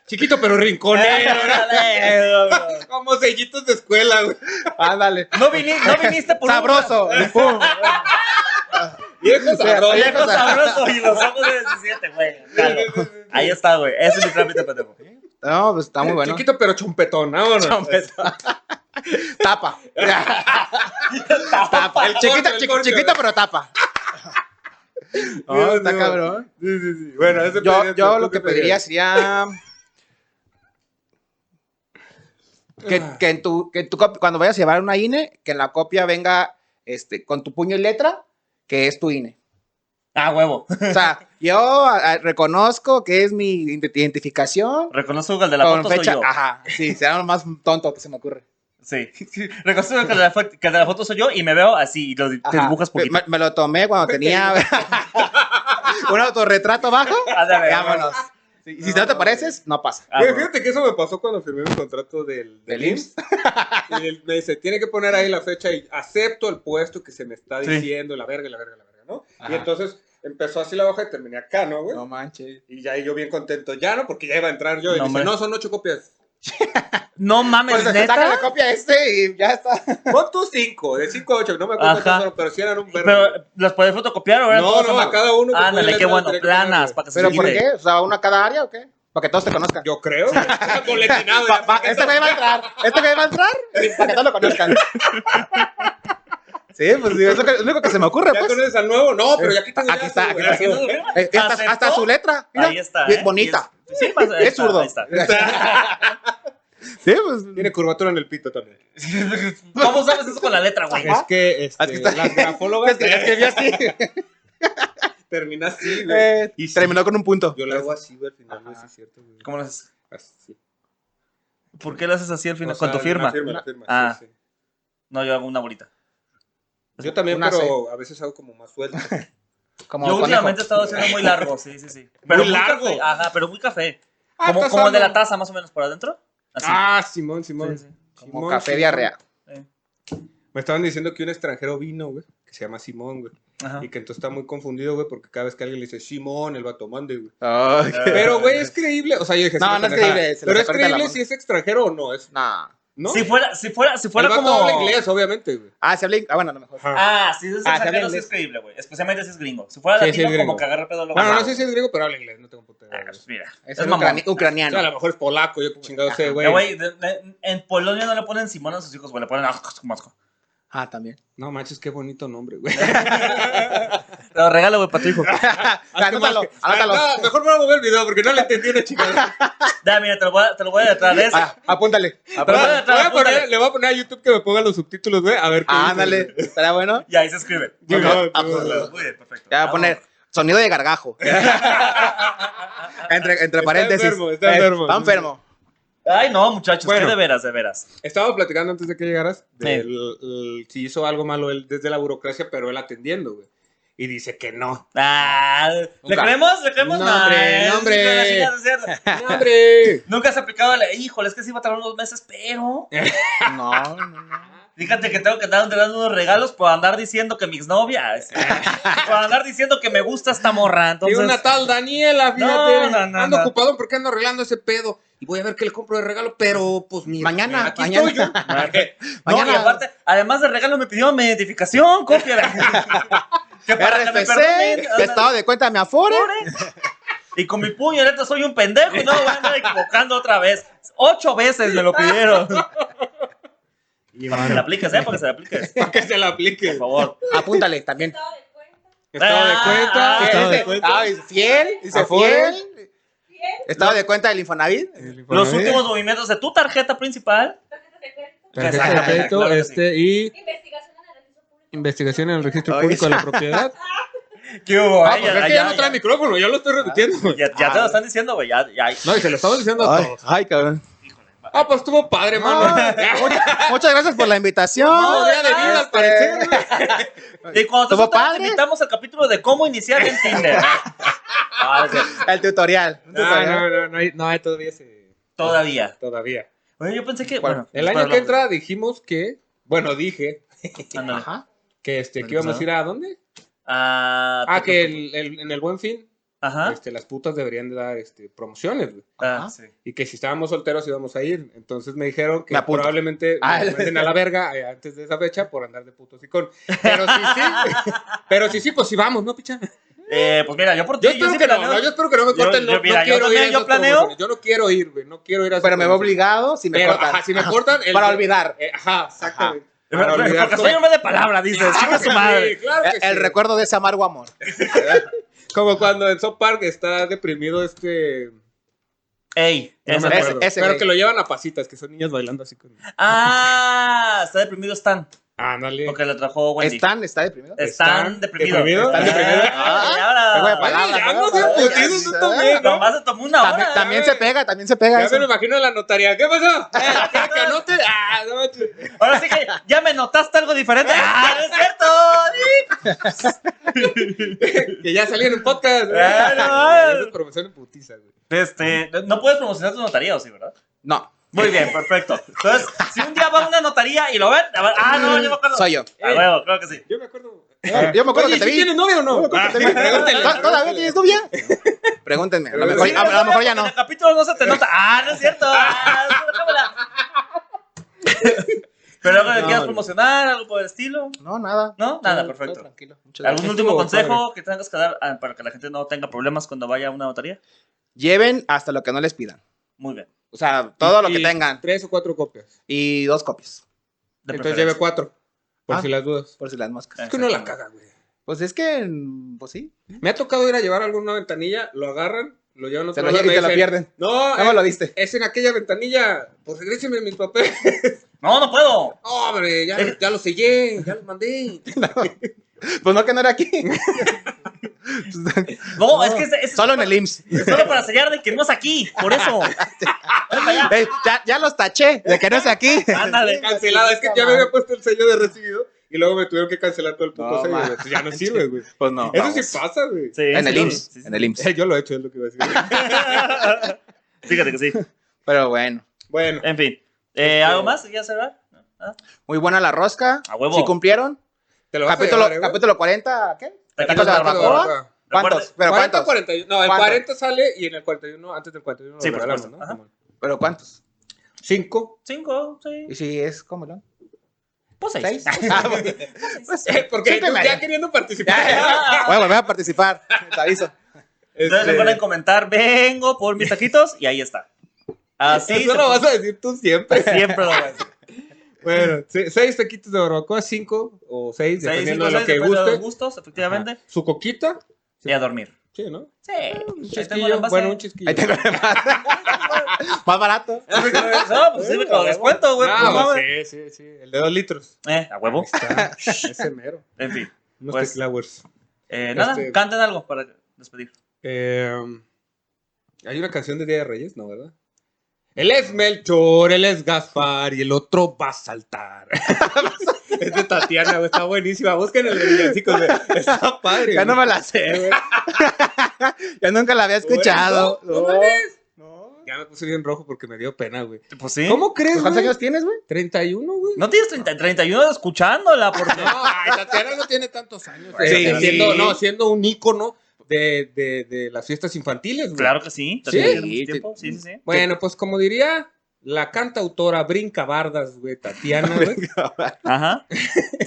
Speaker 4: Chiquito pero rinconero, ¿no?
Speaker 2: Ándale, vámonos.
Speaker 4: Como sellitos de escuela, güey.
Speaker 3: Ándale.
Speaker 2: No, vini- no viniste por un-
Speaker 3: Sabroso. y pum.
Speaker 4: Viejo sabroso.
Speaker 2: Oye, con sabroso y los ojos de 17, güey. Claro. Ahí está, güey. Ese es mi trámite pendejo.
Speaker 3: No, pues está muy bueno.
Speaker 4: Chiquito pero chompetón, vámonos.
Speaker 3: Tapa. tapa. El chiquito,
Speaker 4: El
Speaker 3: chiqui-
Speaker 4: corcho.
Speaker 3: chiquito, pero tapa. No,
Speaker 4: Dios
Speaker 3: está
Speaker 4: mío.
Speaker 3: cabrón.
Speaker 4: Sí, sí, sí. Bueno, ese
Speaker 3: Yo,
Speaker 4: pediría
Speaker 3: yo
Speaker 4: tú,
Speaker 3: lo
Speaker 4: ¿tú
Speaker 3: que
Speaker 4: qué pedirías?
Speaker 3: pediría sería. Que,
Speaker 4: Ah.
Speaker 3: que en tu, que en tu copia- cuando vayas a llevar una INE, que en la copia venga este, con tu puño y letra, que es tu INE.
Speaker 2: Ah, huevo.
Speaker 3: O sea, yo a- a- reconozco que es mi ident- identificación
Speaker 2: Reconozco que el de la
Speaker 3: con
Speaker 2: foto soy
Speaker 3: fecha.
Speaker 2: yo.
Speaker 3: Ajá, sí, será lo más tonto que se me ocurre.
Speaker 2: Sí. Reconozco que el de la fo- que el de la foto soy yo y me veo así y lo di- te
Speaker 3: Ajá.
Speaker 2: dibujas
Speaker 3: Me-
Speaker 2: poquito.
Speaker 3: Me, me lo tomé cuando tenía un autorretrato bajo.
Speaker 2: Ándale,
Speaker 3: Vámonos. Sí, si no te pareces, no pasa.
Speaker 2: Ah,
Speaker 4: Mira,
Speaker 2: huevo.
Speaker 4: fíjate que eso me pasó cuando firmé mi contrato del, del
Speaker 3: Del
Speaker 4: IMSS. Y él me dice, tiene que poner ahí la fecha y acepto el puesto que se me está
Speaker 2: Sí.
Speaker 4: diciendo, la verga, la verga, la verga, ¿no?
Speaker 3: Ajá.
Speaker 4: Y entonces empezó así la hoja y terminé acá, ¿no, güey?
Speaker 3: manches.
Speaker 4: Y ya yo bien contento, ya no, porque ya iba a entrar yo. Y
Speaker 2: No,
Speaker 4: me dice,
Speaker 2: hombre.
Speaker 4: no, son ocho copias.
Speaker 2: No mames,
Speaker 3: Pues saca
Speaker 2: neta.
Speaker 3: la copia este y ya está.
Speaker 4: Pon tú cinco, de cinco a ocho, no me acuerdo
Speaker 2: Ajá.
Speaker 4: cuántos fueron, pero sí eran un verbo.
Speaker 2: Pero, ¿las puedes fotocopiar o eran
Speaker 4: No,
Speaker 2: todas
Speaker 4: no,
Speaker 2: mano?
Speaker 4: a cada uno que
Speaker 2: Ándale,
Speaker 4: pudiera
Speaker 2: qué
Speaker 4: entrar,
Speaker 2: bueno.
Speaker 4: tenía que
Speaker 2: Planas,
Speaker 4: ponerle.
Speaker 2: para que se
Speaker 3: ¿Pero por
Speaker 2: quite.
Speaker 3: qué? ¿O sea, uno a cada área o qué? Para que todos te conozcan.
Speaker 4: Yo creo, güey. boletinado.
Speaker 3: Pa- pa- este güey va a entrar, este güey va a entrar para que todos lo conozcan. Sí, pues sí, es lo, que, es lo único que se me ocurre,
Speaker 4: ¿Ya
Speaker 3: pues.
Speaker 4: conoces al nuevo? No, pero ya aquí tengo
Speaker 3: Aquí
Speaker 4: ya
Speaker 3: está,
Speaker 4: su-
Speaker 3: aquí
Speaker 4: ya
Speaker 3: está.
Speaker 4: su-
Speaker 3: Eh, Hasta,
Speaker 2: ¿Aceptó?
Speaker 3: hasta su letra, mira,
Speaker 2: Ahí está.
Speaker 3: bien
Speaker 2: ¿eh?
Speaker 3: bonita.
Speaker 2: Y es- Sí, más, ahí
Speaker 3: Es
Speaker 2: está,
Speaker 3: zurdo.
Speaker 2: ahí está.
Speaker 3: Sí, pues.
Speaker 4: Tiene curvatura en el pito también.
Speaker 2: ¿Cómo sabes eso con la letra, güey?
Speaker 4: Es que este,
Speaker 3: Es que ¿Ah? está-
Speaker 4: las grafólogas
Speaker 3: Es que- es que vi así.
Speaker 4: termina así, güey.
Speaker 3: Eh,
Speaker 4: Y sí.
Speaker 3: terminó con un punto.
Speaker 4: Yo la hago así, güey, al final, güey,
Speaker 3: Ajá.
Speaker 4: sí es cierto, güey.
Speaker 2: ¿Cómo lo haces?
Speaker 4: Así.
Speaker 2: ¿Por qué lo haces así al final?
Speaker 4: O
Speaker 2: con
Speaker 4: sea,
Speaker 2: tu firma.
Speaker 4: la firma, la firma,
Speaker 2: Ah.
Speaker 4: sí, sí.
Speaker 2: No, yo hago una bolita.
Speaker 4: Yo también,
Speaker 3: Una
Speaker 4: pero a veces hago como más suelto.
Speaker 3: Como
Speaker 2: yo
Speaker 3: conejo.
Speaker 2: últimamente he estado haciendo muy largo, sí, sí, sí. Pero
Speaker 4: largo.
Speaker 2: café, ajá, pero muy café.
Speaker 4: Ah,
Speaker 2: como
Speaker 4: estás
Speaker 2: como el de la
Speaker 4: hablando-
Speaker 2: taza, más o menos por adentro. Así.
Speaker 4: Ah, Simón,
Speaker 2: sí,
Speaker 4: Simón.
Speaker 2: sí.
Speaker 3: Como
Speaker 4: Simón,
Speaker 3: café
Speaker 4: Simón.
Speaker 3: diarrea.
Speaker 2: Eh.
Speaker 4: Me estaban diciendo que un extranjero vino, güey, que se llama Simón, güey.
Speaker 3: Ah.
Speaker 2: Ajá.
Speaker 4: Y que entonces está muy confundido, güey, porque cada vez que alguien le dice Simón, el vato mande, güey.
Speaker 3: Ay,
Speaker 4: Pero, güey, es creíble. O sea, yo dije,
Speaker 3: No,
Speaker 4: "Es una
Speaker 3: no es
Speaker 4: pendejada".
Speaker 3: creíble, se le
Speaker 4: Pero es
Speaker 3: sacaron de la
Speaker 4: creíble
Speaker 3: mano.
Speaker 4: si es extranjero o no. Es,
Speaker 3: no.
Speaker 4: ¿no?
Speaker 2: Si fuera, si fuera, si
Speaker 4: el
Speaker 2: fuera
Speaker 4: vato
Speaker 2: como.
Speaker 4: habla inglés, obviamente, güey.
Speaker 3: Ah, se habla. ing- Ah, bueno, a lo mejor.
Speaker 2: Ah, si es
Speaker 3: Ah, se habla
Speaker 2: extranjero, sí
Speaker 3: inglés.
Speaker 2: es creíble, güey. Especialmente si es gringo. Si fuera
Speaker 4: Sí, sí,
Speaker 2: latino,
Speaker 4: es gringo.
Speaker 2: como que agarra pedo lo Ah, pues
Speaker 4: Bueno, no sé si es griego, pero habla inglés, no tengo puta idea, güey.
Speaker 2: Mira, es,
Speaker 3: Es, el
Speaker 2: mamón.
Speaker 3: ucrani- ucraniano.
Speaker 4: O sea, a lo mejor es polaco, yo como chingado sé,
Speaker 2: Eh,
Speaker 4: güey.
Speaker 2: güey, de- de- en Polonia no le ponen Simón a sus hijos, güey, le ponen Mosco.
Speaker 3: Ah, también.
Speaker 4: No manches, qué bonito nombre, güey.
Speaker 2: Lo regalo, güey, para tu hijo.
Speaker 3: anótalo, anótalo.
Speaker 4: Ah, no, mejor me voy a mover el video porque no le entendí una chingada.
Speaker 2: Da, mira, te lo voy a, te lo voy a detrás de ese.
Speaker 3: Ah, apúntale.
Speaker 2: Ah,
Speaker 4: Voy
Speaker 2: pero-
Speaker 3: apúntale.
Speaker 4: a- voy a poner- Le voy a poner a YouTube que me ponga los subtítulos, güey. A ver qué.
Speaker 3: Ah,
Speaker 4: dice,
Speaker 3: ándale.
Speaker 4: güey.
Speaker 3: ¿Estará bueno?
Speaker 2: Y ahí se escribe.
Speaker 4: Muy bien.
Speaker 3: Ah,
Speaker 4: Muy bien.
Speaker 3: pues,
Speaker 2: Muy bien, perfecto.
Speaker 3: Ya va a poner sonido de gargajo. entre entre
Speaker 4: Está
Speaker 3: paréntesis.
Speaker 4: enfermo, está
Speaker 3: Eh,
Speaker 4: enfermo.
Speaker 3: Está enfermo.
Speaker 2: Ay, no, muchachos,
Speaker 4: Bueno.
Speaker 2: qué de veras, de veras.
Speaker 4: Estaba platicando antes de que llegaras de
Speaker 2: Sí.
Speaker 4: el- el- si hizo algo malo él desde la burocracia, pero él atendiendo, güey. Y dice que no.
Speaker 2: Ah, ¿Le
Speaker 3: Nunca.
Speaker 2: creemos? ¿Le creemos?
Speaker 3: No, hombre,
Speaker 2: es
Speaker 3: no, hombre.
Speaker 2: una chingada, es cierto.
Speaker 4: ¡Hombre!
Speaker 2: Nunca has aplicado la. Híjole, es que sí va a tardar unos meses, pero.
Speaker 3: No, no, no.
Speaker 2: Fíjate que tengo que andar entregando unos regalos por andar diciendo que mi exnovia. es- por andar diciendo que me gusta esta morra.
Speaker 4: Y
Speaker 2: Entonces.
Speaker 4: una tal Daniela, fíjate.
Speaker 2: No, no, no,
Speaker 4: ando
Speaker 2: no.
Speaker 4: ocupado porque ando arreglando ese pedo. Y voy a ver qué le compro de regalo, pero pues mira.
Speaker 3: Mañana,
Speaker 4: aquí
Speaker 3: mañana.
Speaker 4: estoy yo.
Speaker 2: No,
Speaker 3: Mañana-
Speaker 2: y aparte, además de regalo me pidió mi identificación, copia. que para que me perdonen,
Speaker 3: RFC, estado de cuenta de mi afore.
Speaker 2: pobre. Y con mi puño ahorita soy un pendejo y no me voy a andar equivocando otra vez. Ocho veces me lo pidieron.
Speaker 4: Y
Speaker 2: Para que se la apliques, ¿eh? Para que se la apliques,
Speaker 4: Para que se la aplique.
Speaker 2: por favor.
Speaker 3: Apúntale también.
Speaker 5: Estado de cuenta.
Speaker 4: Estado de cuenta.
Speaker 2: Ah, ah,
Speaker 4: estado de
Speaker 3: Dice,
Speaker 4: cuenta.
Speaker 3: ah, es fiel, dice
Speaker 4: Afore.
Speaker 3: fiel.
Speaker 5: Bien.
Speaker 3: Estado de cuenta del Infonavit.
Speaker 2: Los últimos movimientos de tu tarjeta principal.
Speaker 5: Tarjeta de crédito.
Speaker 4: Tarjeta de
Speaker 2: Exactamente,
Speaker 4: crédito,
Speaker 2: claro que
Speaker 4: este, y
Speaker 5: Investigación en el registro público.
Speaker 4: investigación en el registro
Speaker 3: Oye.
Speaker 4: público de la propiedad.
Speaker 2: ¿Qué hubo?
Speaker 4: Ah,
Speaker 2: eh?
Speaker 4: pues es que ya no trae micrófono, ya lo estoy repitiendo. güey.
Speaker 2: ya- ya te lo están diciendo, güey. Ya, ya.
Speaker 4: No, y se lo estamos diciendo a todos.
Speaker 3: cabrón.
Speaker 4: Ah, pues estuvo padre, mano.
Speaker 3: Ay, muchas, muchas gracias por la invitación.
Speaker 2: No,
Speaker 4: día de pues. vida, al
Speaker 3: Este,
Speaker 4: parecer. güey.
Speaker 2: Y cuando te
Speaker 3: ¿Estuvo
Speaker 2: sueltan, te
Speaker 3: padre?
Speaker 2: invitamos al capítulo de cómo iniciar en Tinder. Ah, es cierto.
Speaker 3: El tutorial. un
Speaker 4: No,
Speaker 3: tutorial.
Speaker 4: no, no, no hay, no hay todavía ese.
Speaker 2: Todavía.
Speaker 4: Todavía.
Speaker 2: Bueno, yo pensé que.
Speaker 3: Bueno,
Speaker 2: Bueno,
Speaker 4: El año que entra dijimos que, bueno, dije
Speaker 2: Ándale.
Speaker 3: Ajá.
Speaker 4: que este que
Speaker 2: ¿El
Speaker 4: íbamos a ir a dónde?
Speaker 2: Ah,
Speaker 4: Ah,
Speaker 2: tu-
Speaker 4: que el- el- en el Buen Fin
Speaker 2: Ajá.
Speaker 4: este, las putas deberían de dar este, promociones, güey.
Speaker 2: Ah, sí.
Speaker 4: Y que si estábamos solteros íbamos a ir. Entonces me dijeron que
Speaker 3: Me apunto.
Speaker 4: probablemente
Speaker 3: Ah,
Speaker 4: me manden a la verga eh, antes de esa fecha por andar de puto con Pero sí, sí. Pero sí, sí, pues sí vamos, ¿no, picha?
Speaker 2: Eh, pues mira, yo por ti.
Speaker 4: Yo espero
Speaker 2: sí
Speaker 4: que no,
Speaker 2: planeo-
Speaker 4: no, yo espero que no me
Speaker 2: Yo-
Speaker 4: corten. no,
Speaker 2: yo, mira,
Speaker 4: no
Speaker 2: yo
Speaker 4: quiero
Speaker 2: planeo,
Speaker 4: ir a esas
Speaker 2: yo planeo.
Speaker 4: promociones, Yo no quiero ir, güey. No quiero ir a esas
Speaker 3: Pero me veo
Speaker 4: promociones.
Speaker 3: obligado si me
Speaker 4: Pero,
Speaker 3: cortan.
Speaker 4: ajá, si me cortan. el-
Speaker 3: Para olvidar.
Speaker 4: eh, ajá, exactamente.
Speaker 2: Pero-
Speaker 4: Para
Speaker 2: pero-
Speaker 4: olvidar
Speaker 2: porque
Speaker 4: todo.
Speaker 2: soy hombre de palabra, dices.
Speaker 3: Pues
Speaker 4: Claro
Speaker 2: Chica su
Speaker 4: que sí,
Speaker 2: madre.
Speaker 4: claro que
Speaker 3: El, el
Speaker 4: sí.
Speaker 3: recuerdo de ese amargo amor.
Speaker 4: Como cuando en South Park está deprimido este.
Speaker 2: Ey, este,
Speaker 4: No
Speaker 2: ese-
Speaker 4: me acuerdo.
Speaker 3: ese
Speaker 4: Pero
Speaker 3: güey.
Speaker 4: que lo llevan a pasitas, que son niñas bailando así con.
Speaker 2: Ah, está deprimido Stan.
Speaker 4: Ándale.
Speaker 2: Porque le trajo Wendy.
Speaker 3: ¿Están? ¿Está deprimido?
Speaker 2: Están
Speaker 4: ¿Están
Speaker 2: deprimido.
Speaker 4: deprimido?
Speaker 2: Ah,
Speaker 4: ¿Están deprimido?
Speaker 2: Ah,
Speaker 3: Qué buena
Speaker 2: ahora. eh,
Speaker 3: palabra,
Speaker 4: Ya
Speaker 3: qué
Speaker 4: no
Speaker 3: buena
Speaker 4: seas
Speaker 3: palabra.
Speaker 4: putido, tú también, ¿no?
Speaker 2: Nomás se tomó una
Speaker 3: También,
Speaker 2: hora.
Speaker 3: también se pega, también se pega
Speaker 4: Ya
Speaker 3: eso.
Speaker 4: me lo imagino en la notaría. ¿Qué pasó? Ah, que anote. Ah, no manches.
Speaker 2: Ahora sí que ya me notaste algo diferente. ¡Ah, no es cierto!
Speaker 4: Que ya salí en un podcast. güey.
Speaker 2: Ah, no mames.
Speaker 4: Esas promociones putizas, güey.
Speaker 2: Este, no puedes promocionar tu notaría, ¿o sí, verdad?
Speaker 3: No,
Speaker 2: Muy bien, perfecto. Entonces, si un día va a una notaría y lo ven, a ver, ah, no, yo me acuerdo.
Speaker 3: Mm, soy yo.
Speaker 2: A huevo, creo que sí.
Speaker 4: Yo me acuerdo.
Speaker 3: Ah, Yo me acuerdo
Speaker 4: Oye,
Speaker 3: que te
Speaker 4: ¿sí
Speaker 3: vi.
Speaker 4: ¿Tienes novia o no? Ah,
Speaker 3: Yo me acuerdo que te vi. ¿Tod- ¿Todavía tienes novia? Pregúntenme. A lo mejor,
Speaker 4: Sí,
Speaker 3: a- a lo mejor ya
Speaker 2: En
Speaker 3: no.
Speaker 2: el capítulo no se te nota. Ah, no es cierto. Ah, déjamela. Pero algo que
Speaker 3: No,
Speaker 2: quieras
Speaker 3: no.
Speaker 2: promocionar, algo por el estilo.
Speaker 3: No, nada.
Speaker 2: No, nada,
Speaker 3: Todo-
Speaker 2: perfecto.
Speaker 3: todo Tranquilo. Muchas
Speaker 2: ¿Algún
Speaker 3: gracias.
Speaker 2: último
Speaker 4: Estuvo
Speaker 2: consejo que tengas que dar ah, para que la gente no tenga problemas cuando vaya a una notaría?
Speaker 3: Lleven hasta lo que no les pidan.
Speaker 2: Muy bien.
Speaker 3: O sea, todo lo que
Speaker 4: Y
Speaker 3: tengan.
Speaker 4: Tres o cuatro copias.
Speaker 3: Y dos copias,
Speaker 2: De
Speaker 4: Entonces
Speaker 2: preferencia.
Speaker 4: lleve cuatro. Por
Speaker 3: Ah.
Speaker 4: si las dudas.
Speaker 3: por si las moscas.
Speaker 4: Es que uno la caga, güey.
Speaker 3: Pues es que, mm, pues sí.
Speaker 4: Me ha tocado ir a llevar alguna ventanilla, lo agarran, lo llevan a
Speaker 3: Se
Speaker 4: otro
Speaker 3: lo
Speaker 4: lado
Speaker 3: llevan y
Speaker 4: me
Speaker 3: te lo
Speaker 4: Pues dicen,
Speaker 3: pierden.
Speaker 4: No,
Speaker 3: No me
Speaker 4: eh,
Speaker 3: lo diste.
Speaker 4: es en aquella ventanilla. Pues regrésenme mis papeles.
Speaker 2: No, no puedo.
Speaker 4: No, hombre, ya, ya lo sellé, ya los mandé.
Speaker 3: Pues no, que no era aquí.
Speaker 2: No, es que es, es-
Speaker 3: Solo en el IMSS.
Speaker 2: es solo para sellar de que no es aquí. Por eso.
Speaker 3: Ey, ya, ya los taché, de que no es aquí.
Speaker 2: Ándale.
Speaker 4: Cancelada, es que ya me había puesto el sello de recibido y luego me tuvieron que cancelar todo el puto
Speaker 3: No,
Speaker 4: sello.
Speaker 3: man.
Speaker 4: güey. Pues ya no sirve, güey.
Speaker 3: Pues no.
Speaker 4: Eso
Speaker 3: vamos.
Speaker 4: sí pasa, güey.
Speaker 2: Sí,
Speaker 3: En
Speaker 2: sí,
Speaker 3: el
Speaker 2: sí,
Speaker 3: IMSS.
Speaker 2: sí, sí.
Speaker 3: En el IMSS.
Speaker 4: Eh, Yo lo he hecho, es lo que iba a decir.
Speaker 2: Fíjate que sí.
Speaker 3: Pero bueno.
Speaker 4: bueno,
Speaker 2: En fin. Eh, ¿Algo más? ¿Ya se va? ¿Ah?
Speaker 3: Muy buena la rosca.
Speaker 2: A huevo.
Speaker 3: Si cumplieron,
Speaker 4: Te lo vas
Speaker 3: Capítulo,
Speaker 4: a llevar, eh, güey.
Speaker 3: capítulo 40, ¿qué?
Speaker 2: Taquitos de
Speaker 3: Taquitos de
Speaker 2: barbacoa.
Speaker 3: barbacoa. ¿Cuántos? ¿Pero
Speaker 4: 40,
Speaker 3: cuántos?
Speaker 4: 41. No, el
Speaker 3: ¿Cuántos?
Speaker 4: 40 sale y en el 41, antes del 41
Speaker 2: Sí,
Speaker 4: lo
Speaker 2: por
Speaker 4: regalamos,
Speaker 2: supuesto. Ajá.
Speaker 4: ¿no?
Speaker 3: ¿Pero cuántos?
Speaker 4: 5.
Speaker 2: Cinco, sí.
Speaker 3: Y si es, ¿cómo no?
Speaker 2: Pues seis.
Speaker 3: ¿Seis? Ah, bueno. Pues,
Speaker 4: Porque
Speaker 3: siete
Speaker 4: tú
Speaker 3: y media.
Speaker 4: ya queriendo
Speaker 3: Ya, ya,
Speaker 4: participar.
Speaker 3: ya. Voy a volver a participar. Te aviso.
Speaker 2: Entonces
Speaker 4: Este,
Speaker 2: recuerden comentar, vengo por mis taquitos y ahí está. Así
Speaker 4: Eso
Speaker 2: se-
Speaker 4: lo vas a decir tú siempre.
Speaker 2: siempre lo voy a decir.
Speaker 4: Bueno, se- seis taquitos de barbacoa, cinco o seis,
Speaker 2: Seis,
Speaker 4: dependiendo
Speaker 2: cinco,
Speaker 4: de lo
Speaker 2: seis,
Speaker 4: que
Speaker 2: depende de los
Speaker 4: guste.
Speaker 2: gustos, efectivamente.
Speaker 4: Ajá. Su coquita.
Speaker 2: Y a dormir.
Speaker 4: Sí, ¿no?
Speaker 2: Sí.
Speaker 4: Un
Speaker 2: Ahí tengo el
Speaker 4: chisquillo.
Speaker 2: envase.
Speaker 4: Bueno, un chisquillo.
Speaker 3: Ahí tengo Más barato.
Speaker 2: No, pues Ah, sí me lo descuento, güey. pues,
Speaker 4: Ah,
Speaker 2: no, güey.
Speaker 4: sí, sí, sí. El de dos litros.
Speaker 2: Eh, a huevo.
Speaker 4: Ahí está. Ese mero.
Speaker 2: En fin.
Speaker 4: Unos
Speaker 2: Pues-
Speaker 4: teclawers.
Speaker 2: Eh, nada,
Speaker 4: Este-
Speaker 2: canten algo para despedir.
Speaker 4: Eh, Hay una canción de Día de Reyes, ¿no, verdad? Él es Melchor, él es Gaspar y el otro va a saltar. es de Tatiana, güey, está buenísima. Busquen el de villancicos, güey. Está padre.
Speaker 3: Ya no
Speaker 4: güey.
Speaker 3: me la sé, güey. Ya nunca la había escuchado.
Speaker 4: Güey, no, no mames. Ya me puse bien rojo porque me dio pena, güey.
Speaker 2: Pues sí.
Speaker 4: ¿Cómo crees,
Speaker 3: ¿Cuántos
Speaker 4: güey?
Speaker 3: años tienes, güey?
Speaker 4: 31, güey.
Speaker 2: ¿No tienes 30, 31 escuchándola? Porque...
Speaker 4: ay, Tatiana no tiene tantos años.
Speaker 2: Sí,
Speaker 4: Este,
Speaker 2: sí.
Speaker 4: Siendo, no, siendo un ícono de, de, de las fiestas infantiles, güey.
Speaker 2: Claro que sí.
Speaker 4: Sí.
Speaker 2: también tenemos tiempo. Sí, sí, sí.
Speaker 4: Bueno, pues como diría la cantautora Brinca Bardas, güey, Tatiana, güey.
Speaker 2: Ajá.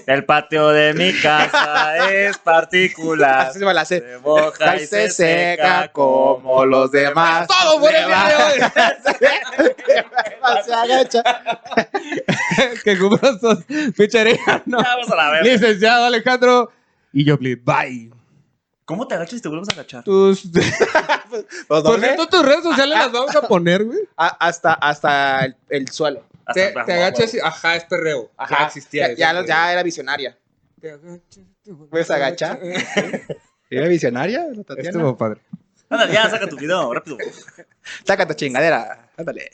Speaker 2: El patio de mi casa es particular.
Speaker 3: Así me la sé.
Speaker 2: Se moja y se seca como.
Speaker 3: los demás.
Speaker 4: ¡Todo por el
Speaker 3: Le va-
Speaker 4: video!
Speaker 3: Se agacha.
Speaker 4: que cubras dos pichareando.
Speaker 2: Ya, vamos a la verga.
Speaker 4: Licenciado Alejandro y yo, bye.
Speaker 2: ¿Cómo te agachas y te vuelves a agachar?
Speaker 4: Tus,
Speaker 3: Los
Speaker 4: por
Speaker 3: doblé
Speaker 4: cierto, tus redes sociales las vamos a poner, güey.
Speaker 3: a- hasta, hasta el, el suelo.
Speaker 2: Hasta-
Speaker 4: Te, te agachas y, ajá, es perreo.
Speaker 3: pues, Ajá.
Speaker 4: Ya existía.
Speaker 3: Ya,
Speaker 4: eso, pues.
Speaker 3: ya,
Speaker 4: güey.
Speaker 3: los- ya era visionaria.
Speaker 4: Te agachas, te vuelves
Speaker 3: ¿Puedes agachar? ¿Era visionaria? la Tatiana?
Speaker 4: Estuvo padre.
Speaker 2: Ándale, ya saca tu video, rápido.
Speaker 3: Saca tu chingadera. Ándale.